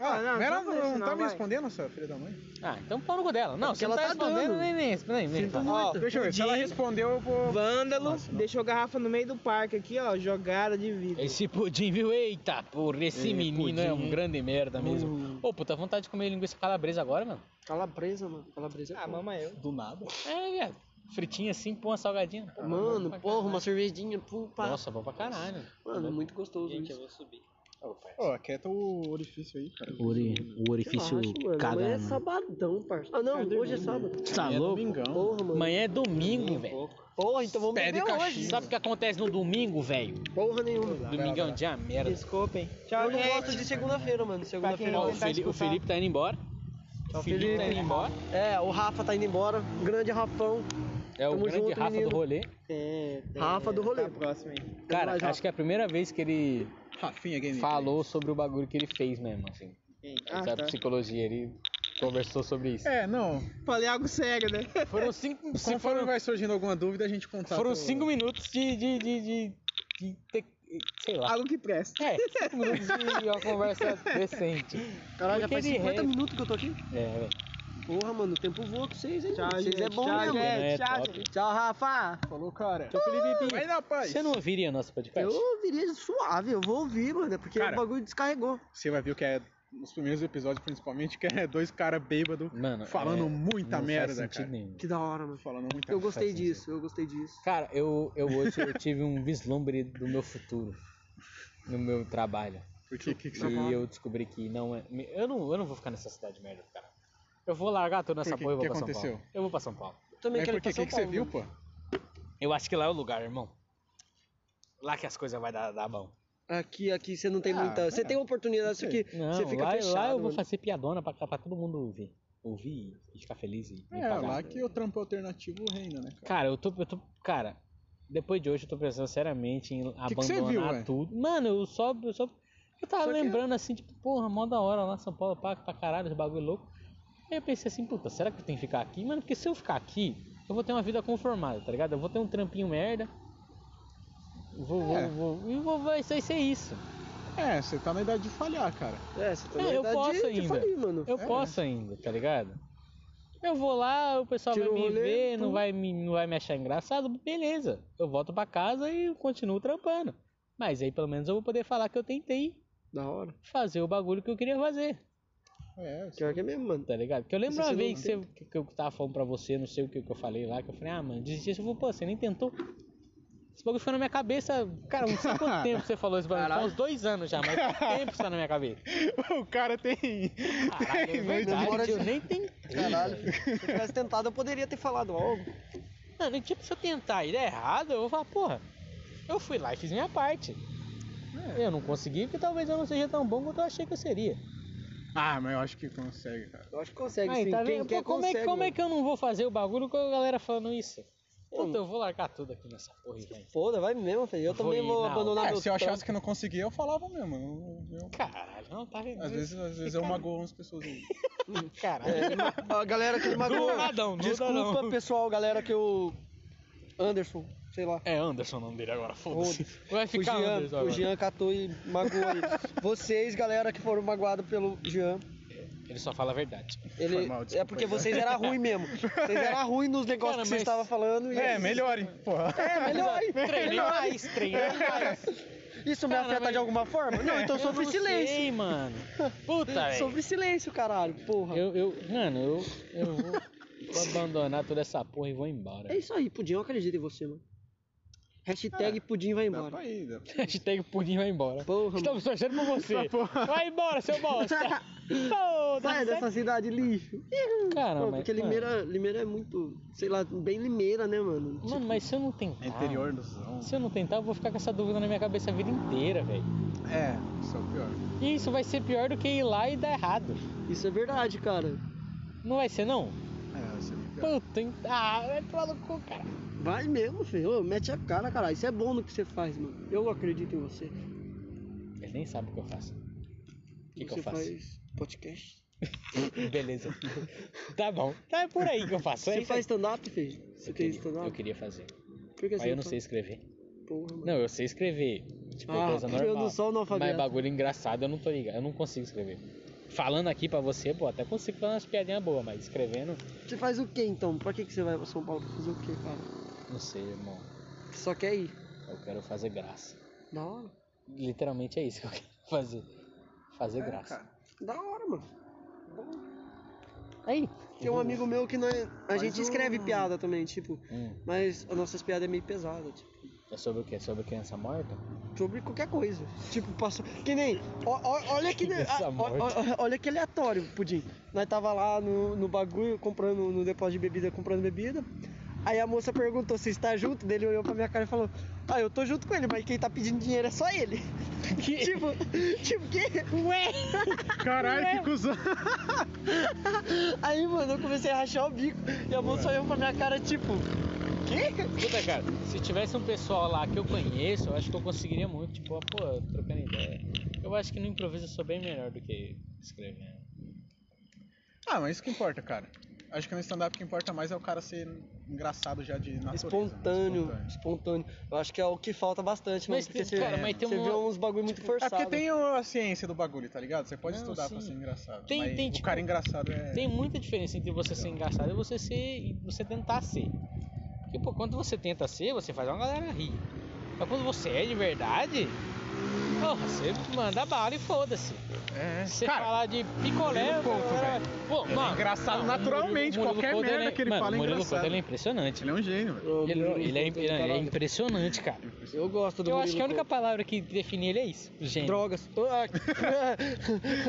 B: Ah,
D: Ah,
B: não,
D: não,
B: ela
D: não
B: não,
D: faz isso
B: não tá
D: não,
B: me
D: vai.
B: respondendo, essa filha da mãe?
E: Ah, então pau no cu dela. Não,
C: porque
E: você não
C: ela
E: tá
C: tá
E: respondendo,
C: dando.
E: nem, nem, nem, nem fala.
D: Ó,
B: Deixa eu ver, se ela
D: Pudim,
B: respondeu, eu vou...
D: Vândalo,
B: Nossa, não.
D: deixou a garrafa no meio do parque aqui, ó, jogada de vida.
E: Esse pudim, viu? Eita, porra, esse
C: É,
E: menino é
C: pudim,
E: um
C: hein?
E: grande merda mesmo.
C: Hum.
E: Ô, puta, vontade de comer linguiça calabresa agora, mano.
C: Calabresa, mano. Calabresa. é
D: Ah,
C: bom.
D: mama eu.
B: Do nada.
E: É, viado. Fritinha assim, pô, uma salgadinha. Pô, bom pra
C: Mano, porra, uma
E: caralho.
C: cervejinha, pum, pá.
E: Nossa, bom pra caralho.
C: Mano, muito gostoso
D: Gente,
C: isso.
D: eu vou subir.
B: Ó, aquieta o é orifício aí, cara.
E: o orifício
C: Relaxa, mano. Amanhã é sabadão, parça. Ah, não, hoje é sábado.
E: Tá
B: É
E: louco?
B: domingão.
C: Porra, mano.
E: Amanhã é
C: Hum,
E: domingo, velho.
C: Porra, então vamos
B: Pé de
C: beber hoje.
B: caixinha.
E: Sabe o que acontece no domingo, velho?
C: Porra nenhuma.
E: Domingão é um dia merda.
D: Desculpem. Tchau,
C: Eu não
D: gente.
C: gosto de segunda-feira, mano. Segunda-feira.
D: Pra
E: Ó,
D: quem-
E: o, Feli- o Felipe tá indo embora. O Felipe tá indo embora.
C: É, o Rafa tá indo embora. Grande Rafão.
E: É o
C: Tamo
E: grande
C: junto,
E: Rafa
C: menino.
E: do rolê.
D: É, é,
C: Rafa do rolê.
D: Tá próximo aí.
E: Cara,
C: mais,
E: acho que é a primeira vez que ele
B: Rafinha Game.
E: falou sobre o bagulho que ele fez mesmo, assim.
D: Quem?
E: Ah,
D: Ah,
E: sabe
D: tá.
E: psicologia, ele conversou sobre isso.
B: É, não.
D: Falei algo sério, né?
E: Foram cinco, cinco-
B: Conforme
E: foram,
B: vai surgindo alguma dúvida, a gente contata.
E: foram
B: o-
E: cinco minutos de, de, de, de, de ter- sei lá.
D: Algo que presta.
E: É, cinco minutos de uma conversa decente.
C: Caralho, já
E: Porque
C: faz
E: ele
C: 50
E: re-
C: minutos que eu tô aqui.
E: É, velho.
C: Porra, mano, o tempo voa com vocês, hein?
D: Tchau,
C: mano. vocês
D: gente.
C: é bom
D: Tchau,
C: mesmo.
D: gente.
E: É,
D: tchau,
E: top.
D: gente.
C: Tchau, Rafa.
B: Falou, cara.
E: Então, Felipe,
B: Vai na paz.
E: você não ouviria nosso podcast?
C: Eu ouviria suave, eu vou ouvir, mano, é porque
B: Cara.
C: o bagulho descarregou.
B: Você vai ver o que é nos primeiros episódios, principalmente, que é dois caras bêbados
E: Mano,
B: falando
E: é,
B: muita
E: não
B: merda,
E: faz sentido
B: cara.
E: nenhum.
C: Que da hora, mano.
B: Falando muita
C: Eu gostei
E: faz sentido.
C: disso, eu gostei disso.
E: Cara, eu, eu hoje eu tive um vislumbre do meu futuro no meu trabalho.
B: Porque que que você...
E: E eu descobri que não é. me- Eu não, eu não vou ficar nessa cidade merda, cara. Eu vou largar toda essa
B: Por que-
E: porra e vou
B: que
E: pra São Paulo.
B: aconteceu?
E: Eu vou pra São Paulo.
C: Eu também
B: Mas
C: quero
B: por
C: ir pra
B: que
C: São
B: É que que você
C: Paulo,
B: viu,
C: mano.
B: pô?
E: Eu acho que lá é o lugar, irmão. Lá que as coisas vai dar, dar bom.
C: Aqui, aqui você não tem
B: Ah,
C: muita. Você
B: é.
C: tem oportunidade, só que
E: Não,
C: você fica
E: lá,
C: fechado.
E: lá eu vou
C: mano.
E: fazer piadona pra, pra todo mundo ouvir. Ouvir e ficar feliz e me
B: É,
E: pagar.
B: lá que o trampo alternativo reina, né, cara?
E: Cara, eu tô, eu tô. Cara, depois de hoje eu tô pensando seriamente em
B: Que que você
E: abandonar
B: viu, ué?
E: tudo. Mano, eu só. Eu, só, eu tava
B: Só que-
E: lembrando assim, tipo, porra, mó da hora lá em São Paulo, pá, pra caralho, os bagulho louco. Aí eu pensei assim, puta, será que eu tenho que ficar aqui? Mano, porque se eu ficar aqui, eu vou ter uma vida conformada, tá ligado? Eu vou ter um trampinho merda. Vou, vou,
B: É.
E: vou. E vou, vai, vai ser isso.
B: É, você tá na idade de falhar, cara.
C: É, você tá
E: É,
C: na
E: eu
C: idade
E: posso
C: de, de
E: ainda.
C: falir, mano.
E: Eu
B: É.
E: posso ainda, tá ligado? Eu vou lá, o pessoal
C: Tira o
E: vai me
C: rolê, então.
E: ver, não
C: pum.
E: vai me, não vai me achar engraçado, beleza. Eu volto pra casa e continuo trampando. Mas aí pelo menos eu vou poder falar que eu tentei
C: Da hora.
E: fazer o bagulho que eu queria fazer,
B: É,
C: Pior que é mesmo, mano.
E: tá ligado? Porque eu lembro
C: Isso
E: uma
C: você
E: vez
C: não
E: que, você, que- que eu tava falando pra você, não sei o que, que eu falei lá, que eu falei, ah, mano, desisti. Você falou, pô, você nem tentou. Esse bagulho foi na minha cabeça, cara, não sei quanto tempo você falou esse bagulho. Foi uns dois anos já, mas quanto tempo isso tá na minha cabeça?
B: o cara tem.
E: Caralho, é
C: Demora
E: verdade,
C: de-
E: eu nem tentei.
C: Caralho. Se eu tivesse tentado, eu poderia ter falado algo.
E: Mano, e, tipo, se eu tentar e der errado, eu vou falar, porra, eu fui lá e fiz minha parte. Eu não consegui porque talvez eu não seja tão bom quanto eu achei que eu seria.
B: Ah, mas eu acho que consegue, cara.
C: Eu acho que consegue,
E: Aí,
C: sim.
E: tá
C: Quem
E: vendo?
C: quer,
E: Pô, como, é,
C: consegue, um.
E: como é
C: mano.
E: que eu não vou fazer o bagulho com a galera falando isso?
C: Hum.
E: Puta, eu vou largar tudo aqui nessa porra, aí, velho.
C: Foda, vai mesmo, filho. Eu
E: Vou
C: também
E: ir,
C: vou
E: não.
C: abandonar
B: É,
C: meu
B: se eu achasse
C: trampo.
B: que eu não conseguia, eu falava mesmo. Eu- eu-
E: Caralho, não, tá vendo?
B: às vezes, às vezes eu magoo umas pessoas. aí.
E: Caralho.
C: É, ma- a galera que me magoou.
E: Do nadão, do
C: Desculpa,
E: nadão.
C: pessoal, galera que eu... Anderson, sei lá.
E: É Anderson o nome dele agora, foda-se. Vai
C: O
E: ficar
C: Jean,
E: Anderson
C: o
E: agora.
C: Jean catou e magoou aí. Vocês, galera, que foram magoados pelo Jean,
B: É.
E: Ele só fala a verdade.
C: ele...
B: Foi mal,
C: é
B: desculpa,
C: porque
B: Jean.
C: vocês eram ruins mesmo. Vocês eram ruins nos negócios
E: Cara,
C: que vocês
E: mas-
C: estavam falando. E...
B: É, melhore, porra.
C: É, melhor.
E: Treinei mais, treinei
C: É.
E: mais.
C: Isso me
E: Cara,
C: afeta
E: mas-
C: de alguma forma? Não, então
E: Eu
C: sofre
E: não
C: silêncio.
E: Sei, mano. Puta, velho.
C: Sofre silêncio, caralho, porra.
E: Eu, eu, mano, eu, eu vou, vou abandonar toda essa porra e vou embora.
C: É isso aí, Pudim, eu acredito em você, mano. Hashtag Pudim vai
B: Dá
C: embora.
B: pra ir, dá pra
E: Hashtag pudim vai embora.
C: Porra,
E: Estamos torcendo por você.
B: porra.
E: Vai embora, seu bosta. Pô, tá certo.
C: Sai dessa cidade lixo.
E: Cara,
C: Pô,
E: mas, tá.
C: porque Limeira, Limeira é muito, sei lá, bem Limeira, né, mano?
E: Mano, mas se eu não tentar.
B: É interior do zão.
E: Se eu não tentar, eu vou ficar com essa dúvida na minha cabeça a vida inteira, velho.
B: É, isso é o pior.
E: E isso vai ser pior do que ir lá e dar errado.
C: Isso é verdade, cara.
E: Não vai ser, não?
B: É, isso é meio cara.
E: Puta, hein? Ah, vai tomar no cu, cara.
C: Vai mesmo, filho. Ô, Mete a cara, caralho. Isso é bom no que você faz, mano. Eu acredito em você.
E: Ele nem sabe o que eu faço. O que, que
C: você
E: eu faço?
C: faz podcast.
E: Beleza. tá bom. Tá é por aí que eu faço. é isso
C: Você
E: aí.
C: faz stand-up, filho? Você
E: eu
C: tem
E: queria,
C: stand-up?
E: eu queria fazer.
C: Por que
E: Mas
C: você
E: eu não
C: faz?
E: sei escrever.
C: Porra, mano.
E: Não, eu sei escrever. Tipo,
C: Ah,
E: coisa
C: porque eu
E: normal.
C: não sou analfabeto.
E: Mas bagulho engraçado eu não tô ligado. Eu não consigo escrever. Falando aqui pra você, pô, até consigo falar umas piadinhas boas, mas escrevendo,
C: Você faz o que então? Pra que, que você vai pra São Paulo? Pra fazer o que, cara?
E: não sei, irmão.
C: Você só quer ir.
E: Eu quero fazer graça.
C: Da hora.
E: Literalmente é isso que eu quero fazer. Fazer
B: É,
E: graça.
B: cara.
C: Da hora, mano.
E: Aí.
C: Tem um amigo meu que não é... A
B: Faz
C: gente
B: um-
C: escreve piada também, tipo.
E: Hum,
C: Mas as nossas piadas é meio pesada, tipo.
E: é sobre o quê? Sobre criança morta?
C: Sobre qualquer coisa. Tipo, passou. Que nem. ó- ó- olha que. ne-
E: Essa
C: ah, ó-
E: morte.
C: ó- ó- olha que aleatório, pudim. Nós tava lá no, no bagulho, comprando no depósito de bebida, comprando bebida. Aí a moça perguntou se está junto, dele olhou pra minha cara e falou: Ah, eu tô junto com ele, mas quem tá pedindo dinheiro é só ele. tipo, tipo, que? Ué!
B: Caralho, que cuzão.
C: Aí, mano, eu comecei a rachar o bico e a moça olhou pra minha cara, tipo, que?
E: Puta, cara, se tivesse um pessoal lá que eu conheço, eu acho que eu conseguiria muito. Tipo, ó, pô, trocando ideia. Eu acho que no improviso eu sou bem melhor do que escrevendo.
B: Ah, mas isso que importa, cara. Acho que no stand-up o que importa mais é o cara ser engraçado já de natureza. né?
C: Espontâneo,
B: Espontâneo.
C: espontâneo. Eu acho que é o que falta bastante, mano.
E: Mas
C: porque
E: tem- cara, mas tem
C: você
E: uma- tipo,
C: vê uns bagulho muito
B: É
C: forçado.
B: porque tem o- a ciência do bagulho, tá ligado? Você pode
E: Não,
B: estudar pra
E: sim.
B: ser engraçado.
E: Tem-
B: mas
E: tem,
B: o
E: tipo,
B: cara engraçado é.
E: Tem muita diferença entre você ser engraçado e você ser e você tentar ser. Porque pô, quando você tenta ser, você faz uma galera rir. Mas quando você é de verdade, porra, você manda bala e foda-se.
B: É.
E: Você
B: cara,
E: falar de picolé,
B: Murilo Couto,
E: galera- pô,
B: Ele é engraçado naturalmente, qualquer
E: Ah, Couto,
B: merda
E: ele é-
B: que ele
E: mano,
B: fala é
E: O Murilo
B: engraçado.
E: Couto ele é impressionante.
B: ele é um gênio, velho.
C: Ô,
E: Ele,
C: Murilo
E: ele é,
C: Couto,
E: ele é
C: caralho.
E: impressionante, cara.
C: Eu gosto do
E: Eu
C: Murilo
E: acho que a única
C: Couto.
E: palavra que define ele é isso. Gente.
C: Drogas.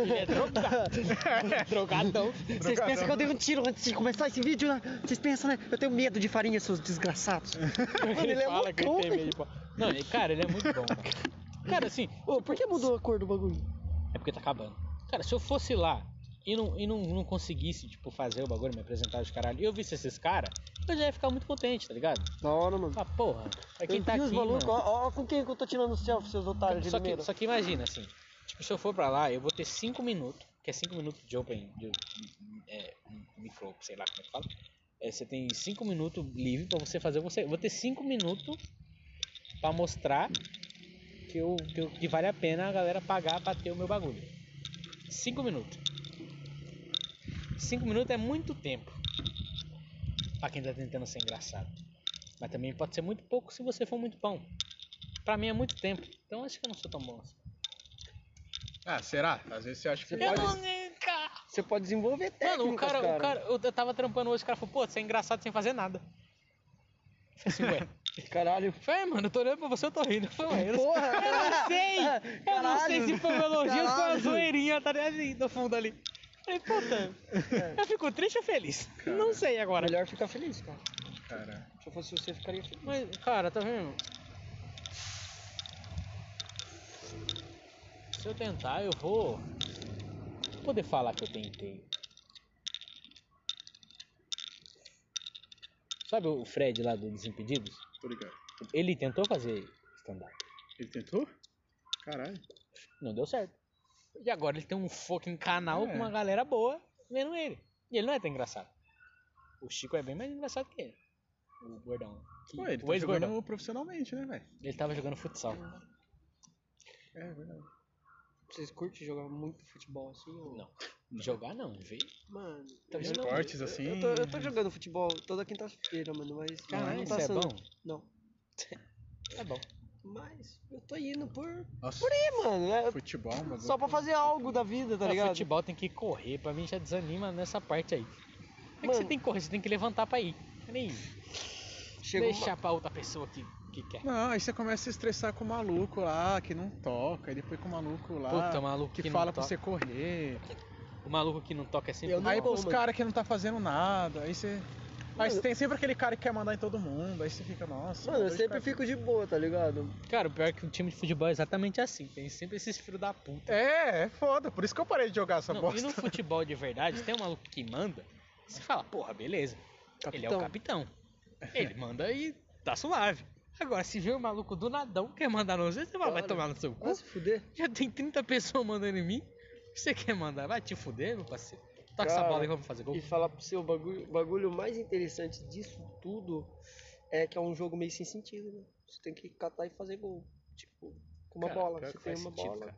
E: Ele é drogado. Drogadão.
C: Vocês pensam que eu dei um tiro antes de começar esse vídeo, né? Vocês pensam, né? Eu tenho medo de farinha, seus desgraçados. Mano, ele é
E: fala que ele
C: muito bom,
E: tem medo de pau. Não, ele- cara, ele é muito bom. Cara, Cara, assim,
C: Ô, por que mudou a cor do bagulho?
E: É porque tá acabando. Cara, se eu fosse lá e não, e não, não conseguisse, tipo, fazer o bagulho, me apresentar de caralho, e eu visse esses caras, eu já ia ficar muito contente, tá ligado?
C: Da hora, mano.
E: Ah, porra, é quem
C: eu
E: tá
C: vi
E: aqui,
C: os malucos,
E: mano.
C: ó, ó com quem que eu tô tirando selfie, seus otários de
E: Só que,
C: primeira.
E: só que imagina, assim, tipo, se eu for pra lá, eu vou ter 5 minutos, que é 5 minutos de open, de, é, micro, sei lá como é que fala. É, você tem 5 minutos livre pra você fazer, você, eu vou ter 5 minutos pra mostrar que, eu, que, eu- que vale a pena a galera pagar pra ter o meu bagulho. 5 minutos. 5 minutos é muito tempo pra quem tá tentando ser engraçado. Mas também pode ser muito pouco se você for muito bom. Pra mim é muito tempo. Então acho que eu não sou tão bom assim.
B: Ah, será? Às vezes você acha que
C: Você pode-
B: pode.
C: Você pode desenvolver técnicas,
E: Mano, o cara, o cara, eu eu tava trampando hoje, o cara falou, pô, você é engraçado sem fazer nada. Eu falei assim, ué.
C: Caralho.
E: Eu falei, "É, mano, eu tô olhando pra você, eu tô rindo. Eu falei, ué, eu não
C: Porra!
E: eu não sei! Eu não sei
C: Caralho.
E: se foi um elogio ou se foi uma
C: Caralho.
E: zoeirinha, tá ligado? Assim, No fundo ali. Eu Falei, puta, eu fico triste ou feliz? Não sei agora.
C: É. Melhor ficar feliz, cara.
B: Cara.
C: Se eu fosse você, eu ficaria feliz.
E: Mas, cara, tá vendo? Se eu tentar, eu vou poder falar que eu tentei. Sabe o Fred lá do Desimpedidos?
B: Tô ligado.
E: Ele tentou fazer stand-up.
B: Ele tentou? Caralho.
E: Não deu certo. E agora ele tem um fucking canal
B: É.
E: com uma galera boa vendo ele. E ele não é tão engraçado. O Chico é bem mais engraçado que ele. O gordão. Que-
B: Pô, ele
E: o
B: tá jogando
E: ex-gordão.
B: profissionalmente, né, velho?
E: Ele tava jogando futsal.
B: É verdade.
C: Vocês curtem jogar muito futebol assim? Ou...
E: Não. Jogar não, vê.
C: Mano,
E: Tá
C: eu não-
B: Esportes,
C: eu-
B: assim?
C: Eu tô, eu tô jogando futebol toda quinta-feira, mano, mas.
E: Caralho,
C: não
E: isso
C: tá
E: é
C: sendo-
E: bom?
C: Não.
E: Tá bom.
C: Mas eu tô indo por.
B: Nossa,
C: Por aí, mano. né?
B: futebol, é um bagulho.
C: Só pra fazer algo da vida, tá
E: Ah,
C: ligado?
E: futebol tem que correr, pra mim já desanima nessa parte aí. É que
C: Mano.
E: você tem que correr, você tem que levantar pra ir. Nem
C: Chega uma-
E: deixar pra outra pessoa que, que quer.
B: Não, aí você começa a se estressar com o maluco lá, que não toca, e depois com o maluco lá,
E: Puta, o maluco
B: que,
E: que não
B: fala pra
E: toca.
B: você correr.
E: O maluco que não toca é sempre.
C: Eu
E: o
C: não
B: aí
E: maluco.
C: vou,
B: pros
C: mano.
B: caras que não tá fazendo nada, aí você. Aí você tem sempre aquele cara que quer mandar em todo mundo, aí você fica, nossa.
C: Mano, eu
B: hoje
C: sempre
B: tá-
C: fico de boa, tá ligado?
E: Cara, o pior é que o time de futebol é exatamente assim. Tem sempre esses filhos da puta.
B: É, é foda, por isso que eu parei de jogar essa
E: Não,
B: bosta.
E: e no futebol de verdade, tem um maluco que manda, você fala, porra, beleza. Ele é o capitão. Ele manda e tá suave. Agora, se vê o maluco do nadão, quer mandar no você, você fala, vai
C: Olha.
E: tomar no seu cu.
C: Vai se fuder.
E: Já tem 30 pessoas mandando em mim. Você quer mandar? Vai te fuder, meu parceiro. Toca essa
C: Cara,
E: bola e vamos fazer gol.
C: E falar pro seu bagulho, o bagulho mais interessante disso tudo é que é um jogo meio sem sentido, né? Você tem que catar e fazer gol. Tipo, com uma
E: Cara,
C: bola.
E: pior que
C: Você tem
E: faz
C: uma
E: sentido,
C: bola,
E: cara.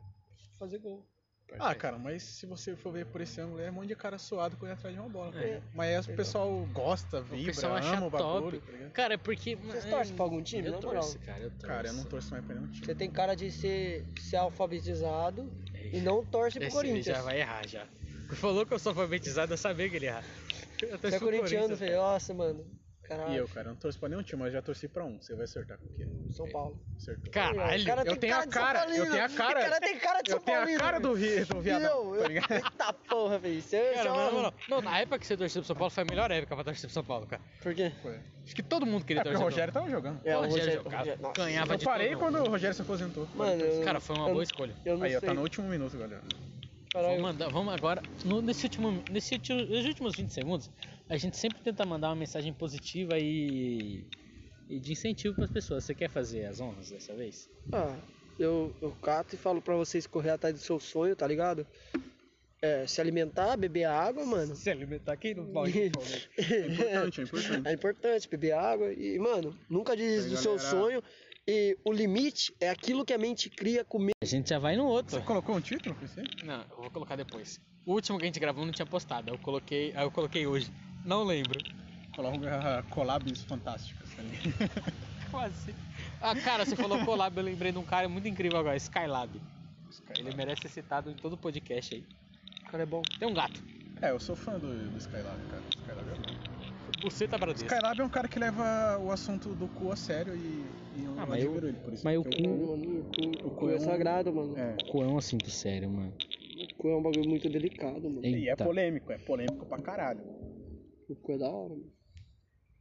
C: fazer gol.
B: Ah, cara, mas se você for ver por esse ângulo, é um monte de cara suado correndo atrás de uma bola.
E: É.
B: cara. Mas o pessoal gosta,
E: O
B: vibra,
E: pessoal acha
B: ama o bagulho.
E: top.
B: tá ligado?
E: Cara, é porque.
C: Vocês torcem pra algum time,
E: Eu
C: na
E: torço,
C: moral?
E: cara, eu torço.
B: Cara, eu não torço mais pra nenhum time.
C: Você tem cara de ser, ser alfabetizado e não torce pro
E: Esse ele
C: Corinthians.
E: já vai errar já. Tipo Falou que eu sou alfabetizado, eu sabia que ele ia errar. Eu
C: Você
E: torço
C: é
E: pro
C: corintiano,
E: Corinthians,
C: velho. Nossa, mano. Caralho,
B: E eu, cara, eu não torço pra nenhum time, mas já torci pra um. Você vai acertar com o quê?
C: São Paulo.
B: Acertou.
E: Caralho,
C: O cara
B: eu
C: tem
B: tenho a
C: de São
B: cara,
C: Paulino.
B: eu tenho a cara.
C: O cara tem cara de
B: Eu
C: São
B: tenho
C: Paulo.
B: a cara do, vi, do viadão, tá ligado?
C: Eita porra, velho. Você
E: Cara,
C: você é
E: não,
C: um-
E: não, não. Não, na época que você torceu pro São Paulo, foi a melhor época pra torcer pro São Paulo, cara.
C: Por quê?
B: Foi.
E: Acho que todo mundo queria
B: É porque o
E: torcer pro São
B: Rogério tava jogando.
C: É, o
E: Paulo.
C: Rogério-
E: jogava,
C: Rogério- nossa.
E: ganhava
B: Eu
E: de
B: parei
E: todo
B: quando
E: mundo.
B: o Rogério se aposentou.
C: Mano, eu-
E: Cara, foi uma
C: eu-
E: boa escolha.
C: Eu não
B: Aí, ó,
C: sei.
B: tá no último minuto, galera.
C: Caralho,
E: Vamos, mandar- vamos agora, no- nesse último, nesse, último- nos últimos 20 segundos, a gente sempre tenta mandar uma mensagem positiva e, e de incentivo para as pessoas. Você quer fazer as honras dessa vez?
C: Ah, eu, eu cato e falo pra vocês correr atrás do seu sonho, tá ligado? É, se alimentar, beber água, mano.
E: Se alimentar aqui no
B: É importante, é importante.
C: É importante beber água e, mano, nunca desiste do
B: Aí,
C: seu
B: galera.
C: sonho. E o limite é aquilo que a mente cria com medo.
E: A gente já vai no outro.
B: Você colocou um título pra você?
E: Não, eu vou colocar depois. O último que a gente gravou não tinha postado. Eu coloquei, aí eu coloquei hoje. Não lembro.
B: Coloca collabs fantásticas. tá ligado?
E: Quase. Ah, cara, você falou collab, eu lembrei de um cara muito incrível agora, Skylab. Ele merece ser citado em todo podcast aí.
C: Cara, é bom.
E: Tem um gato.
B: É, eu sou fã do, do Skylab, cara. Skylab é bom.
E: Você tá bradesco.
B: Skylab é um cara que leva o assunto do cu a sério e, e eu
E: Ah, mas
B: admiro
E: eu-
B: ele por isso.
E: mas o
B: porque
E: cu-
C: Mano, o cu, o
B: cu
C: cu
B: é
C: é
B: um-
C: sagrado, mano.
B: É.
E: Cu é um assunto sério, mano.
C: O cu é um bagulho muito delicado, mano.
E: Ei.
B: E é
E: Eita.
B: polêmico, é polêmico pra caralho.
C: O cu é da hora, mano.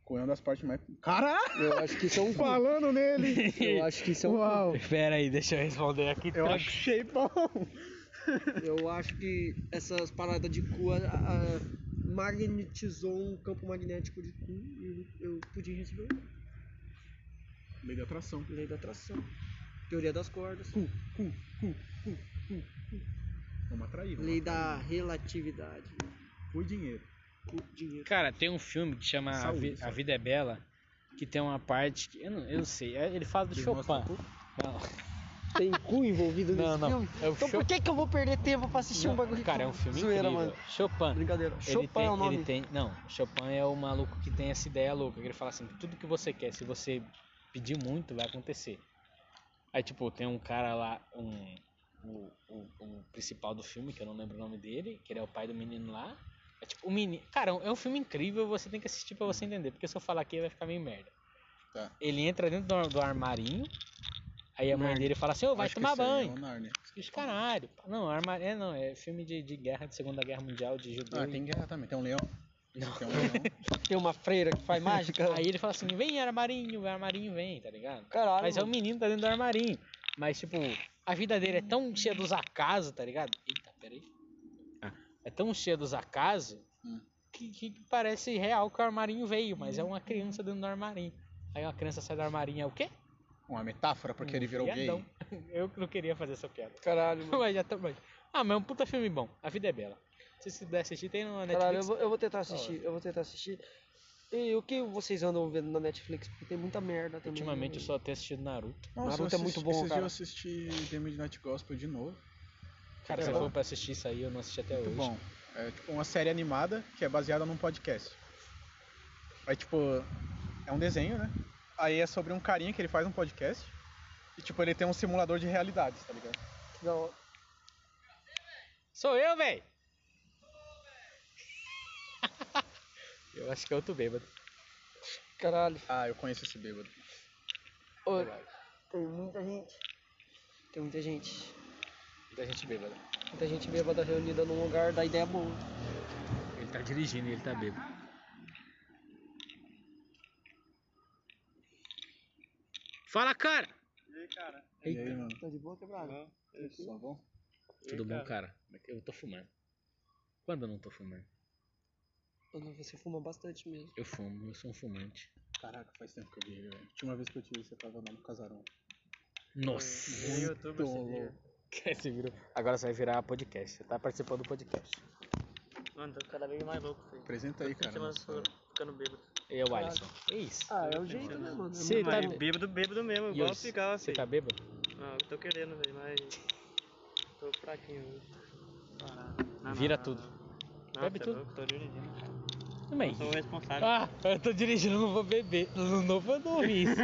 B: Cu é uma das partes mais. Caralho!
C: Eu acho que isso é um cu.
B: Falando nele!
C: Eu acho que isso é um cu.
B: Uau!
E: Pera aí, deixa eu responder aqui.
B: Eu
E: Tra-
B: achei bom!
C: Eu acho que essas paradas de cu a, a- magnetizou um campo magnético de cu e eu, eu pude receber
B: Lei da atração.
C: lei da atração. Teoria das cordas.
B: Vamos atrair. Vamos
C: Lei da relatividade.
B: atrair. Cu e dinheiro.
C: Cu, dinheiro.
E: Cara, tem um filme que chama A,
B: Saúde,
E: Vi- A
B: saúde.
E: Vida é Bela, que tem uma parte que. Eu não, eu não sei, é- ele fala do
B: Ele
E: Chopin.
B: mostra o
E: Não.
C: Tem cu envolvido
E: Não,
C: nesse
E: não.
C: filme?
E: É o
C: então
E: show-
C: por que, que eu vou perder tempo pra assistir um
E: Não,
C: bagulho?
E: Cara, é um filme
C: Zoeira,
E: incrível.
C: mano.
E: Chopin.
C: Brincadeira.
E: ele
C: Chopin
E: tem,
C: é o nome.
E: Ele tem, não, Chopin é o maluco que tem essa ideia louca, que ele fala assim, tudo que você quer, se você pedir muito, vai acontecer. Aí, tipo, tem um cara lá, um, o, o, o principal do filme, que eu não lembro o nome dele, que ele é o pai do menino lá. É tipo, o menino... Cara, é um filme incrível, você tem que assistir pra você entender, porque se eu falar aqui vai ficar meio merda.
B: Tá.
E: Ele entra dentro do, do armarinho, aí a mãe dele fala assim, ô, vai
B: Acho que
E: tomar
B: esse aí
E: banho.
B: É o Narnia.
E: Os caralho. Não, arma... é, não, é filme de, de guerra, de Segunda Guerra Mundial, de judeu.
B: Ah,
E: e-
B: tem guerra também. Tem um leão. Tem um leão.
C: Tem uma freira que faz mágica.
E: Aí ele fala assim, vem armarinho, armarinho vem, tá ligado?
C: Caralho.
E: Mas é o
C: mano.
E: menino que tá dentro do armarinho. Mas, tipo, a vida dele é tão cheia dos acasos, tá ligado? Eita, peraí. Ah, É tão cheia dos acasos
B: Hum.
E: que, que parece real que o armarinho veio, mas é uma criança dentro do armarinho. Aí uma criança sai do armarinho, é o quê?
B: Uma metáfora porque ele virou gay.
E: Viadão. Eu que não queria fazer essa piada.
C: Caralho, mano.
E: Mas já tá- mas- Ah, mas é um puta filme bom. A vida é bela. Se você puder assistir, tem na Netflix.
C: Caralho, eu vou, eu vou tentar assistir, eu vou tentar assistir. E o que vocês andam vendo na Netflix? Porque tem muita merda também.
E: Ultimamente eu
C: né?
E: só tenho assistido Naruto.
B: Nossa,
C: Naruto
B: eu
C: é muito
B: assisti-
C: bom,
B: esses dias
C: cara.
B: eu assisti The Midnight Gospel de novo.
E: Cara,
C: É
E: se
C: bom?
E: for pra assistir isso aí, eu não assisti até
B: Muito
E: hoje.
B: bom. É tipo uma série animada que é baseada num podcast. Aí tipo, é um desenho, né? Aí é sobre um carinha que ele faz um podcast. E tipo, ele tem um simulador de realidades, tá ligado?
C: Não,
E: Sou eu, véi! eu acho que é outro bêbado.
C: caralho.
B: Ah, eu conheço esse bêbado.
C: Ô, tem muita gente. Tem muita gente.
E: Muita gente bêbada.
C: Muita gente bêbada reunida num lugar da ideia boa.
E: Ele tá dirigindo e ele tá bêbado. Fala, cara!
B: E aí, mano?
C: Tá de boa, quebrado?
B: Tá bom?
E: é Tudo bom, cara? Eu tô fumando. Quando eu não tô fumando?
C: Ana, você fuma bastante mesmo.
E: Eu fumo, eu sou um fumante.
B: Caraca, faz tempo que eu vi, velho. Tinha uma vez que eu tive, você tava lá no casarão.
E: Nossa!
D: Virei youtuber, você vira.
E: Você virou- Agora você vai virar podcast. Você tá participando do podcast.
D: Mano, tô cada vez mais louco, filho.
B: Apresenta aí,
D: Fim de
B: cara.
D: semana
B: nossa.
D: tô ficando bêbado.
E: Eu, Alisson. É isso.
C: Ah, é o jeito, né, mano?
E: Cê
C: É muito
E: tá-
C: bom.
D: Mas bêbado, bêbado mesmo,
E: E
D: igual
E: hoje?
D: ficava,
E: Você
D: filho.
E: tá bêbado?
D: Não, eu tô querendo, velho, mas. Tô fraquinho. viu? Não, não,
E: Vira
D: Ah, não,
E: tudo.
D: Não,
E: Bebe
D: cê é
E: tudo.
D: louco, tô dirigindo.
E: Também.
D: Eu sou o responsável.
E: Ah, eu tô dirigindo, não vou beber. Não, não vou não ouvir isso.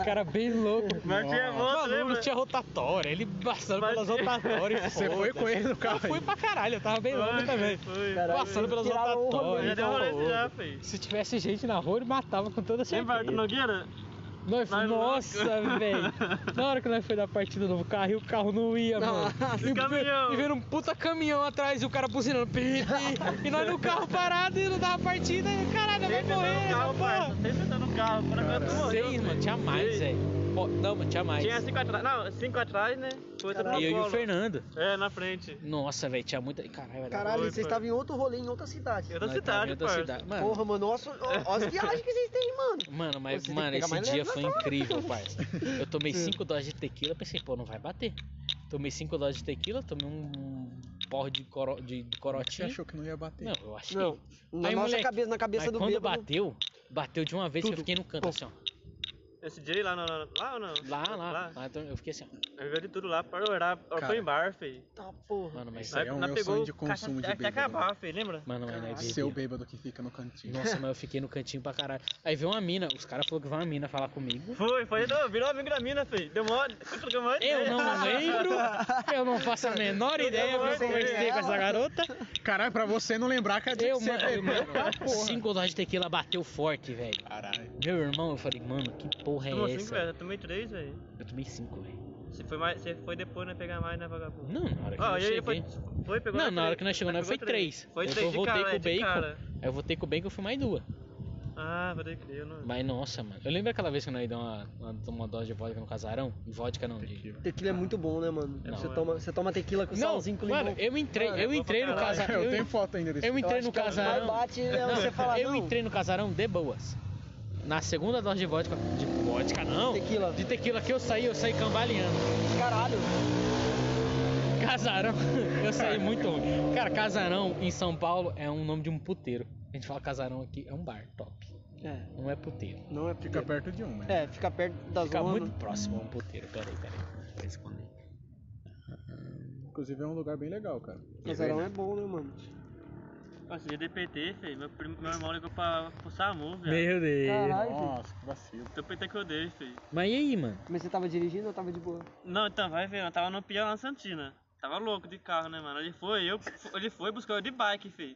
E: O cara bem louco.
D: Mas
F: Ah.
D: tinha outro,
E: Mano,
D: é lembra?
E: não tinha rotatória. Ele passando
D: Mas
E: pelas
D: tinha-
E: rotatórias.
B: Você foi com ele no
E: Eu
B: carro?
E: fui pra caralho, eu tava bem louco
D: Foi,
E: também.
D: foi.
E: Passando pelas
C: Tiraram o
D: Eu
C: rolê.
D: Já
E: rotatórias.
D: deu
F: tá
D: rolê já, filho.
E: Se tivesse gente na rua, ele matava com toda certeza.
D: Lembra Arthur Nogueira?
E: Nós-
D: Nós
E: nossa, velho. Na hora que nós foi dar partida do carro, e o carro não ia, mano. E,
D: o caminhão.
E: e veio um puta caminhão atrás e o cara buzinando. pi, pi. e nós no carro parado e não dava partida. E, caralho, vai
D: Sempre tá
E: morrer
D: no carro,
E: essa porra.
D: pai. Sempre tá no carro. Por acaso tu morreu.
E: Seis,
D: filho.
E: mano. Tinha mais,
D: Seis.
E: velho. Ó, Não, mano, tinha mais.
D: Tinha cinco atrás. Não, cinco atrás, né? Foi outra
E: E
D: no
E: eu e o
D: colo.
E: Fernando.
D: É, na frente.
E: Nossa, velho, tinha muita. Caralho, velho.
C: Caralho,
D: Foi,
C: vocês
D: foi.
C: estavam em outro rolê, em outra cidade.
D: Eu da
E: Nós tava em
D: cidade,
E: outra
D: parça.
E: cidade. Mano,
C: Porra, mano, olha as- olha as viagens que vocês têm, mano.
E: Mano, mas,
C: Você tem
E: mano,
C: que pegar
E: esse
C: mais
E: dia
C: leve né?
E: foi incrível, parça. Eu tomei 5 doses de tequila, pensei, pô, não vai bater. Tomei 5 doses de tequila, tomei um porre de, coro... de, de
B: Você
E: corotinho.
B: achou que não ia bater?
E: Não, eu achei.
C: Não, na
E: Aí,
C: nossa
E: moleque,
C: cabeça, na cabeça
E: mas
C: do
E: quando
C: bêbado.
E: bateu, bateu de uma vez que eu
C: Tudo.
E: fiquei no canto, assim, ó.
D: Esse dia lá, não, não, lá ou não?
E: Lá, lá, lá. então eu fiquei assim, ó.
D: Eu vi de tudo lá, para orar,
B: Cara.
D: foi em bar, filho.
C: Tá, porra.
E: Mano, mas.
B: Isso aí é o
D: Nós
B: meu
D: pegou
B: sonho de
D: o caixa
B: consumo de
D: até
B: bêbado.
D: acabar, filho, Ah, lembra?
E: Mano, mas não é
B: Seu bêbado que fica no cantinho.
E: Nossa, mas eu fiquei no cantinho pra caralho. Aí veio uma mina, os caras falaram que veio uma mina falar comigo.
D: Foi, foi, não, virou amigo da mina, filho. Deu mole, trocou mole.
E: Eu É não lembro, eu não faço a menor ideia, eu não conversei com essa garota.
B: Caralho, pra você não lembrar, cadê
E: Eu,
B: que você
E: mano,
B: é
E: eu,
B: bêbado?
E: mano, cinco doses de tequila bateu forte, velho.
B: Caralho.
E: Meu irmão, eu falei, mano, que porra é
D: Tomou
E: essa?
D: cinco, velho. Eu tomei três, velho.
E: Eu tomei cinco, velho.
D: Você foi, mais, você foi depois, né? Pegar mais, né, vagabundo?
E: Não, na hora que
D: Ó,
E: eu
D: e aí
E: cheguei.
D: foi, foi, pegou
E: Não,
D: mais
E: na hora
D: três.
E: que nós chegamos,
D: Aí
E: nós foi três.
D: Foi
E: Eu
D: três, de
E: voltei
D: cara,
E: com
D: é,
E: o
D: de
E: bacon.
D: cara.
E: Aí eu voltei com o bacon e fui mais duas.
D: Ah, pode crer, eu não...
E: Mas nossa, mano. Eu lembro aquela vez que nós deu uma, uma, tomou uma dose de vodka no casarão? Vodka não, de...
C: Tequila é muito bom, né, mano?
D: É
C: Você,
D: bom, é
C: toma, você toma tequila com
E: Não,
C: salzinho, com limão.
E: mano, eu entrei,
D: Mano, é
E: eu
D: bom pra
E: entrei no
D: caralho.
E: casarão.
B: Eu tenho foto ainda desse.
E: Eu entrei
C: acho
D: um
E: no
C: que é o que mais
E: casarão.
C: bate é
E: Não,
C: você falar,
E: eu
C: não.
E: entrei no casarão de boas. Na segunda dose de vodka. De vodka não.
C: Tequila.
E: De tequila que eu saí, eu saí cambaleando.
C: Caralho.
E: Casarão, eu saí muito ruim. Cara, casarão em São Paulo é um nome de um puteiro. A gente fala casarão aqui, é um bar, top.
C: É,
E: Não é puteiro.
C: não é
B: Fica
C: fica perto.
B: perto de um, né?
C: É, fica perto da
E: Fica
C: zona.
E: muito próximo a um puteiro. Peraí, peraí. Vou esconder.
B: Inclusive é um lugar bem legal, cara.
C: Casarão é bom, né, mano?
D: Nossa, dia DPT, filho. Meu, primo, meu irmão ligou pra, pro SAMU, velho.
E: Meu
C: É.
E: Deus.
C: Caralho, gente.
B: Nossa, que vacilo.
D: Então PT que eu dei, filho.
E: Tá. Mas e aí, mano?
C: Mas você tava dirigindo ou tava de boa?
D: Não, então, vai ver, eu tava no Pia lá na Santina. Tava louco de carro, né, mano? Ele foi, eu, ele foi, buscou eu de bike, filho.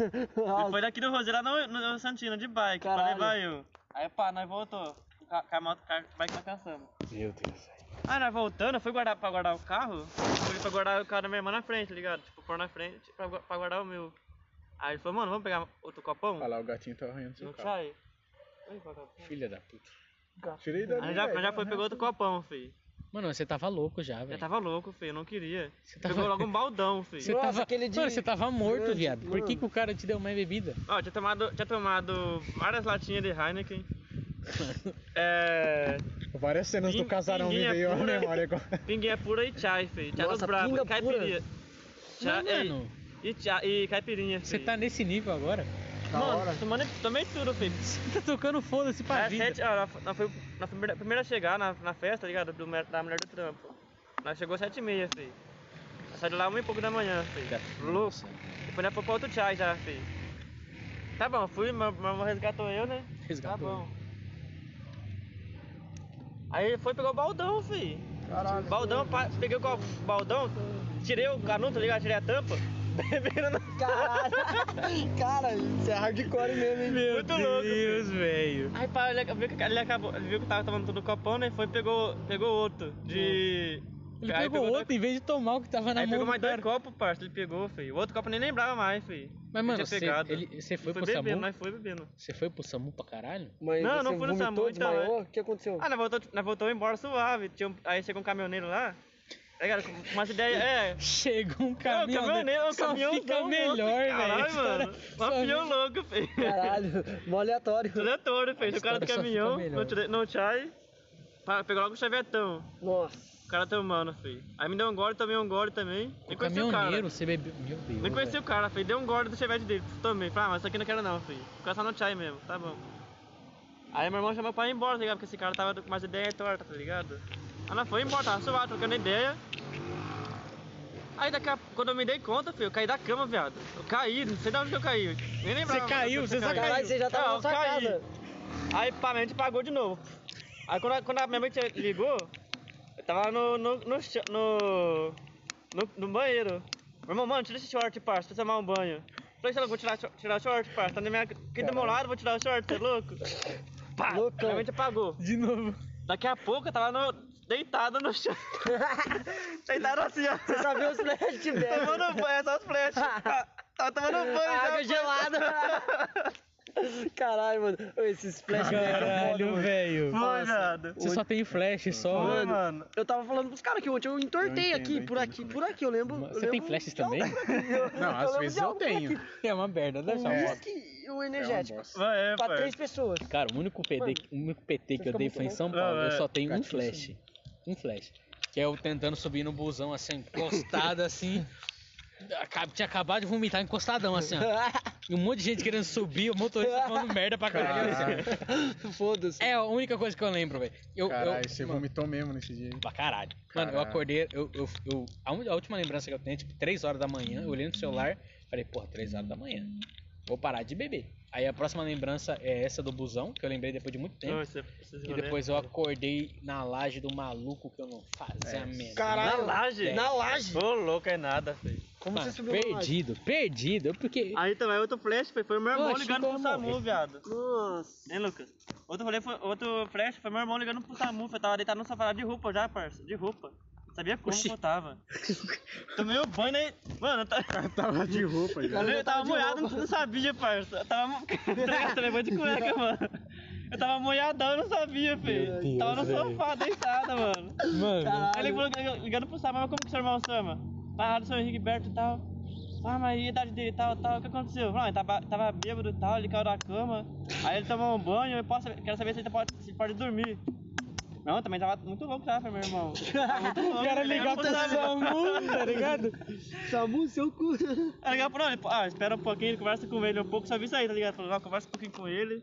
D: Ele foi daqui do Roseira na, na na Santina, de bike, pra
C: Caralho.
D: levar eu. Aí pá, nós voltou. Com a- Com a moto, com a bike nós cansamos.
E: Meu Deus.
D: Aí nós voltando, eu fui guardar, pra guardar o carro, fui pra guardar o carro da minha irmã na frente, tá ligado? Tipo, pôr na frente pra, gu- pra guardar o meu. Aí ele falou, mano, vamos pegar outro copão?
B: Olha lá, o gatinho tá arranhando seu
D: Não
B: carro.
D: sai. Oi, vagabundo.
E: Filha da puta.
B: Tirei dali,
D: Aí Ah, já,
B: velho,
D: já
B: tá
D: foi, pegou outro copão, filho.
E: Mano, você tava louco já,
D: Já
E: velho.
D: tava louco, filho, eu não queria.
E: Você tava-
D: Pegou logo um baldão, filho.
E: Você
C: Nossa,
E: tava...
C: aquele dia
E: Mano, você tava morto,
C: grande,
E: viado. Por que,
C: mano.
E: que o cara te deu mais bebida?
D: Ó, tinha tomado, tinha tomado várias latinhas de Heineken. é.
B: arranhando. Várias cenas do
D: Ninguém-
B: casarão me
D: ninguém é
B: veio à
D: pura.
B: memória agora.
D: Pinguinha é pura e chai, filho. Chá dos
C: Nossa,
D: bravos,
C: pinga
D: caipirinha. Chá,
F: é,
E: Não,
D: ei,
E: mano.
D: E, chá, e caipirinha,
E: Você
D: filho.
E: tá nesse nível agora?
C: Da hora.
D: Mano, tomando, tomei tudo, filho.
E: Você tá tocando foda-se pra
D: Às
E: vida.
D: sete, ó, nós nós foi na primeira, primeira a chegar na, na festa, tá ligado? Do, mer- da mulher do trampo. Nós chegou às sete e meia, filho. Nós saímos lá uma e pouco da manhã, filho. Louco. Depois nós foi pra outro chai já, filho. Tá bom, fui, meu meu irmão resgatou eu, né? Tá
E: Resgatou.
D: bom. Aí ele foi pegar o baldão, fi.
C: Caralho.
D: Baldão, pa- peguei o copo- baldão, tirei o canudo, tá ligado? Tirei a tampa. Beberam na...
C: Caralho. Cara, você é hardcore mesmo, hein?
D: Muito louco. fi.
E: velho.
D: Aí pá, ele, viu que, ele acabou, ele viu que tava tomando todo o copão, né? Foi e pegou, pegou outro. De.
E: Ele
D: Aí
E: pegou
D: dois-
E: outro em vez de tomar o que tava na
D: Aí
E: mão
D: pegou
E: do
D: mais dois
E: cara.
D: copos, parça. Ele pegou, fi. O outro copo eu nem lembrava mais, fi.
E: Mas, mano,
D: você
E: você ele- você foi pro
D: bebendo,
E: SAMU?
D: nós foi bebendo.
E: Você foi pro SAMU pra caralho?
C: Mas
D: Não,
C: você
D: não fui no
C: vomitou,
D: SAMU, então,
C: desmaiou? O que aconteceu?
D: Ah, nós voltou, nós voltou embora suave. Tinha um- aí chegou um caminhoneiro lá.
F: Tá ligado? Com umas ideias. É.
E: Chega um
F: É, o
E: caminhão.
F: caminhoneiro, é
E: né?
F: o
E: Só
F: caminhão
E: fica melhor, velho.
F: Caralho, mano.
A: Um
E: Só-
F: Caminhão louco, filho.
C: Caralho, mó aleatório.
F: Diretor, filho. O cara do
E: história só
F: caminhão,
E: fica
F: no tire- no chai. pá, Pegou logo o chavetão.
G: Nossa.
F: O cara tomando, filho. Aí me deu um gole, tomei um gole também. Nem
E: O
F: conheci o cara.
E: caminhoneiro, você bebeu. Meu Deus.
F: Nem conheci
E: velho.
F: o cara, filho. Deu um gole do chevette dele. Tomei. Falei, ah, mas isso aqui não quero não, filho. Fica só no chai mesmo. Tá bom. Aí meu irmão chamou pra ir embora, tá ligado? Porque esse cara tava com mais ideia torta, tá ligado? Aí nós foi embora, tava suave, trocando ideia. Aí daqui a... quando eu me dei conta, filho, eu caí da cama, viado. Eu caí, não sei de onde que eu caí. eu Nem lembrava.
E: Você caiu,
F: Eu
E: você só
F: caí.
E: caiu.
C: Caralho, você já tava
F: Não,
C: na
F: eu
C: sua
F: caí.
C: casa.
F: Aí pá, a gente pagou de novo. Aí quando a, quando a minha mãe te- ligou, eu tava no. no. no. chão- no, no- no banheiro. Meu irmão, mano, tira esse short, parça, precisa tomar um banho. Falei, sei lá, vou tirar, cho- tirar o short, parça. Tá na minha, aqui do meu lado, vou tirar o short, você é louco? Pá,
C: Loucão.
F: realmente apagou.
E: De novo.
F: Daqui a pouco eu tava no, deitado no chão. deitado assim, ó.
C: Você só viu os flashbacks.
F: Tomando banho, só os flash. Tava tomando banho, já,
C: Água
F: pô.
C: gelada. Caralho, mano. Ô, Esses flashbacks é foda,
E: Caralho,
C: mano.
E: velho.
F: Foi, viado.
E: Você só tem flash só.
F: Foi,
C: Mano,
F: mano.
C: Eu tava falando pros caras que ontem eu entortei
B: Eu entendo, eu
C: aqui, por
B: entendo
C: aqui,
B: como é
C: por aqui. Eu lembro. eu
E: Você tem
C: lembro
E: flashes
C: de algo
E: também?
C: por aqui, eu-
B: Não, às
C: lembro
B: vezes
C: de
B: eu
C: algo por
B: tenho.
C: aqui.
E: É uma merda, deve ser
C: Um
E: uma bosta.
C: whisky e um energético.
B: bosta.
F: Vai, é,
C: Pra
F: pai.
C: três pessoas.
E: Cara, o único, PD, que- o único PT que eu dei foi em São Paulo.
F: Não,
E: eu
F: é.
E: só tenho um
B: Gatinho,
E: flash. Um flash. Que é eu tentando subir no busão, assim, encostado, assim. Acab- Tinha acabado de vomitar, encostadão, assim, ó. E um monte de gente querendo subir, o motorista falando merda pra caralho.
B: Caralho.
E: assim.
C: Foda-se.
E: É a única coisa que eu lembro, velho. Eu, eu,
B: Caralho, você
E: mano,
B: vomitou mesmo nesse dia. hein?
E: pra caralho. Mano, eu
B: Caralho.
E: acordei, eu, eu, eu- a, un- a última lembrança que eu tenho é tipo 3 horas da manhã, eu olhei no celular, falei, porra, 3 horas da manhã. Vou parar de beber. Aí a próxima lembrança é essa do busão, que eu lembrei depois de muito tempo.
F: Não, esse- esse
E: E
F: rolê é
E: depois eu acordei na laje do maluco que eu não fazia a menor
F: Na
C: Caralho.
F: laje?
C: Na laje.
F: Ô, louco, é nada, filho.
C: Como
E: Mano,
C: você subiu na laje?
E: perdido, perdido. Porque.
F: Aí também, outro flash foi, foi meu irmão
E: Oxe,
F: ligando pro
E: como é?
F: SAMU, viado.
C: Nossa.
F: Hein, Lucas? Outro, rolê foi, outro flash foi meu irmão ligando pro SAMU, eu tava deitado no sofá de roupa já, parça, de roupa. Sabia como que eu tava. Tomei o banho aí. Mano, eu tava,
B: Tava de roupa já.
F: eu
C: já tava
F: tava
C: de
F: molhado,
C: roupa.
F: não sabia, parça. Eu tava. mo- Eu Tomei banho de cueca, mano. Eu tava molhadão, eu não sabia, filho.
E: Deus,
F: Tava no
E: velho.
F: sofá, deitado, mano.
E: Mano.
F: Aí ele falou, ligando- ligando pro Sama, mas como que seu irmão Sama? Parado, seu Henrique Berto e tal. Ah, mas e a idade dele e tal, tal, o que aconteceu? Falou, Ah, ele tava, tava bêbado e tal, ele caiu da cama. Aí ele tomou um banho, eu posso, quero saber se ele pode, se pode dormir. Não, também tava muito louco já, foi meu irmão. Tava muito louco.
E: O cara
F: ele
E: ligar
F: ligava
E: pro
F: pro Sama.
E: SAMU, tá ligado?
C: Samu, seu cu.
F: Aí ligava pro ele, ah, espera um pouquinho, conversa com ele um pouco, só vi isso aí, tá ligado? Falou, não, conversa um pouquinho com ele.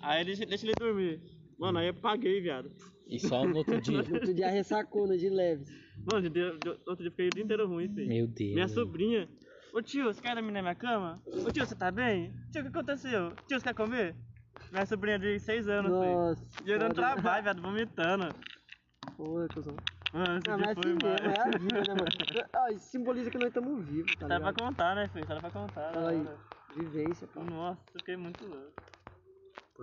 F: Aí deixa, deixa ele dormir. Mano, aí eu paguei, viado.
E: E só no outro dia.
C: Outro dia ressacona de leves.
F: Mano, deu- deu- outro dia eu fiquei o dia inteiro ruim, filho.
E: Meu Deus.
F: Minha sobrinha. Ô tio, você quer dormir na minha cama? Ô tio, você tá bem? Tio, o que aconteceu? Tio, você quer comer? Minha sobrinha de 6 anos, filho.
C: Nossa.
F: E eu dando
C: foda.
F: trabalho, viado, vomitando.
C: Porra, cuzão.
F: Mano, esse
C: Ah,
F: dia
C: mas
F: foi
C: assim mesmo, é a
F: mais.
C: vida, né, mano? Ah, isso simboliza que nós estamos vivos, tá
F: Tá pra
C: ligado?
F: contar, né, filho? Tá pra contar.
C: Fala aí.
F: né?
C: Vivência, pá.
F: Nossa, eu fiquei muito louco.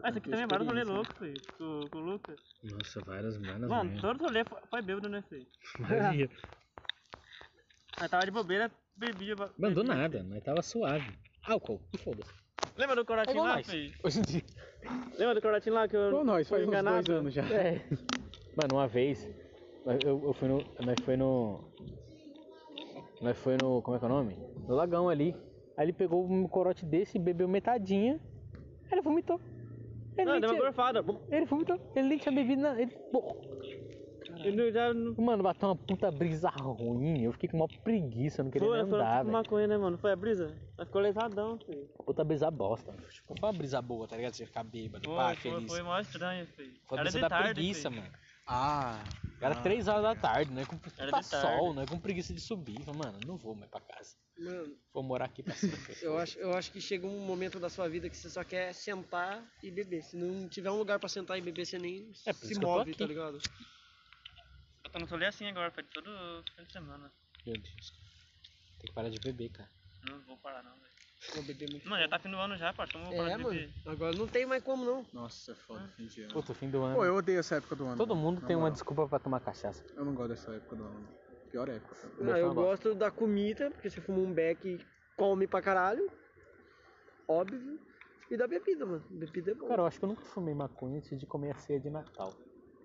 F: Ah, esse aqui também é vários rolê louco, filho. tipo, Com, com o Lucas.
E: Nossa, várias manas.
C: é.
E: né?
F: Mano, todo rolê foi, foi bêbado, né, filho? Aí tava de bobeira, bebia. ba-
E: Mandou
F: bebia.
E: nada, mas tava suave. Álcool, e foda-se.
F: Lembra do
E: É
F: corotinho
E: igual
F: lá,
E: nós.
F: filho?
E: Hoje em dia.
F: Lembra do corotinho lá que eu.
B: Igual nós,
F: fui
B: faz uns
F: enganado?
B: dois anos já.
E: É. Mano, uma vez, nós- eu, eu fui no. Nós foi no. Nós foi no. Como é que é o nome? No lagão ali. Aí ele pegou um corote desse, bebeu metadinha. Aí ele vomitou. Ele,
F: Não,
E: nem
F: deu uma
E: tinha,
F: gorfada.
E: ele vomitou. Ele nem tinha bebido nada. Ele, pô.
F: Ele já não
E: Mano, bateu uma puta brisa ruim. Eu fiquei com uma preguiça, eu não queria
F: Foi,
E: nem
F: nós furamos
E: andar,
F: tipo
E: velho.
F: maconha, né, mano? Foi a brisa? Ela ficou lesadão, filho.
E: Puta brisa bosta. mano. Tipo, foi uma brisa boa, tá ligado? Você ficar bêbado, pá, feliz. Foi,
F: mó estranho, filho.
E: a brisa da preguiça, mano.
B: Ah,
E: Era três horas da tarde, né? Com
F: Era
E: puta
F: de tarde.
E: sol, né? Com preguiça de subir. Falei, mano, não vou mais pra casa.
C: Mano,
E: Vou morar aqui pra sempre.
C: eu acho, eu acho que chega um momento da sua vida que você só quer sentar e beber. Se não tiver um lugar pra sentar e beber, você nem
E: É, por isso
C: se
E: que eu tô
C: move,
E: aqui.
C: tá ligado?
F: Eu tô no rolê assim agora, filho. Todo fim de semana.
E: Meu Deus. Tem que parar de beber, cara.
F: Não vou parar, não, velho.
C: Vou beber muito.
F: Mano, já tá fim do ano já, parça. Não vou parar
C: É,
F: de
C: mano.
F: beber.
C: Agora não tem mais como, não.
B: nossa, é foda, fim de ano.
E: Puta, fim do ano.
B: Pô, eu odeio essa época do ano.
E: né? Todo mundo
B: na
E: tem uma
B: moral.
E: desculpa pra tomar cachaça.
B: Eu não gosto dessa época do ano. Pior época.
E: O
C: Ah,
E: Bolsonaro
C: eu
E: gosta.
C: gosto da comida, porque você fuma um beck e come pra caralho. Óbvio. E da bebida, mano. Bebida é bom.
E: Cara, eu acho que eu nunca fumei maconha antes de comer a ceia de Natal.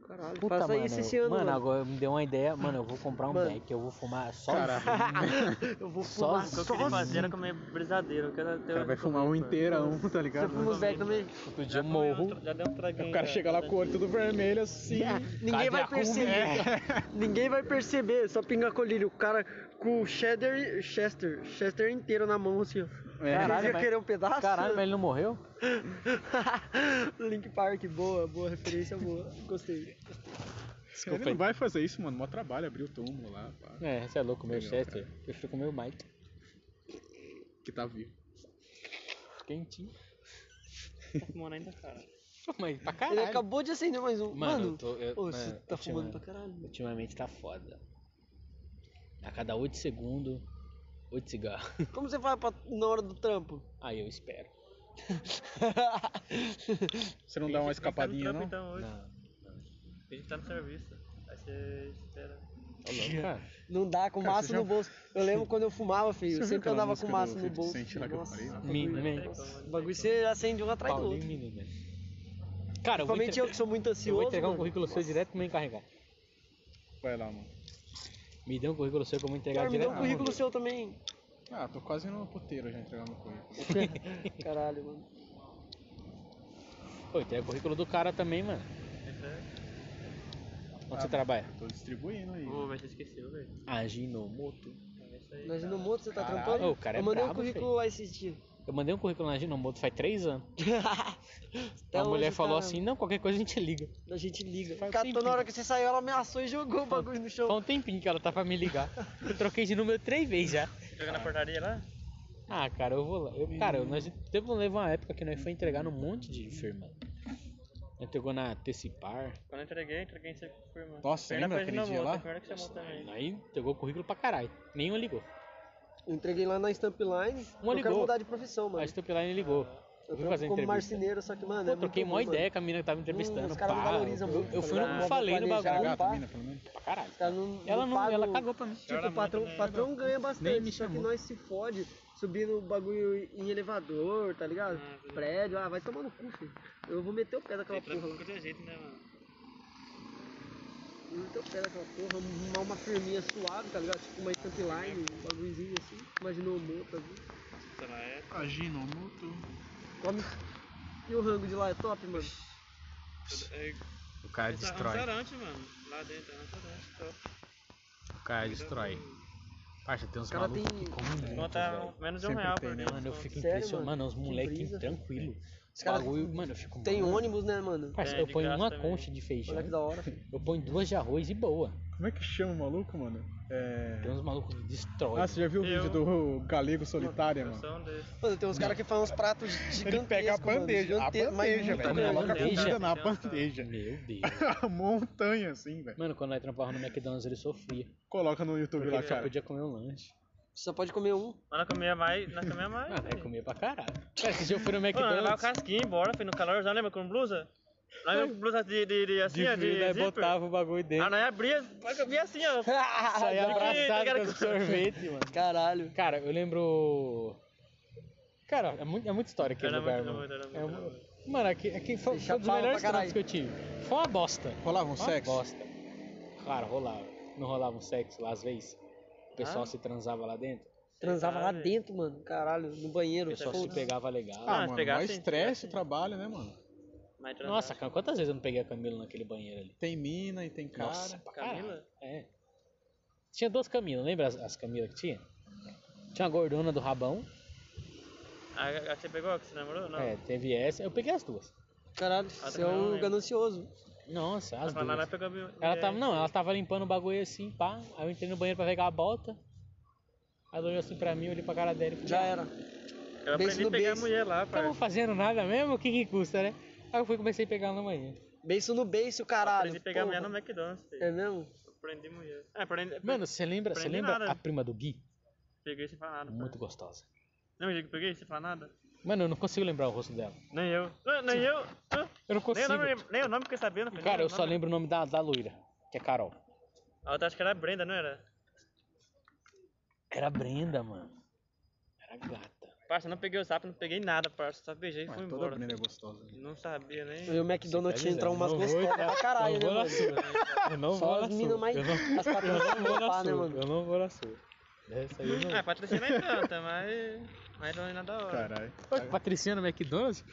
C: Caralho,
E: Puta,
C: faça
E: mano.
C: isso esse ano,
E: mano,
C: mano.
E: agora me deu uma ideia. Mano, eu vou comprar um
C: Mano.
E: deck, eu vou fumar só. um
B: Caralho.
C: Eu vou
E: Só
C: fumar
D: O que eu
C: só.
D: queria fazer era comer brisadeiro. Que era
B: O cara vai fumar um inteirão, tá
C: Você
B: ligado?
C: fuma os deck também.
E: Outro dia eu morro.
D: Já deu um traguinho.
B: O cara chega lá com o olho tudo vermelho assim.
E: É.
C: Ninguém
E: Cadê
C: vai
E: a Kombi?
C: perceber. Ninguém vai perceber, só pinga colírio. O cara com o cheddar, chester, chester inteiro na mão, assim, ó.
B: É.
E: Caralho,
C: Vocês iam
E: mas-
C: querer um pedaço?
E: Caralho, mas ele não morreu?
C: Link Park, boa, boa referência, boa. Gostei.
B: Ele não vai fazer isso, mano. Mó trabalho abrir o túmulo lá, pá,
E: É, você é louco, meu
B: Legal,
E: Chester. Eu fico meu Mike.
B: que tá vivo.
E: Quentinho.
C: Tá
D: Fumando ainda, cara.
E: Mas pra
C: Ele
E: caralho.
C: acabou de acender mais um.
E: Mano, eu
C: Mano,
E: tô- eu-
C: ô,
E: mano,
C: você tá
E: eu tinha
C: fumando
E: uma-
C: pra caralho. mano.
E: Ultimamente tá foda. A cada 8 segundos, 8 cigarros.
C: Como você faz pra- na hora do trampo?
E: Aí eu espero.
B: Você não dá uma escapadinha, não?
D: Então, hoje.
E: Não.
D: A gente tá no serviço. Aí você espera.
E: Tá louco, cara.
C: Não dá, com
B: Cara,
C: massa
B: você já-
C: no bolso. Eu lembro quando eu fumava, filho.
B: Você
C: Eu
B: viu
C: sempre
B: aquela
C: andava
B: música
C: com
B: do
C: massa no
B: 50
C: bolso.
B: Cent lá que eu
C: Nossa,
B: falei?
C: bagulho-
E: Me- me-
C: nossa, o bagulho você acende um atrás do
E: Tá né? Paulinho,
C: outro.
E: menino. né? Cara, eu vou,
C: Principalmente
E: entre...
C: eu que sou muito
E: eu vou
C: ansioso.
E: entregar um
C: mano.
E: currículo seu direto pra me encarregar.
B: Vai lá, mano.
E: Me dê um currículo seu que eu vou entregar
C: Cara, me dá
E: direto.
C: um
E: pra
C: currículo
E: você.
C: seu também.
B: Ah, tô quase no puteiro já entregando meu currículo.
C: Caralho, mano.
E: Pô, entrega o currículo do cara também, mano.
C: Uhum.
E: Onde
B: Ah,
E: você trabalha?
B: Eu tô distribuindo aí.
D: Ô, mas você esqueceu, velho.
E: Aginomoto.
D: É isso aí.
C: Mas no moto você tá
B: Caralho.
C: trampando?
E: Ô, o cara é
C: eu mandei um
E: brabo,
C: currículo lá esses dias.
E: Eu mandei um currículo na Aginomoto faz 3 anos.
C: Até
E: a mulher
C: hoje,
E: falou
C: cara,
E: assim, não, qualquer coisa a gente liga.
C: A gente liga.
E: Faz um
C: Catou
E: tempinho.
C: na hora que você saiu, ela ameaçou e jogou o bagulho no
E: Faz
C: chão.
E: um tempinho que ela tá pra me ligar. Eu troquei de número três vezes já.
D: Joga na portaria lá?
E: Ah, cara, eu vou lá. Eu, cara, nós teve um- teve uma época que nós foi entregar num monte de firma. Nós entregou na Tecipar.
D: Quando eu entreguei, entreguei em circo firma.
B: Nossa,
D: Primeira coisa
B: lembra
D: na
B: aquele dia
D: moto,
B: lá?
D: primeira que você monta também.
E: Aí entregou currículo pra caralho. Nenhum ligou.
C: Eu entreguei lá na Stampline.
E: Uma
C: eu quero
E: Um ligou.
C: mudar de profissão, mano.
E: A Stupline ligou.
C: Eu
E: Eu fui fazer
C: trabalho como
E: entrevista.
C: marceneiro, só que, mano,
E: Pô,
C: é muito
E: troquei
C: bom,
E: mó
C: mano.
E: ideia com a mina que tava
C: Hum,
E: entrevistando.
C: os caras não
E: pá.
C: valorizam
E: eu,
C: muito,
E: eu
C: tá
E: fui no
C: ligado?
E: eu falei no
C: Planejar,
B: Era
E: bagulho
C: né?
B: gata,
C: pá.
B: a mina, pelo menos.
E: pra caralho.
C: Os caras não,
E: Ela não,
C: pagam-
E: ela cagou pra mim.
C: Tipo, o patrão, patrão ganha
B: Nem me
C: bastante, só que
B: chamou.
C: nós se fode subindo um bagulho em elevador, tá ligado? Prédio, ah, vai tomar no cu, filho. Eu vou meter o pé daquela
D: Tem
C: porra
D: trampo
C: lá.
D: de qualquer jeito, né, mano?
C: Vou meter o pé daquela porra, arrumar uma firminha suave, tá ligado? Tipo uma stampline, um bagulhozinho assim. Imaginou o moto ali.
D: Sei lá, é.
B: Aginomoto.
C: Come. E o rango de lá é top, mano?
D: tudo- é
F: O cara
D: Esse é um
F: destrói.
D: restaurante, mano. Lá dentro é um restaurante. top.
F: O cara destrói. Parça, tem uns
C: O cara
F: malucos
C: tem-
F: que comem muito,
D: Conta
F: velho.
D: menos de um
B: Sempre
D: real
B: tem,
D: por
B: né,
D: dia.
E: Mano, eu fico
C: Sério,
E: impressionado.
C: mano?
E: Mano, os
C: Que
E: moleques
C: brisa.
E: tranquilo. Os
C: caras-
E: bagulho, mano, eu fico.
C: Tem
E: mano,
C: ônibus, né, mano?
E: parça,
D: É,
E: eu
D: de
E: ponho
D: graça
E: uma
D: também.
E: concha de feijão.
C: Olha que da hora. filho.
E: Eu ponho duas de arroz e boa.
B: Como é que chama o maluco, mano? É.
E: Tem um uns malucos que destroem.
B: Ah, você já viu o vídeo
D: Eu-
B: do Galego Solitária,
D: Eu
B: mano?
D: sou um desses.
C: Mano, tem uns caras que fazem uns pratos gigantescos.
B: Ele pega a
C: mano,
B: bandeja, a
C: gigante- mas
B: bandeja,
C: muito né?
B: velho.
E: grande.
B: Coloca a
E: Bandeja.
B: comida na bandeja.
E: Meu Deus.
B: A montanha, assim, velho.
E: Mano, quando nós trampava no McDonald's, ele sofria.
B: Coloca no YouTube
E: Porque
B: lá,
E: ele só
B: cara.
E: podia comer um lanche.
C: Você só pode comer um.
D: Mas nós comia mais. Nós comia mais. né?
E: Ah,
D: filho.
E: nós comia pra caralho. Cara, esse dia eu fui no
D: Mano, levar o
E: McDonald's.
D: casquinho embora, filho, no calor já lembra com blusa? Nós ia com blusa de, de, de assim, ó, de,
E: vida,
D: zíper.
E: botava o bagulho
D: Ah,
E: dentro.
D: nós abria, pode que eu via assim, ó.
E: Saía
D: já vi que- que era
E: abraçado com
D: com-
E: sorvete, mano.
C: Caralho.
E: Cara, eu lembro. Cara, é, muito, é muita história aquele
D: Era
E: lugar,
D: muito,
E: mano.
D: muito, era muito,
E: É
D: era
E: um-
D: muito.
E: Mano, aqui, aqui foi, foi um dos
C: chapava
E: melhores
C: pra
E: trampos
C: caralho.
E: que eu tive. Foi uma bosta.
B: Rolava um
E: Foi
B: sexo?
E: Uma bosta. Claro, rolava. Não rolava um sexo lá às vezes. O pessoal se transava lá dentro.
C: Transava lá
D: Caralho.
C: dentro, mano. Caralho, no
E: O
C: banheiro.
E: pessoal se
C: Foda-se.
E: pegava legal.
B: Ah,
D: Ah,
B: mano,
D: pegar
B: mó
D: assim,
B: estresse o trabalho, né, mano?
D: Mas transava.
E: Nossa, cara, quantas vezes eu não peguei a Camila naquele banheiro ali?
B: Tem mina e tem cara.
E: Nossa, pra caralho.
D: Camila?
E: É. Tinha duas Camilas, lembra as, as Camilas que tinha? Tinha a gordona do Rabão.
D: Ah, A, a, você pegou a que você namorou? Não.
E: É, teve essa. Eu peguei as duas.
C: Caralho, você é
D: também não
C: um
D: lembro.
C: ganancioso.
E: Nossa, as
D: Mas lá
E: duas.
D: nós pegamos.
E: Ela
D: é,
E: tava, não, ela tava limpando o bagulho assim, pá. Aí eu entrei no banheiro pra pegar a bota. Ela olhou assim pra mim, olhei pra cara dela e falei, "Ah,
C: Já era.
D: Eu
C: Beijo
D: aprendi
C: no
D: a pegar a
C: beijo.
D: mulher lá,
E: Tamo
D: pai.
E: fazendo nada mesmo? O que que custa, né? Aí eu fui e comecei a pegar ela na manhã.
C: Beijo no beijo, caralho.
D: Aprendi a pegar a mulher no
C: porra.
D: McDonald's, filho.
C: É mesmo?
D: Aprendi mulher. É, aprendi.
E: Mano, você lembra, você
D: Aprendi
E: lembra
D: nada.
E: a prima do Gui?
D: Peguei sem falar nada.
E: Muito
D: Muito...
E: gostosa.
D: Não, eu peguei sem falar nada.
E: Mano, eu não consigo lembrar o rosto dela.
D: Nem eu. Não, nem eu. Hã?
E: Eu não
D: Nem o
E: consigo.
D: nome, nem o nome fiquei sabendo. filho.
E: Cara,
D: Nem
E: eu
D: o
E: só
D: nome.
E: lembro o nome da, da loira, que é Carol.
D: A outra acho que era a Brenda, não era?
E: Era Brenda, mano. Era gata.
F: Parça, não peguei o zap, não peguei nada, parça. Só beijei e fui
B: Mas toda
F: embora.
B: menina é gostosa. né?
F: Não sabia
E: É,
F: nem.
C: E o McDonald's tinha entrar umas
E: Não vou
C: gostosas
E: entrar-
C: pra caralho,
E: não
C: né,
E: vou na
C: mano?
E: sua. Eu não
C: Só
E: vou
C: as
E: na
C: minas
E: sua.
C: mais-
E: Eu não-
C: as patroas
E: eu não vou
C: não
E: na
C: pá, né,
E: sua.
C: mano?
E: Eu não vou na sua. Essa aí eu não.
F: Ah, patrocinar nem tanta, mas. Mas não é nada da hora.
B: Caralho.
E: Ô, Patricinha no McDonald's?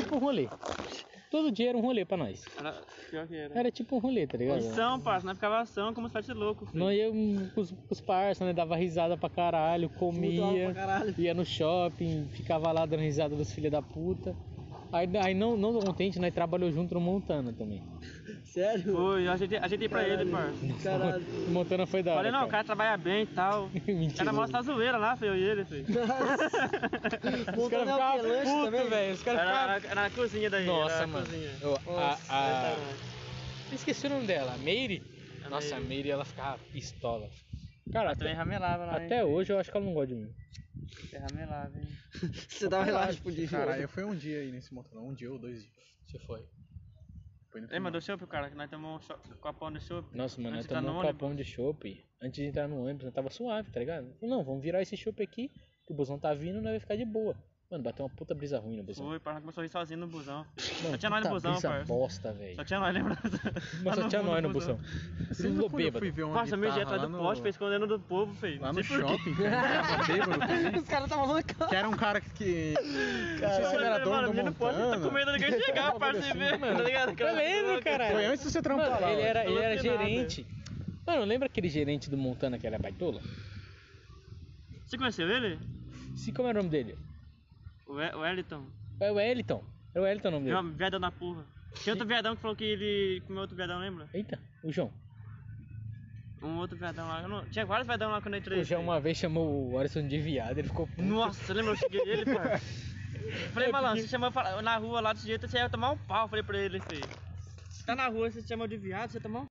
E: tipo um rolê. Todo dia era um rolê pra nós.
F: Era pior que era.
E: Era tipo um rolê, tá ligado?
F: Missão, parça, é nós ficava ação como se fosse louco. filho.
E: Nós ia um com os, com os parça, né? Dava risada pra caralho, comia, ia no shopping, ficava lá dando risada dos filhos da puta. Aí, aí não, não contente, nós trabalhou junto no Montana também.
C: Sério?
F: Foi, eu ajeitei, ajeitei pra ele, parça.
C: Caralho.
E: O Montana foi da hora.
F: Falei, não,
E: cara.
F: o cara trabalha bem e tal.
E: Mentira.
F: Era mó essa zoeira lá, filho, eu e ele, filho.
E: Os caras
C: Montana é o
E: ficavam
C: quê? Lanche também? né?
E: putos, velho. Os caras
F: Era,
E: ficavam.
F: era, era na cozinha daí.
E: Nossa,
F: era na
E: mano.
F: Cozinha.
E: Eu, a, a...
F: Restaurante.
E: Esqueci o nome dela, a Meire.
F: A
E: Nossa, a
F: Meire.
E: Meire, ela ficava pistola. Cara,
F: Eu também
E: até,
F: ramelava lá, hein?
E: até hoje eu acho que ela não gosta de mim.
F: Eu ramelava, hein?
C: Você dava relaxa pro dia.
B: Caralho, eu fui um dia aí nesse montão. Um dia ou dois dias.
E: Você foi.
B: Foi no
F: Lembra
B: final.
F: do chopp, cara? Que nós tomamos um cho- copão de chopp.
E: Nossa, mano, nós
F: Antes de entrar
E: tomamos um
F: no ônibus.
E: copão de chopp. Antes de entrar no ônibus, nós tava suave, tá ligado? Não, vamos virar esse chopp aqui, que o busão tá vindo, nós vai ficar de boa. Mano, bateu uma puta brisa ruim no busão.
F: Foi, parça, começou a rir sozinho no busão.
E: Mano,
F: Só tinha nós no
E: puta
F: busão,
E: brisa
F: parça.
E: bosta, velho.
F: Só tinha nós, né, lembra?
E: Mas
F: Lá
E: só tinha nós no busão.
F: né?
B: Vocês não
E: Tudo
B: quando eu
E: bêbado.
B: fui ver uma
F: Parça, meu dia
E: tá
B: guitarra
F: atrás
B: lá
F: do
B: no-
F: poste, foi escondendo do povo, filho.
B: Lá
F: Não
B: no
F: sei por quê.
B: shopping, um cara, tava bêbado também.
C: Os caras estavam mancando.
B: Que era um cara que. que não sei se ele era
F: Mano,
B: dono
F: mano,
B: do
F: menino poste, tá com
B: Montana.
F: medo de ninguém chegar, parça, e ver, tá ligado?
E: Eu lembro, caralho.
B: Foi antes de você
E: Mano,
B: trampar lá.
E: ele
B: ué.
E: era,
F: Eu
E: ele
F: não
E: era
F: sei nada.
E: gerente. Mano, lembra aquele gerente do Montana que era baitola?
F: Você conheceu ele?
E: Se como era o nome dele?
F: O We- o Wellington.
E: É o Eliton. É o Eliton o nome
F: Tem
E: dele.
F: um viadão da porra. Tinha outro viadão que falou que ele comeu outro viadão, lembra?
E: Eita, o João.
F: Um outro viadão lá. eu não- Tinha vários viadão lá quando eu entrei.
E: O João
F: filho.
E: é uma vez chamou o Orson de viado, ele ficou puto.
F: Nossa, lembra? Eu cheguei ele, cara. Falei, malandro, você chamou pra- na rua lá desse jeito, você ia tomar um pau. Falei pra ele, filho. Você tá na rua, você chama de viado, você ia tomar um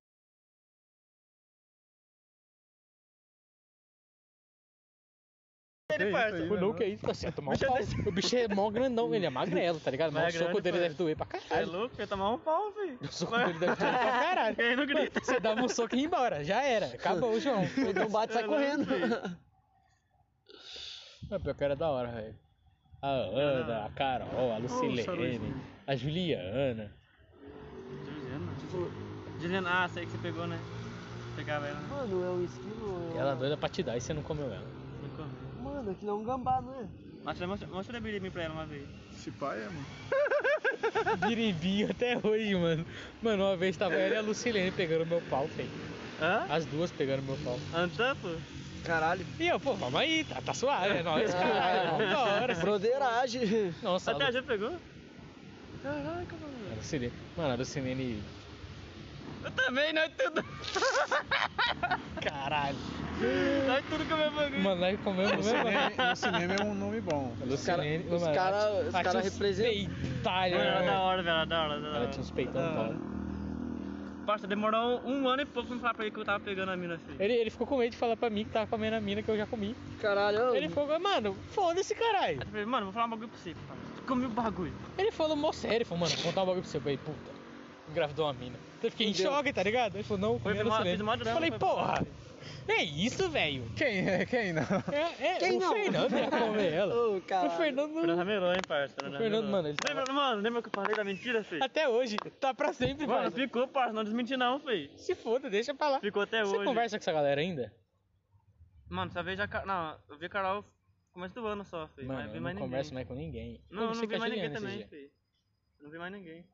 F: Ele, parça.
E: O Luke aí tá certo, mal pau. O bicho é mó grandão, ele é magrelo, tá ligado? Mas
F: Mas
E: o
F: é
E: soco
F: grande,
E: dele
F: pô.
E: deve doer pra
F: É
E: caralho.
F: louco, eu ia tomar um pau, filho.
E: O soco dele deve doer pra caralho.
F: Quem não grita?
E: Você dava um soco e ia embora, já era, acabou o João.
C: Então bate e sai
F: Eu
C: correndo.
F: lembro, filho.
E: Mas pior que era da hora, velho. A Ana, a Carol, a Lucilene, a Juliana.
F: Juliana? Juliana, né? ah, sei que você pegou, né? Pegava ela, né?
C: Mano, é um esquilo.
E: Ela doida pra te dar e você não comeu ela.
F: Não come.
C: Mano, aquilo é um gambá, não é?
F: Mas mostra- mostra a Billy pra ela uma vez.
B: Esse pai é, mano.
E: Biribinho até hoje, mano. Mano, uma vez tava ela e a Lucilene pegando meu pau, feio.
F: Hã?
E: As duas pegando meu pau.
F: Antampo?
C: Caralho.
E: E eu, pô, vamos aí, tá, tá suave, é nóis. caralho, da hora.
C: Broderagem.
E: Nossa,
F: Até
E: a
F: a
E: Lu-
F: gente pegou? Caraca, mano.
E: a Lucilene. Mano, a Lucilene.
F: Eu também,
E: né,
F: nós tudo.
E: Caralho.
F: Nós Tá tudo comeu bagulho.
E: Mano, nós comemos mesmo. né?
B: No cinema é um nome bom.
E: A Lucilene.
C: os cara- os cara representa-
E: Peitalho,
F: Mano, era é da hora, velho, era da hora, era da hora.
E: Ela tinha uns peitão
F: Era da
E: é da
F: hora.
E: hora.
F: Parça, demorou um ano e pouco pra me falar pra ele que eu tava pegando a mina, filho.
E: Ele, ele ficou com medo de falar pra mim que tava comendo a mina que eu já comi.
C: Caralho.
E: Ele falou, mano, foda-se, caralho.
F: Aí eu falei, mano, vou falar um bagulho pra você, parça. Tu comeu o bagulho.
E: Ele falou mó sério, falou, mano, vou contar um bagulho pra você. Eu falei, puta, engravidou uma mina. Então eu fiquei em
C: Fudeu.
E: choque, tá ligado? Ele falou, não,
F: Foi,
E: comeu
F: fiz mó-
E: Lucilene.
F: fiz mó drama,
E: Falei,
F: foi
E: porra,
F: falar.
E: é isso, velho.
B: Quem é? Quem não?
E: É, é,
C: Quem
E: o
C: não?
E: Fernando ia comer ela.
C: Ô, caralho.
E: O Fernando,
F: O Fernando tá ramelou, hein, parça.
E: O Fernando,
F: ramelou.
E: mano, ele
F: Lembra, mano, lembra que eu falei da mentira, filho?
E: até hoje, tá pra sempre,
F: Mano,
E: parça.
F: ficou, parça, não desmenti não, filho.
E: Se foda, deixa pra lá.
F: Ficou até
E: Você
F: hoje.
E: conversa com essa galera ainda?
F: Mano, só vejo a Carol. Não, eu vi a Carol no começo do ano só, filho.
E: Mano,
F: não vi
E: eu
F: mais
E: não
F: ninguém.
E: converso mais com ninguém.
F: Não, eu não
E: Conversei
F: vi
E: com a
F: mais ninguém
E: Juliana esses
F: também,
E: dias.
F: filho. Eu Não vi mais ninguém.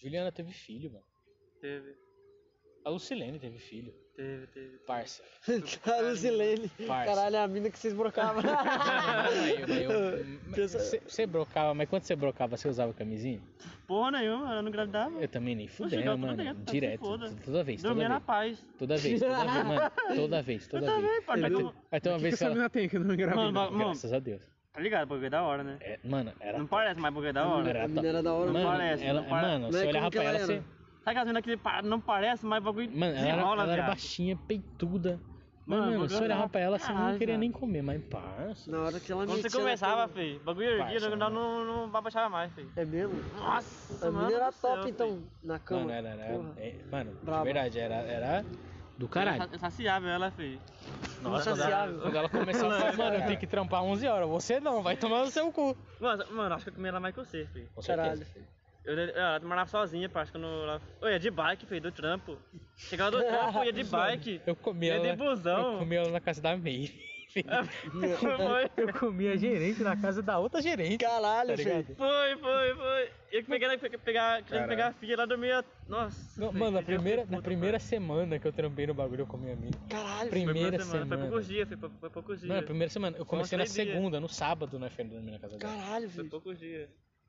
E: Juliana teve filho, mano.
F: Teve,
E: A Lucilene teve filho.
F: teve, teve.
E: Parça.
C: A Lucilene.
E: Parça.
C: Caralho, é a mina que vocês brocavam. Pensa-
E: Você brocava, mas quando você brocava, você usava camisinha?
F: Porra nenhuma, mano, eu não engravidava.
E: Eu também nem
F: Oxe,
E: fudendo,
F: gato,
E: mano.
F: tá ligado? Tá,
E: Direto.
F: se foda.
E: Toda vez, toda
F: Dormia na
E: vez.
F: paz.
E: Toda vez, toda vez, mano. Toda vez,
F: Eu
E: toda vez.
F: também, parça. Aí eu-
E: Aí tem uma vez que
B: Essa
E: ela...
B: mina tem que não engravida.
F: Mano, ba- é- mano,
E: Graças a Deus.
F: tá ligado, bagulho é da hora, né?
E: É, mano, era...
F: Não parece, mas bagulho é da hora.
E: Era,
C: A
E: top.
C: mina era da hora,
E: mano,
F: não parece,
E: ela,
F: não parece.
E: Mano,
C: Não é
E: você
C: como
E: olhava
C: que
E: pra
C: ela
E: ela, você...
C: era.
F: Sabe aquelas meninas que pa- não parece, mas bagulho
E: Mano, ela, era,
F: desenrola,
E: ela era
F: viado.
E: baixinha, peituda. Mas,
F: Mano,
E: mano,
F: bagulho
E: você olhava
F: era
E: pra ela, você não
F: caralho,
E: queria
F: viado.
E: nem comer. Mas, parça...
C: Na hora que ela
F: Quando você
C: metia
F: começava,
C: naquele-
F: filho, bagulho erguia,
E: Parça,
F: não,
E: mano.
F: não, não baixava mais, filho.
C: É mesmo?
F: Nossa,
C: A
F: mano.
C: mina era
F: do céu,
C: top,
F: filho.
C: então, na cama.
E: Mano, ela era...
C: Porra.
E: é, mano, de
C: Braba.
E: verdade, era... era do caralho.
F: Eu saciava ela, filho.
E: Nossa, quando
C: Insaciável.
E: ela, quando ela começou a falar, mano, eu tenho que trampar 11 horas. Você não, vai tomar no seu cu.
F: Mano, mano, acho que eu comi ela mais que você, filho.
E: Com
C: Caralho.
E: certeza.
F: Eu, eu, ela morava sozinha, parça, quando ela... Eu ia de bike, filho, do trampo. Chegava do trampo, ia de bike.
E: Eu comi
F: Ia
E: ela.
F: é de busão.
E: Eu comi ela na casa da Meire. filho.
F: Foi,
E: Eu comi a gerente na casa da outra gerente.
C: Caralho,
E: Tá ligado?
C: gente.
F: foi, foi, foi. Eu que peguei, peguei, pegar, tinha que
H: Caralho.
F: pegar a filha lá do meio. Nossa.
E: Não,
F: foi-
E: mano, na
F: foi Deus
E: primeira,
F: foi
E: na
F: puta,
E: primeira
F: foi.
E: semana que eu trampei no bagulho, eu comi a mina.
C: Caralho.
F: Foi
E: Primeira
F: poucas semanas,
E: semana.
F: Foi poucos dias, foi, pou- foi poucos
E: Não, é a
F: dias.
E: primeira semana. Eu comecei na
F: três dias.
E: segunda, no sábado, né, na frente da minha casa dela.
C: Caralho,
F: Foi
C: filho.
F: poucos dias.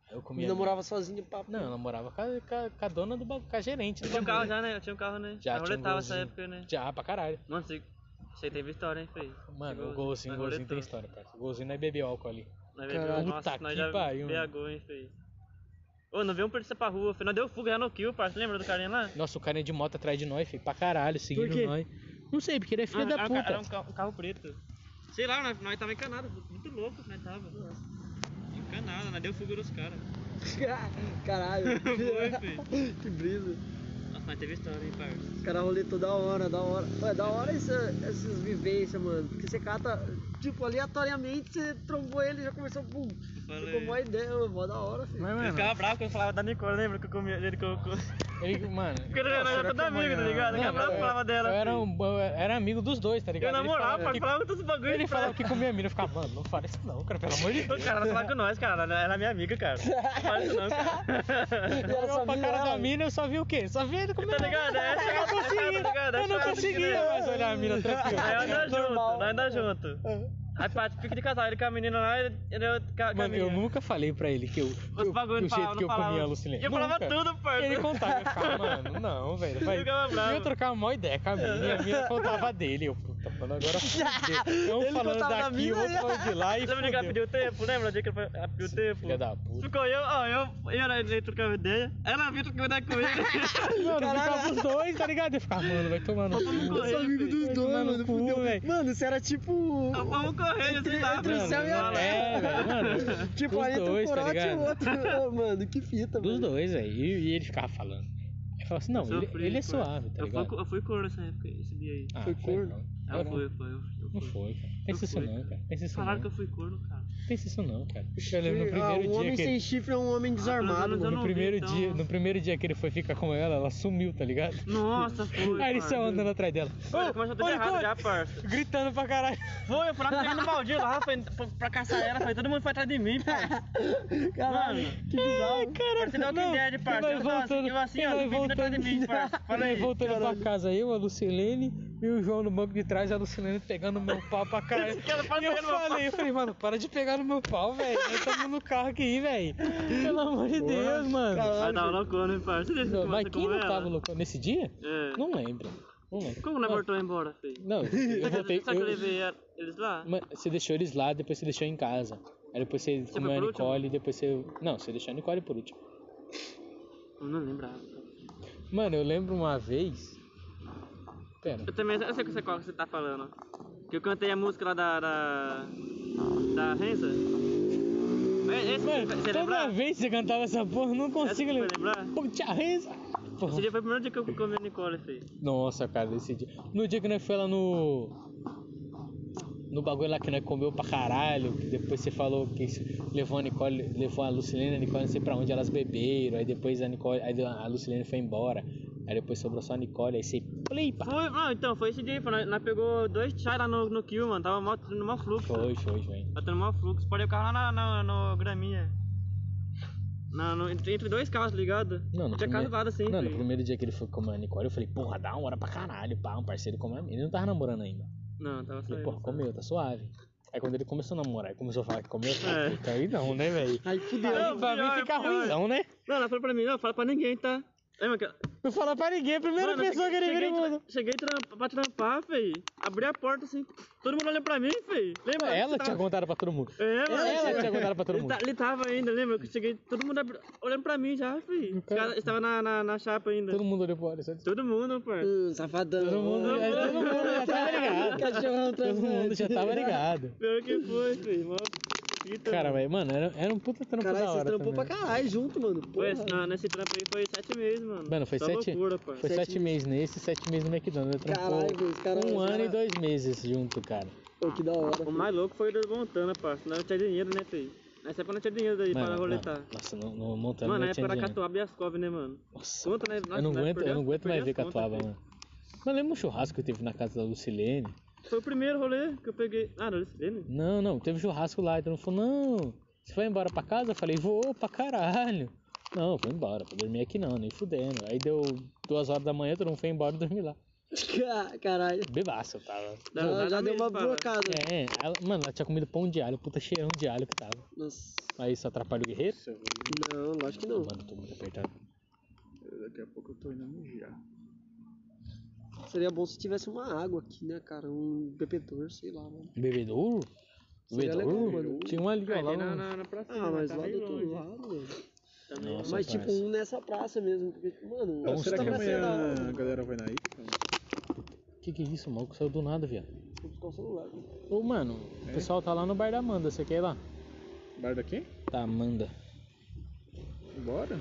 E: Aí Eu comi
C: Me
E: a mina.
C: namorava sozinho, papo.
E: Não, eu namorava com a, com a- com a dona do bagulho, com a gerente.
F: Eu
E: do
F: tinha um carro
E: bagulho.
F: já, né? Eu tinha um carro, né?
E: Já, tinha
F: eu
E: um
F: roletava essa
E: golzinho.
F: época, né?
E: Já, pra caralho.
F: Mano, você, você teve história, hein, filho?
E: Mano, o
F: né,
E: golzinho, o golzinho tem história, parceiro. O golzinho não é beber álcool ali.
C: Caralho.
F: Nós bebeu,
E: Puta
F: é nossa, nós
E: que
F: já
E: pariu,
F: embriagou, hein, filho. Ô, não veio um polícia pra rua, filho. Nós deu fuga já no kill, parceiro. Lembra do carinha lá?
E: Nossa, o cara é de moto atrás de nós, filho. Pra caralho, seguindo
C: Por quê?
E: nós. Não sei, porque ele é filho da
F: era um ca-
E: puta.
F: Era um ca- um carro, preto. Sei lá, nós, nós tava encanado, muito louco, nós tava. Encanado, nós deu fuga dos caras.
C: Caralho.
F: Foi, filho.
C: que brisa.
F: Nossa, mas teve história, hein, parceiro.
C: Os caras rolê toda hora, da hora. Ué, da hora essa, essas vivências, mano. Porque você cata, tipo, aleatoriamente você trombou ele e já começou, pum. Ficou mó
F: Falei.
C: ideia, mano. Mó da hora, filho.
E: Mas,
F: Ele
E: mano,
F: ficava bravo quando eu falava da Nicole, lembra que eu comia ele colocou.
E: ele, mano.
F: Porque ele era todo amigo, tá ligado?
E: Não,
F: Ele bravo
E: eu-
F: falava dela.
E: Eu era,
F: filho.
E: um, eu era amigo dos dois, tá ligado?
F: Eu
E: Ele
F: namorava,
E: falava
F: pai,
E: que-
F: falava todos os bagulhos.
E: Ele falava que
F: pra-
E: comia mina, eu ficava, mano, não fala isso não, cara, pelo amor de Deus.
F: Ô, cara, ela fala com nós, cara. Ela ela é minha amiga, cara. Não fala isso não, cara.
C: E ela
E: Eu
C: só
E: pra
C: viu
E: cara
C: ela.
E: da mina, eu só vi o quê? Só vi ele comendo.
F: Tá ligado? É, essa-
E: Eu
F: essa-
E: não
F: tá ligado?
E: conseguia, eu
F: Essa
E: não
F: é a
E: conseguia
F: mina.
E: mais olhar a mina tranquilo.
F: Aí anda
C: Normal.
F: junto, nós anda junto. Aí Paty fica de casal, ele com a menina lá, ele, ele é com a- com a
E: Mano, eu
F: menina.
E: nunca falei pra ele que eu. que
F: Os
E: eu-
F: bagulho
E: do
F: não falava,
E: jeito que eu
F: não
E: comia a
F: falava.
E: Lucilene.
F: Eu falava
E: Nunca.
F: tudo, parça.
E: Ele contava, eu ficava, mano, não, velho. Vai.
F: Eu ficava bravo.
E: ia trocar uma ideia com a mina e a mina contava dele. Eu, puta, mano, agora fudeu. Um
C: Ele
E: falando
C: contava da
E: daqui,
C: mina,
E: o outro
C: já.
E: falando de lá e
F: Lembra de que ela
E: fudeu.
F: pediu tempo? Lembra o dia que ela ela pediu tempo?
E: Filha da puta.
F: Ficou eu, ó, eu, eu era ele trocando ideia, ela viu trocando ideia com ele.
E: Mano, ficava os dois, tá ligado? Eu ficava, mano, vai tomar no cu.
F: correndo, filho.
C: dos
E: Vai tomar no cu, velho.
C: Mano, você era tipo.
F: Nós Fomos correndo,
C: Entre-
F: assim, tá?
C: entre o céu e a
F: Mano,
E: É, velho, mano.
C: Tipo,
E: dos
C: aí entra um
E: dois, tá
C: corote e o
E: ligado?
C: outro. Ô, mano, que fita,
E: Dos
C: mano.
E: dois, né? velho. E, e ele ficava falando. Aí falava assim, não, ele,
F: sofri,
E: ele é
F: foi.
E: suave, tá
F: Eu fui,
E: ligado?
F: eu fui corno nessa época, esse dia aí.
E: Ah,
C: Foi corno?
E: não.
F: Eu
E: Não,
F: fui, foi, eu fui.
E: Não foi, cara. Pensa
F: Eu
E: isso
F: fui,
E: não, cara. Pensa isso
F: Falaram que
E: não.
F: eu fui corno, cara.
E: Pensa isso não, cara. Eu lembro no primeiro
C: Ah, um
E: dia
C: homem
E: que
C: sem
E: ele- Ah,
C: chifre é um homem
F: pelo
C: desarmado,
F: menos eu
C: mano.
F: não
E: no
F: vi,
E: primeiro
F: então.
E: dia, no primeiro dia que ele foi ficar com ela, ela sumiu, tá ligado?
F: Nossa, foi.
E: Aí ele
F: cara.
E: saiu andando atrás dela.
F: Olha,
E: Ô,
F: começou tudo
E: ô,
F: errado
E: Nicole!
F: já, parça.
E: Gritando pra caralho.
F: Foi, eu fui lá pegar no Valdir lá, foi pra, pra caçar ela, foi todo mundo foi atrás de mim, parça.
C: Caralho,
F: Mano.
C: que bizarro.
F: Parece não, que ideia de parça.
E: E nós
F: Eu tava
E: voltando,
F: assim, eu assim,
E: e
F: ó,
E: nós
F: ele vindo atrás de mim, parça.
E: voltando,
F: Fala
E: e
F: aí.
E: nós voltando pra casa, eu, a Lucilene e o João no banco de trás, a Lucilene pegando meu pau pra caralho.
F: Ela fala
E: E eu
F: pegando meu
E: falei, eu falei, mano, para de pegar no meu pau, velho. Nós estamos no carro aqui, velho. Pelo amor de Deus, mano.
F: Aí tava loucona, hein, parça. Você
E: Não, Mas
F: conversa
E: quem
F: com
E: não
F: ela?
E: tava louco nesse dia?
F: É.
E: Não lembro. Não lembro.
F: Como não
E: Mano,
F: voltou embora, filho?
E: Não, eu voltei.
F: Sabe que eu
E: eu-
F: levei ela- eles lá?
E: Mano, você deixou eles lá, depois você deixou em casa. Aí depois você,
F: foi
E: comeu a
F: por último?
E: Nicole, depois você. Não, você deixou a Nicole por último.
F: Eu não lembrava.
E: Mano, eu lembro uma vez. Pera.
F: Eu também eu sei que você- qual que você tá falando. Que eu cantei a música lá da. Da, da Renza. É- Esse,
E: Mano,
F: você
E: toda
F: lembra?
E: vez que você cantava essa porra, eu não consigo
F: Essa você
E: lembrar.
F: lembrar?
E: Pô, tia Renza. Porra.
F: Esse dia foi o primeiro dia que eu comi a Nicole, filho.
E: Nossa, cara, esse dia. No dia que nós foi lá no. No bagulho lá que nós comeu pra caralho, que depois você falou que se- levou a Nicole, levou a Lucilene, a Nicole não sei pra onde elas beberam, aí depois a Nicole, aí a Lucilene foi embora, aí depois sobrou só a Nicole, aí você. Play, pá.
F: Foi, não, então, foi esse dia aí, pô. nós, nós pegou dois chai lá no, no Kill, mano. Tava mó, no maior fluxo.
E: Foi, foi, foi.
F: Tá tendo maior fluxo. Parei o carro lá na, na, no graminha. Na, no, entre entre dois carros, ligado?
E: Não, no
F: Tinha carro
E: primeiro...
F: do lado assim.
E: não, no
F: filho.
E: primeiro dia que ele foi comer a Nicole, eu falei, porra, dá uma hora pra caralho, pá, um parceiro comer a mina. Ele não tava namorando ainda. Eu
F: Não, tava
E: falei,
F: saindo.
E: porra, comeu, tá suave. Aí quando ele começou a namorar e começou a falar que comeu, eu falei,
F: É.
E: puta, aí não, né, velho?
C: Aí fudeu.
F: Não,
E: Aí pra
F: pior,
E: mim fica
F: pior.
E: ruimzão, né?
F: Não, ela falou pra mim, não, fala pra ninguém, tá? Lembra que
E: Não fala pra ninguém, é a primeira
F: Mano,
E: pessoa que
F: cheguei-
E: ele vira
F: cheguei,
E: mano.
F: tra- cheguei trampa- pra trampar, fei. Abri a porta assim, todo mundo olhando pra mim, fei. Lembra?
E: Ela
F: Você
E: tinha
F: tava...
E: contado pra todo mundo.
F: É, mano.
E: Ela tinha contado pra todo
F: Ele, tá-
E: mundo.
F: ta- ele tava ainda, lembra? Que eu cheguei, todo mundo abri- olhando pra mim já, fei. Os
E: Cara.
F: caras estavam na, na, na chapa ainda.
E: Todo mundo olhou pro olho, sabe?
F: Todo mundo, pô.
C: Hum, safadão.
E: Todo mundo, é, todo mundo já tava ligado.
C: Cachorrão
E: Todo mundo
C: transante.
E: já tava ligado.
F: Pior que foi, fei. Mó fita,
E: Cara,
F: mano.
E: mas, mano, era, era um puta trampo
C: Caralho,
E: da
C: vocês
E: hora
C: trampou
E: também.
C: pra caralho junto, mano.
F: Foi,
C: Porra.
F: esse- não, nesse trampo aí foi sete meses, mano.
E: Mano, foi
F: Só
E: sete-
F: Tá loucura, pô.
E: Foi
C: Sete
E: sete meses nesse, sete meses no McDonald's. Trampou
C: Caralho, os caras.
E: um
C: os
E: ano
C: cara-
E: e dois meses junto, cara.
C: Pô, que da hora.
F: O mais louco foi o do Montana, parça. Não tinha dinheiro, né, fei? Nessa época não tinha dinheiro daí pra
E: Mano,
F: roletar.
E: mano, nossa, no, no Montana
F: Mano, na
E: não
F: época
E: tinha
F: era
E: dinheiro.
F: Catuaba e Ascov, né, mano?
E: Nossa,
F: Conta, né?
E: eu não
F: Nossa, nós
E: aguento, eu não
F: perdemos-
E: aguento mais ver
F: perdemos as
E: Catuaba,
F: contas,
E: mano. Mas lembra um churrasco que teve na casa da Lucilene?
D: Foi o primeiro rolê que eu peguei. Ah, não, esse dele?
E: Não, não, teve churrasco lá. Então ele falou, não, você vai embora pra casa? Eu falei, vou pra caralho. Não, vou embora, vou dormir aqui não, nem fudendo. Aí deu duas horas da manhã, todo mundo foi embora e dormi lá.
C: Ca- Caralho.
E: Bebaço eu tava.
D: Dá-
C: Não,
D: dá
C: já deu
D: medo
C: uma
D: de falar.
C: boa casa.
E: É, ela- mano, ela tinha comido pão de alho, puta cheirão de alho que tava.
C: Nossa.
E: Aí isso atrapalha o guerreiro? Ah,
C: Não, lógico que não.
E: Mano, tô muito apertado.
B: Daqui a pouco eu tô indo mijar.
C: Seria bom se tivesse uma água aqui, né, cara? Um bebedor, sei lá, mano.
E: Bebedouro?
C: Seria legal, mano.
E: Bebedouro? Tinha um ali, ó,
D: Ah,
E: lá
D: ele
E: no...
D: na, na, na praça.
C: Ah, mas
D: tá
C: lá do
D: meio
C: outro
D: longe.
C: lado, mano.
D: Tá
E: Nossa.
D: meio longe.
C: Mas tipo,
E: parça.
C: um nessa praça mesmo. Porque, tipo, mano,
E: Então,
B: será
E: tá
B: que
E: parecendo
B: amanhã a galera vai na Ica?
E: Que que é isso, o maluco saiu do nada, viado.
C: Vou buscar o celular.
E: Ô, mano, o pessoal tá lá no bar da Amanda, você quer ir lá?
B: Bar daqui?
E: Tá, Amanda.
B: Bora?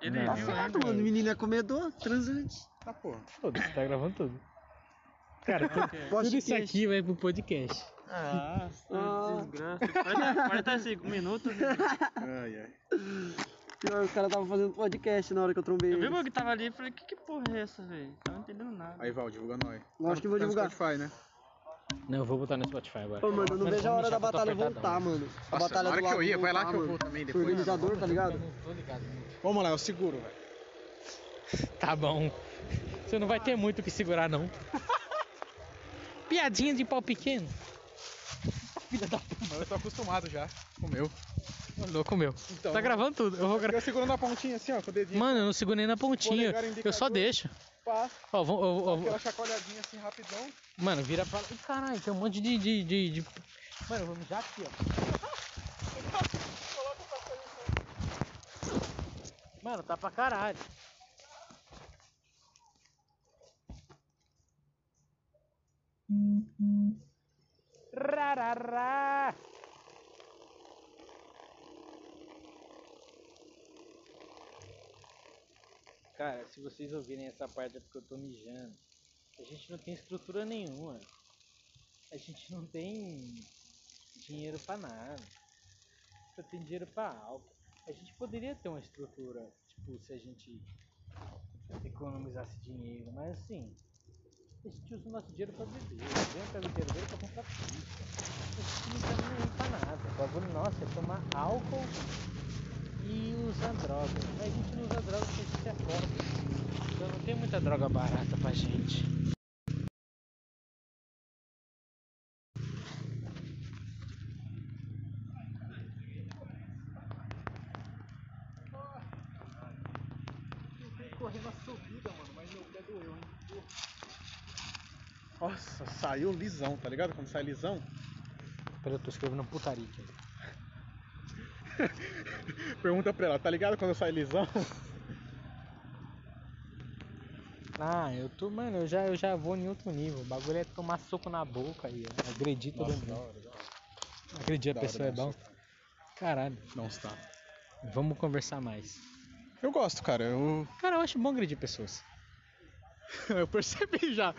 D: Ele
E: Não.
C: Tá
D: viu,
C: certo, mano. O menino é comedor, transante.
B: Tá, porra.
E: Foda-se, tá gravando tudo. Cara, tudo, tudo isso
C: Podcast.
E: aqui vai pro podcast.
D: Ah,
C: Ah.
D: desgraça. 40, 45 minutos.
B: Ai, ai.
C: Pior, o cara tava fazendo podcast na hora que eu trombei
D: Eu vi
C: ele.
D: o que tava ali e falei, que que porra é essa, velho? Tava não entendendo nada.
B: Aí, Val, divulga nós.
C: Lógico que eu vou
B: Tá no
C: divulgar.
B: Spotify, né?
E: Não, eu vou botar no Spotify agora.
C: Ô, mano, eu não vejo a hora da batalha voltar,
E: voltar,
C: mano. A
B: Nossa,
C: batalha
B: na hora
C: do
B: que eu
C: lago
B: ia, vai lá
C: voltar,
B: que eu
C: mano.
B: vou também
C: Pro
B: depois. né?
C: Organizador, tá ligado?
B: Vamos lá, eu seguro, velho.
E: Tá bom. Você não vai ter muito o que segurar, não. Piadinha de pau pequeno.
B: Mas eu tô acostumado já com o meu.
E: Ô, Louco meu.
B: Então,
E: tá gravando tudo. Eu vou gra...
B: Eu segurando a pontinha assim, ó, com o dedinho.
E: Mano, eu não seguro nem na pontinha.
B: Polegar
E: Eu só
B: indicador.
E: deixo.
B: Pá,
E: Ó, vou, eu- eu-
B: aquela chacoalhadinha assim, rapidão.
E: Mano, vira pra lá. Ih, Caralho, tem um monte de. de, de, de... Mano, eu vou mijar aqui, ó. Mano, tá pra caralho. Rarará. Cara, se vocês ouvirem essa parte é porque eu tô mijando. A gente não tem estrutura nenhuma. A gente não tem dinheiro pra nada. Só tem dinheiro pra álcool. A gente poderia ter uma estrutura, tipo, se a gente economizasse dinheiro, mas assim, a gente usa o nosso dinheiro pra beber. Ganha pelo dinheiro dele pra comprar pizza. A gente não tá nem aí pra nada. O bagulho nosso é tomar álcool e usar droga. Mas a gente não usa droga porque a gente é pobre. Então não tem muita droga barata pra gente.
B: Nossa, saiu lisão, tá ligado? Quando sai lisão,
E: Peraí, eu tô escrevendo putaria aqui.
B: pergunta pra ela, tá ligado quando sai lisão?
E: Ah, eu tô, mano, eu já, eu já vou em outro nível. O bagulho é tomar soco na boca e agredir todo mundo. Agredir a pessoa é bom. Caralho,
B: Não está.
E: vamos conversar mais.
B: Eu gosto, cara. Eu,
E: Cara, eu acho bom agredir pessoas.
B: eu percebi já.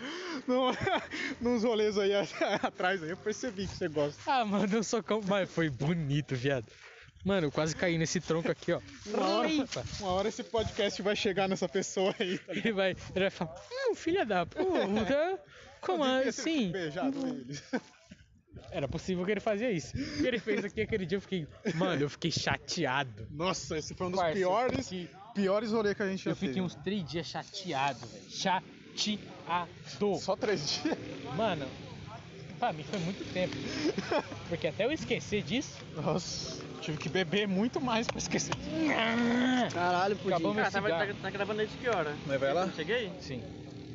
B: Num- nos rolês aí a- atrás aí, eu percebi que você gosta.
E: Ah, mano, deu um socão. Mas foi bonito, viado. Mano, eu quase caí nesse tronco aqui, ó. Eita.
B: Uma hora esse podcast vai chegar nessa pessoa aí. Tá
E: Ele vai, ele vai falar, hum, filha da puta. Como
B: ligado? Devia ter
E: assim?
B: Beijado ele.
E: Era possível que ele fazia isso. O que ele fez aqui aquele dia, eu fiquei, mano, eu fiquei chateado.
B: Nossa, esse foi um dos
E: Parça,
B: piores, piores rolês que a gente já
E: Eu fiquei um
B: teve.
E: uns três dias chateado, velho. Chateado.
B: Só três dias?
E: Mano, pra mim foi muito tempo. Porque até eu esquecer disso.
B: Nossa, tive que beber muito mais pra esquecer.
C: Caralho,
E: Acabou
C: pudim.
E: meu
D: Cara, tava,
E: cigarro.
D: tá, tá gravando desde que hora?
B: Mas vai lá?
D: Eu cheguei?
E: Sim.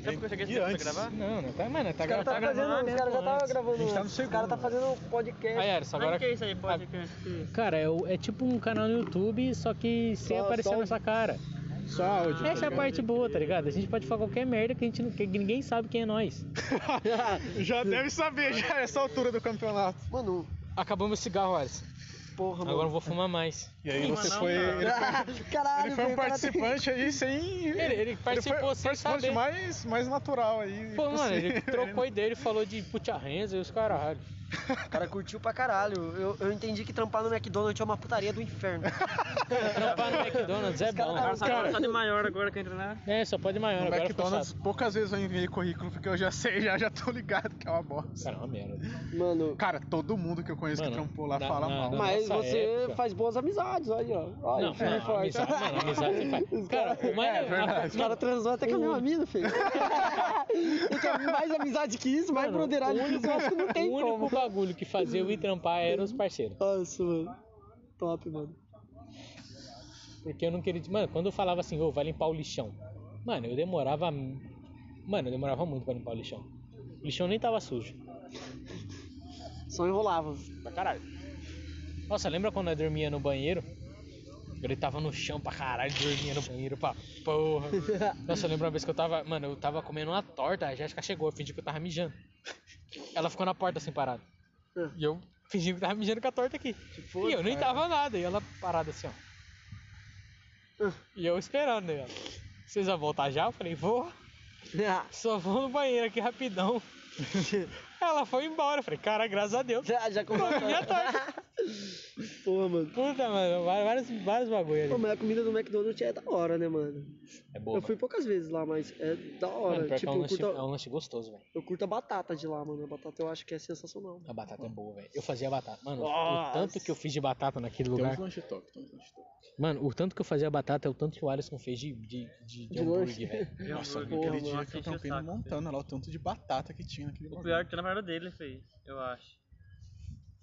D: Sabe porque eu cheguei
B: E
D: cedo pra
B: antes?
D: gravar?
E: Não, não tá, mano, tá
C: Os caras tá
E: gravando
C: fazendo, os caras já
E: antes.
C: tá
B: A gente tá no
C: gravando. Os
B: segundo,
C: caras tá
B: né?
C: fazendo
E: Aí,
C: podcast.
E: Eris,
D: Agora...
E: agora.
D: que é isso aí, podcast? Que-
E: Cara, é, o- é tipo um canal no YouTube, só que sem
C: Só-
E: aparecer
C: só
E: na
C: um-
E: sua cara.
B: Só áudio.
E: Essa é a parte boa, tá ligado? A gente pode falar qualquer merda que, a gente, não- que ninguém sabe quem é nós.
B: Já deve saber, já essa altura do campeonato.
C: Mano,
E: Acabou meu cigarro, Alisson.
C: porra, mano.
E: Agora eu vou fumar mais.
B: E aí você
D: não,
B: foi.
D: cara.
B: Ele foi,
C: Caralho,
B: ele foi um
C: velho, o cara tem-
B: participante aí sem.
E: Ele- ele participou sem
B: participante
E: saber.
B: mais, mais natural aí.
E: Pô, mano, ele
B: possível.
E: trocou ideia, ele falou de putia renza e os caralho.
C: O cara curtiu pra caralho. Eu, eu entendi que trampar no McDonald's é uma putaria do inferno.
E: Trampar no McDonald's é bom.
D: Cara, sabe
B: Cara.
D: "Ah, só de maior agora que entra lá?
E: É, só pode maior,
B: No
E: agora
B: McDonald's,
E: ficou
B: poucas vezes eu enviei currículo, porque eu já sei, já, já tô ligado que é uma bosta.
E: chato. Cara, é uma merda.
C: Mano,
B: Cara, todo mundo que eu conheço
E: Mano,
B: que trampou lá
E: na-
B: fala
E: na-
B: mal.
E: na-
C: mas
E: nossa
C: você
E: época.
C: faz boas amizades, olha, ó. Olha,
E: Não,
C: firme
E: não,
C: e
E: é
C: É, forte.
E: amizade, mano, amizade você faz. Cara, o mais...
B: É verdade.
C: Os caras transou até com a minha mina, filho. Ele quer mais amizade que isso, mais
E: Mano,
C: broderagem
E: o
C: que isso, eu acho que não
E: O
C: tem
E: único
C: como.
E: bagulho que fazia eu ir trampar eram os parceiros.
C: Nossa, mano. Top, mano.
E: Porque eu não queria. Mano, quando eu falava assim, ô, vai limpar o lixão. Mano, eu demorava. Mano, eu demorava muito pra limpar o lixão. O lixão nem tava sujo.
C: Só enrolava.
E: Pra caralho. Nossa, lembra quando eu dormia no banheiro? Eu deitava no chão pra caralho, dormia no banheiro pra porra. Nossa, eu lembro uma vez que eu tava. Mano, eu tava comendo uma torta, a Jéssica chegou, eu fingi que eu tava mijando. Ela ficou na porta assim parada. E eu fingi que tava mijando com a torta aqui. e eu nem tava nada, e ela parada assim, ó. E eu esperando, né? ela, Vocês vão voltar já? Eu falei, vou, só vou no banheiro aqui rapidão. ela foi embora, eu falei, cara, graças a Deus.
C: Já, já comprou.
E: Pô, minha torta.
C: Porra, mano.
E: Puta, mano, vai- vários, vários bagulho
C: Pô,
E: ali.
C: mas a comida do McDonald's é da hora, né, mano?
E: É boa.
C: eu fui poucas vezes lá, mas é da
E: mano.
C: hora.
E: Mano, pior que
C: tipo,
E: é, um
C: eu
E: lanche,
C: curto,
E: é
C: a,
E: um lanche gostoso, velho.
C: eu curto a batata de lá, mano. A batata eu acho que é sensacional.
E: A batata é boa, velho. Eu fazia batata. Mano,
C: Nossa.
E: o tanto que eu fiz de batata naquele
B: Tem
D: um
E: lugar.
B: uns lanche top, tem uns lanche top.
E: Mano, o tanto que eu fazia batata é o tanto que o Alisson fez de, de, de, de
C: De lanche.
E: hambúrguer, velho.
B: Nossa,
D: Porra,
B: aquele
D: mano,
B: dia que eu
D: encheu o
B: trampei no
D: saco,
B: Montana, lá o tanto de batata que tinha naquele
D: O
B: lugar.
D: pior que na maior dele, fi, eu acho.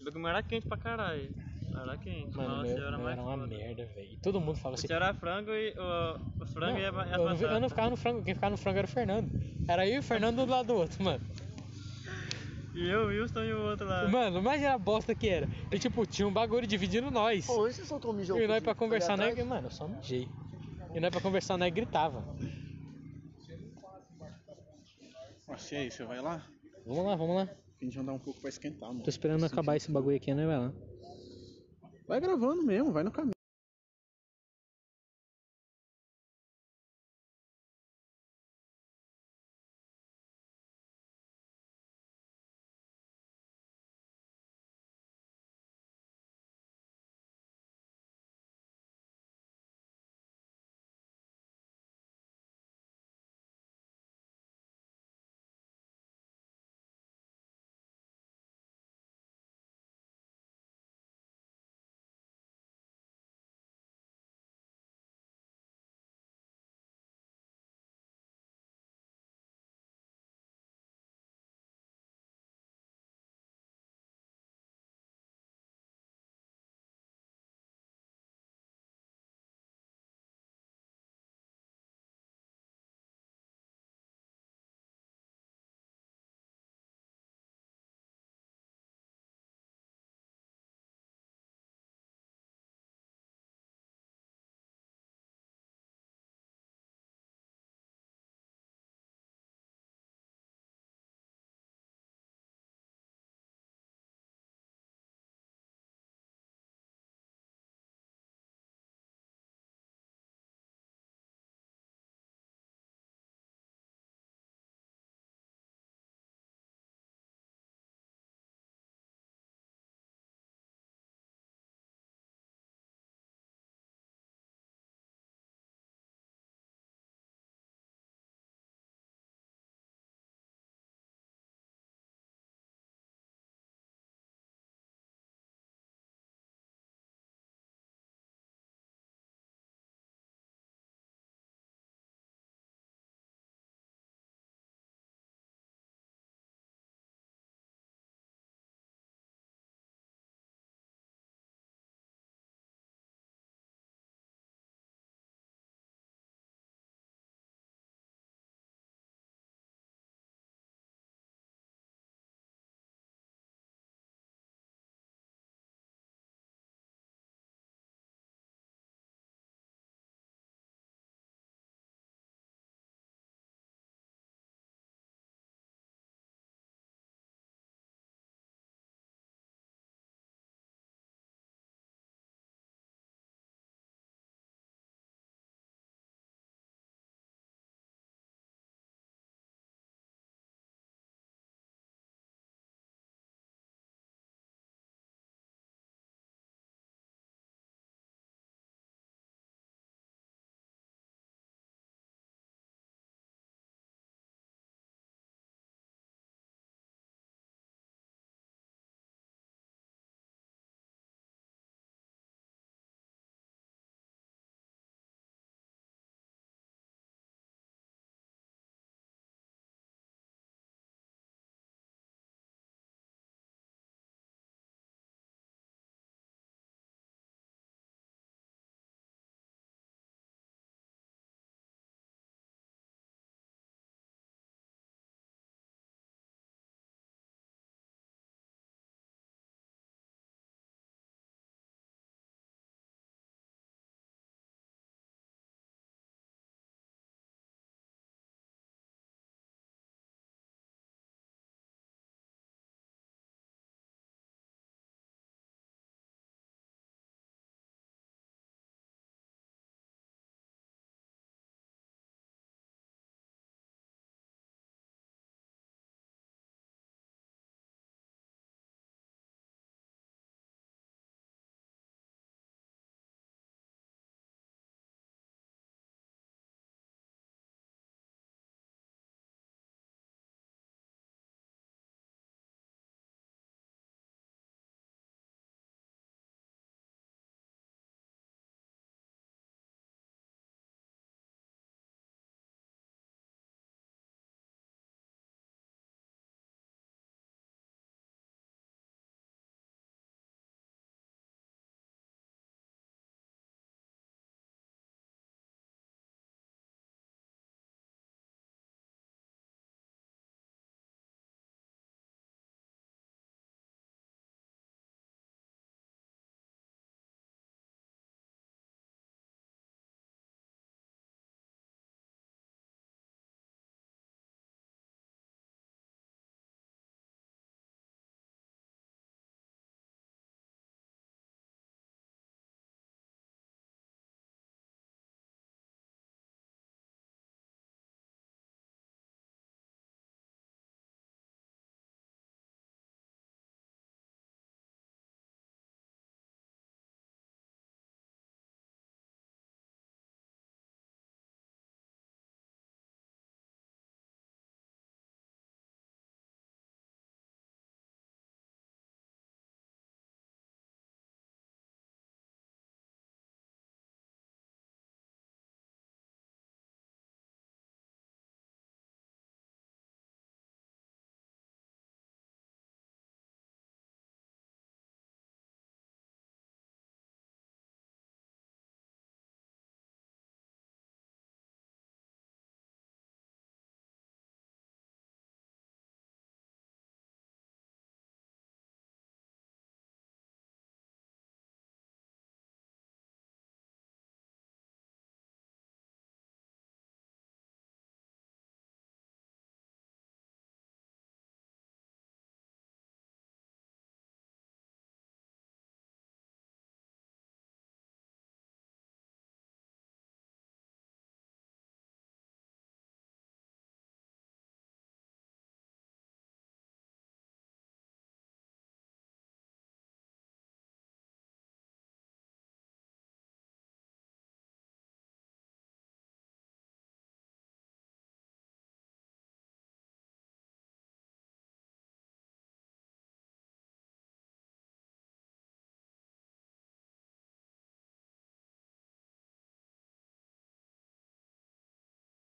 D: O bagulho era quente pra caralho. Era quente.
E: Mano,
D: Nossa,
E: meu,
D: eu era
E: meu
D: mais.
E: era uma
D: foda.
E: merda, velho. E todo mundo falava assim.
D: Se era frango e. O, o frango
E: Não,
D: e a, ba- e a
E: eu, não, eu não
D: batata.
E: ficava no frango, quem ficava no frango era o Fernando. Era eu e o Fernando um do lado do outro, mano.
D: E eu, o Wilson e o outro lá.
E: Mano, imagina a bosta que era. E tipo, tinha um bagulho dividindo nós.
C: Pô, onde você soltou o mijão? Tá
E: E nós
C: Pudim?
E: pra conversar,
C: Ali
E: né?
C: atrás?
E: Mano, eu só mijei. E nós pra conversar, nós gritava.
B: Nossa, e aí, você vai lá?
E: Vamos lá, vamos lá.
B: Tem de andar um pouco pra esquentar, mano.
E: Tô esperando acabar esse bagulho aqui, né, vai lá.
B: Vai gravando mesmo, vai no caminho.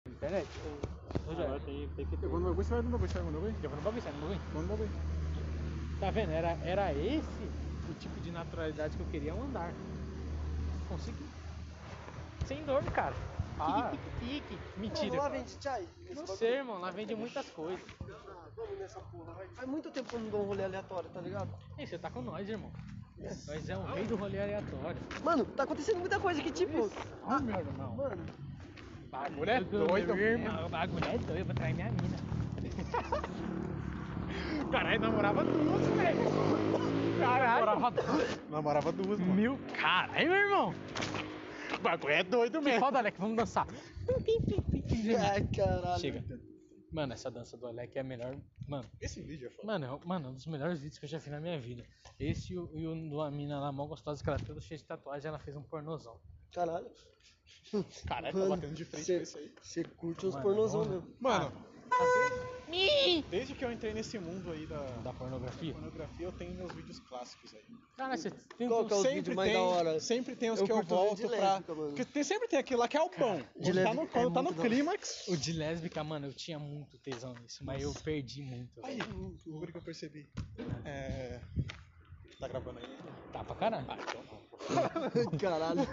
C: internet?
E: Rogério, tem, tem que ter.
B: Eu vou no bagulho, você vai no bagulho, você vai no bagulho?
E: Eu vou no bagulho, sai no bagulho.
B: Vou no bagulho.
E: Tá vendo? Era, era esse o tipo de naturalidade que eu queria ao andar. Consegui. Sem dor, cara.
C: Ah.
E: Tique, tique, tique.
C: Mano, Então,
E: Mentira.
C: lá vende chai. Esse
E: Não
C: bagulho.
E: sei, irmão. Lá vende muitas coisas.
C: Ah, Vamos nessa porra, vai. Faz muito tempo que eu não dou um rolê aleatório, tá ligado?
E: Ei, você tá com nós, irmão. Nós é o rei do rolê aleatório.
C: Mano, tá acontecendo muita coisa que, tipo.
E: Ah, meu irmão.
C: Mano,
E: Bagulho
B: é doido,
E: irmão. O bagulho é doido. Eu vou trair minha mina.
B: Caralho, namorava duas, velho.
E: Caralho.
B: Namorava duas, mano.
E: Meu caralho, meu irmão.
B: O bagulho é doido
E: Que
B: mesmo.
E: foda, Alec. Vamos dançar.
C: ai caralho.
E: Chega. Mano, essa dança do Alec é a melhor. Mano.
B: Esse vídeo é foda.
E: Mano, é- mano, um dos melhores vídeos que eu já vi na minha vida. Esse e o, e o de uma mina lá, mó gostosa, que ela é toda cheia de tatuagem, ela fez um pornozão.
C: Caralho.
B: Caralho, tá
C: Mano,
B: batendo de frente com isso aí.
C: Você curte uns
E: Mano,
C: pornozão
E: não-
C: mesmo.
B: Mano, desde, desde que eu entrei nesse mundo aí da, da
E: Da pornografia.
B: pornografia, eu tenho meus vídeos clássicos aí.
E: Cara, você tem
C: Qual que é o
B: sempre
C: vídeo mais
B: tem,
C: da hora?
B: Sempre tem os
C: Eu
B: que eu
C: curto o vídeo
B: volto
C: de
B: pra.
C: lésbica, mano.
B: Porque tem, sempre tem aquele lá que é o pão.
C: de
B: Onde tá no,
C: lésbica é
B: quando tá no
C: muito da hora.
B: clímax.
E: O de lésbica, mano, eu tinha muito tesão nisso, mas eu perdi muito.
B: Aí,
E: velho.
C: Hum,
B: o que eu percebi. É. Tá gravando aí?
E: Tá pra caralho.
C: Caralho.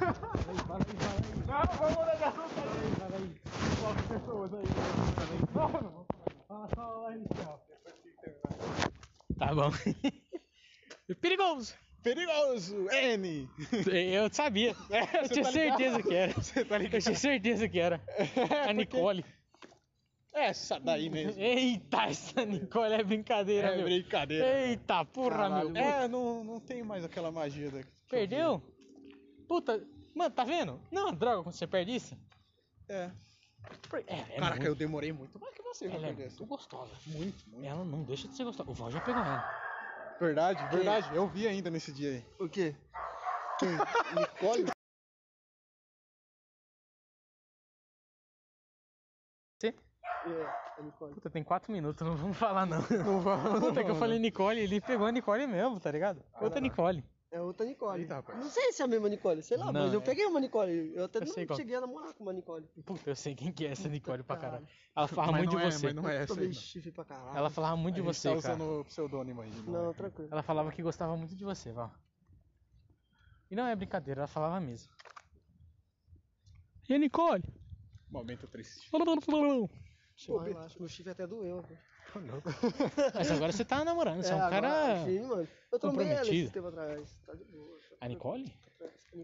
E: Tá bom. Perigoso.
B: Perigoso! N!
E: Eu sabia. eu tinha
B: tá
E: certeza que era.
B: Você tá ligado?
E: Eu tinha certeza que era. A
B: É, porque- É,
E: Nicole.
B: Essa daí mesmo.
E: Eita, essa Nicole é brincadeira,
B: É
E: meu.
B: brincadeira.
E: Eita, porra, meu.
B: É, não, não tem mais aquela magia da.
E: Perdeu? Puta. Mano, tá vendo? Não, droga, quando você perde isso.
B: É.
E: É, é
B: Caraca,
E: muito,
B: eu demorei muito mais que você pra
E: ela é
B: perder
E: muito
B: essa.
E: gostosa.
B: Muito, muito.
E: Ela não deixa de ser gostosa. O Val já pegou ela. É.
B: Verdade, verdade. Eu vi ainda nesse dia aí.
C: O quê?
B: Nicole?
C: É, é Nicole.
E: Puta, tem 4 minutos, não vamos falar não. Não vamos. Puta, que eu falei Nicole, ele pegou a Nicole mesmo, tá ligado? Outra Nicole.
C: É outra Nicole.
B: Eita, rapaz.
C: Não sei se é a mesma Nicole, sei lá,
E: Não,
C: mas eu
E: é.
C: peguei uma Nicole. Eu até
E: Eu
C: não
E: sei qual.
C: cheguei a namorar com uma Nicole.
E: Puta, eu sei quem que é essa Nicole pra caralho. Ela falava
B: Mas
E: muito
B: não
E: de
B: é,
E: você.
B: Mas não é essa aí.
C: Tomei
B: não.
C: chifre pra caralho.
E: Ela falava muito de
B: A gente
E: você,
B: tá
E: cara.
B: usando o pseudônimo aí.
C: Não,
B: é.
C: tranquilo.
E: Ela falava que gostava muito de você, Val. E não é brincadeira, ela falava mesmo. E a Nicole?
B: Momento triste.
C: Pô, relaxa, meu chifre até doeu. pô.
E: Mas agora você tá namorando, você é, um
C: agora,
E: cara.
C: Sim, mano. Eu trombei ela
E: comprometido.
C: esse tempo atrás. Tá de boa.
E: A Nicole?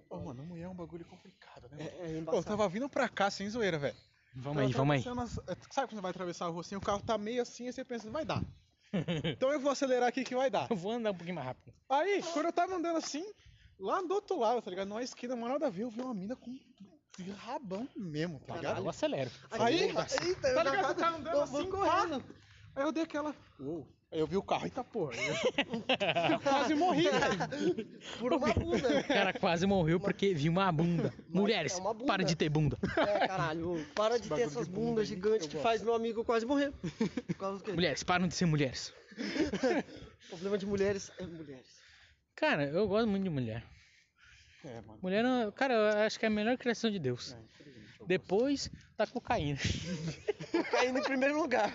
B: Ô, mano, mulher é um bagulho complicado,
C: É,
B: né? mano?
C: é
B: Pô, eu
C: embaçado.
B: tava vindo pra cá sem zoeira, velho.
E: Vamos
B: tá
E: aí, vamos aí.
B: Tava atravessando as- Sabe quando você vai atravessar a rua assim, o carro tá meio assim, aí você pensa, vai dar. Então eu vou acelerar aqui que vai dar.
E: Eu vou andar um pouquinho mais rápido.
B: Aí, quando eu tava andando assim, lá do outro lado, tá ligado? Numa esquina, mano, nada a ver, eu vi uma mina com um rabão mesmo, tá ligado?
E: Eu acelero.
B: Aí,
C: eita, eu
B: tá ligado?
C: já
B: Você tá andando
C: vou-
B: assim,
C: vou correndo.
B: Aí eu dei aquela. Uou. Aí eu vi o carro, eita porra. Eu- Eu quase morri, velho.
C: Por uma bunda.
E: O cara quase morreu porque viu uma bunda. Mulheres,
C: é uma bunda.
E: para de ter bunda.
C: É, caralho. ô, Para
B: Esse
C: de ter
B: bagulho
C: essas
B: de bunda
C: bundas
B: aí,
C: gigantes
B: eu
C: que
B: gosto.
C: faz meu amigo quase morrer. Por causa do quê?
E: Mulheres, param de ser mulheres.
C: O problema de mulheres é mulheres.
E: Cara, eu gosto muito de mulher.
B: É, mano.
E: Mulher, não- cara, eu acho que é a melhor criação de Deus.
C: É,
E: Depois da cocaína.
C: Caindo em primeiro lugar.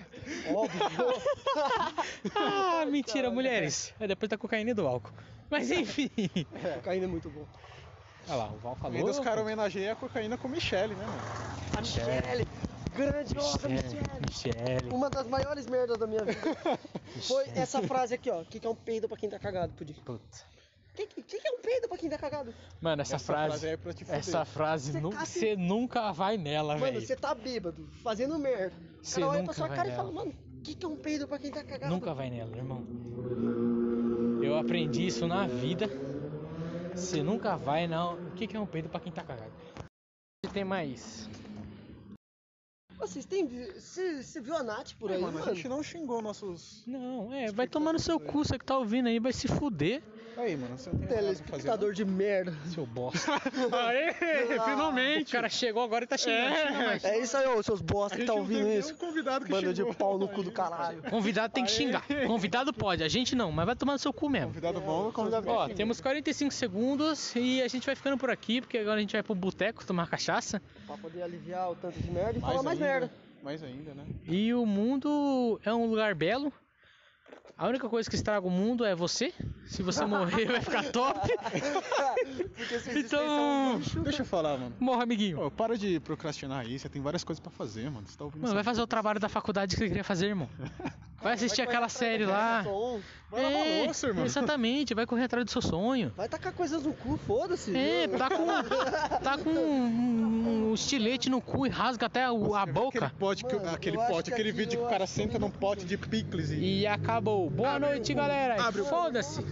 E: Ah, mentira, mulheres. É depois da cocaína e do álcool. Mas enfim.
C: Caindo é muito bom.
E: Olha lá, o tá Val falou.
B: Ainda os caras homenageiam a cocaína com Michelle, né, mano?
C: A Michelle. Grandiosa
E: Michele,
C: Michelle.
E: Michele.
C: Uma das maiores merdas da minha vida. Foi essa frase aqui, ó. O que, que é um peido pra quem tá cagado, Pudim?
E: Puta.
C: O que, que, que que é um peido pra quem tá cagado?
E: Mano, essa, frase.
B: aí é pra te fuder.
E: essa frase
C: Você
E: nu-
C: cata e-
E: você nunca vai nela,
C: Mano,
E: Ah, velho.
C: você tá bêbado, fazendo merda. O
E: Você
C: cara olha
E: nunca
C: pra sua
E: vai
C: cara e
E: nela.
C: fala, mano, o que, que é um peido pra quem tá cagado?
E: Nunca vai nela, irmão. Eu aprendi isso na vida. Você nunca vai na. O que que é um peido pra quem tá cagado? Você tem mais.
C: Ô, Vocês têm. Você você viu a Nath por
B: É,
C: aí,
B: mano,
C: mano?
B: a gente não xingou nossos.
E: Não, é, vai tomar no seu cu, você que tá ouvindo aí, vai se fuder.
B: Aí, mano, você não tem nada pra fazer.
C: Telespectador de merda.
E: Seu bosta.
F: Aê,
E: o
F: finalmente!
E: cara chegou agora e tá xingando. xinga mais.
C: É isso aí, ô, seus bosta
B: A
C: que
B: gente
C: tá
B: não
C: ouvindo
B: teve nenhum
C: isso.
B: um convidado que
C: Banda de
B: xingou.
C: pau no cu do caralho.
E: Convidado tem que xingar. Convidado pode, a gente não, mas vai tomar no seu cu mesmo.
B: Convidado bom, é um convidado
E: Ó,
B: ruim.
E: temos 45 segundos e a gente vai ficando por aqui, porque agora a gente vai pro boteco tomar cachaça.
C: Pra poder aliviar o tanto de merda e falar mais
B: ainda,
C: merda.
B: Mais ainda, né?
E: E o mundo é um lugar belo. A única coisa que estraga o mundo é você. Se você morrer, vai ficar top.
C: Porque se
E: Então,
B: Deixa eu falar, mano.
E: morra, amiguinho.
B: Pô, para de procrastinar aí, você tem várias coisas pra fazer, mano. Você tá ouvindo
E: Mano, vai
B: essa-
E: fazer o trabalho da faculdade que você queria fazer, irmão. Vai assistir aquela série lá.
B: Vai lavar
E: É,
B: louça, irmão.
E: Exatamente, vai correr atrás do seu sonho.
C: Vai tacar coisas no cu, foda-se.
E: É, tá com, tá com um, um estilete no cu e rasga até o- a boca.
B: Aquele pote, que,
C: Mano,
B: aquele,
C: eu acho
B: pote
C: que é
B: aquele
C: aquilo
B: vídeo que
C: eu
B: o cara
C: acho
B: senta
C: que eu
B: num pote de picles e...
E: E acabou. Boa noite, galera.
B: abre o-
E: Foda-se.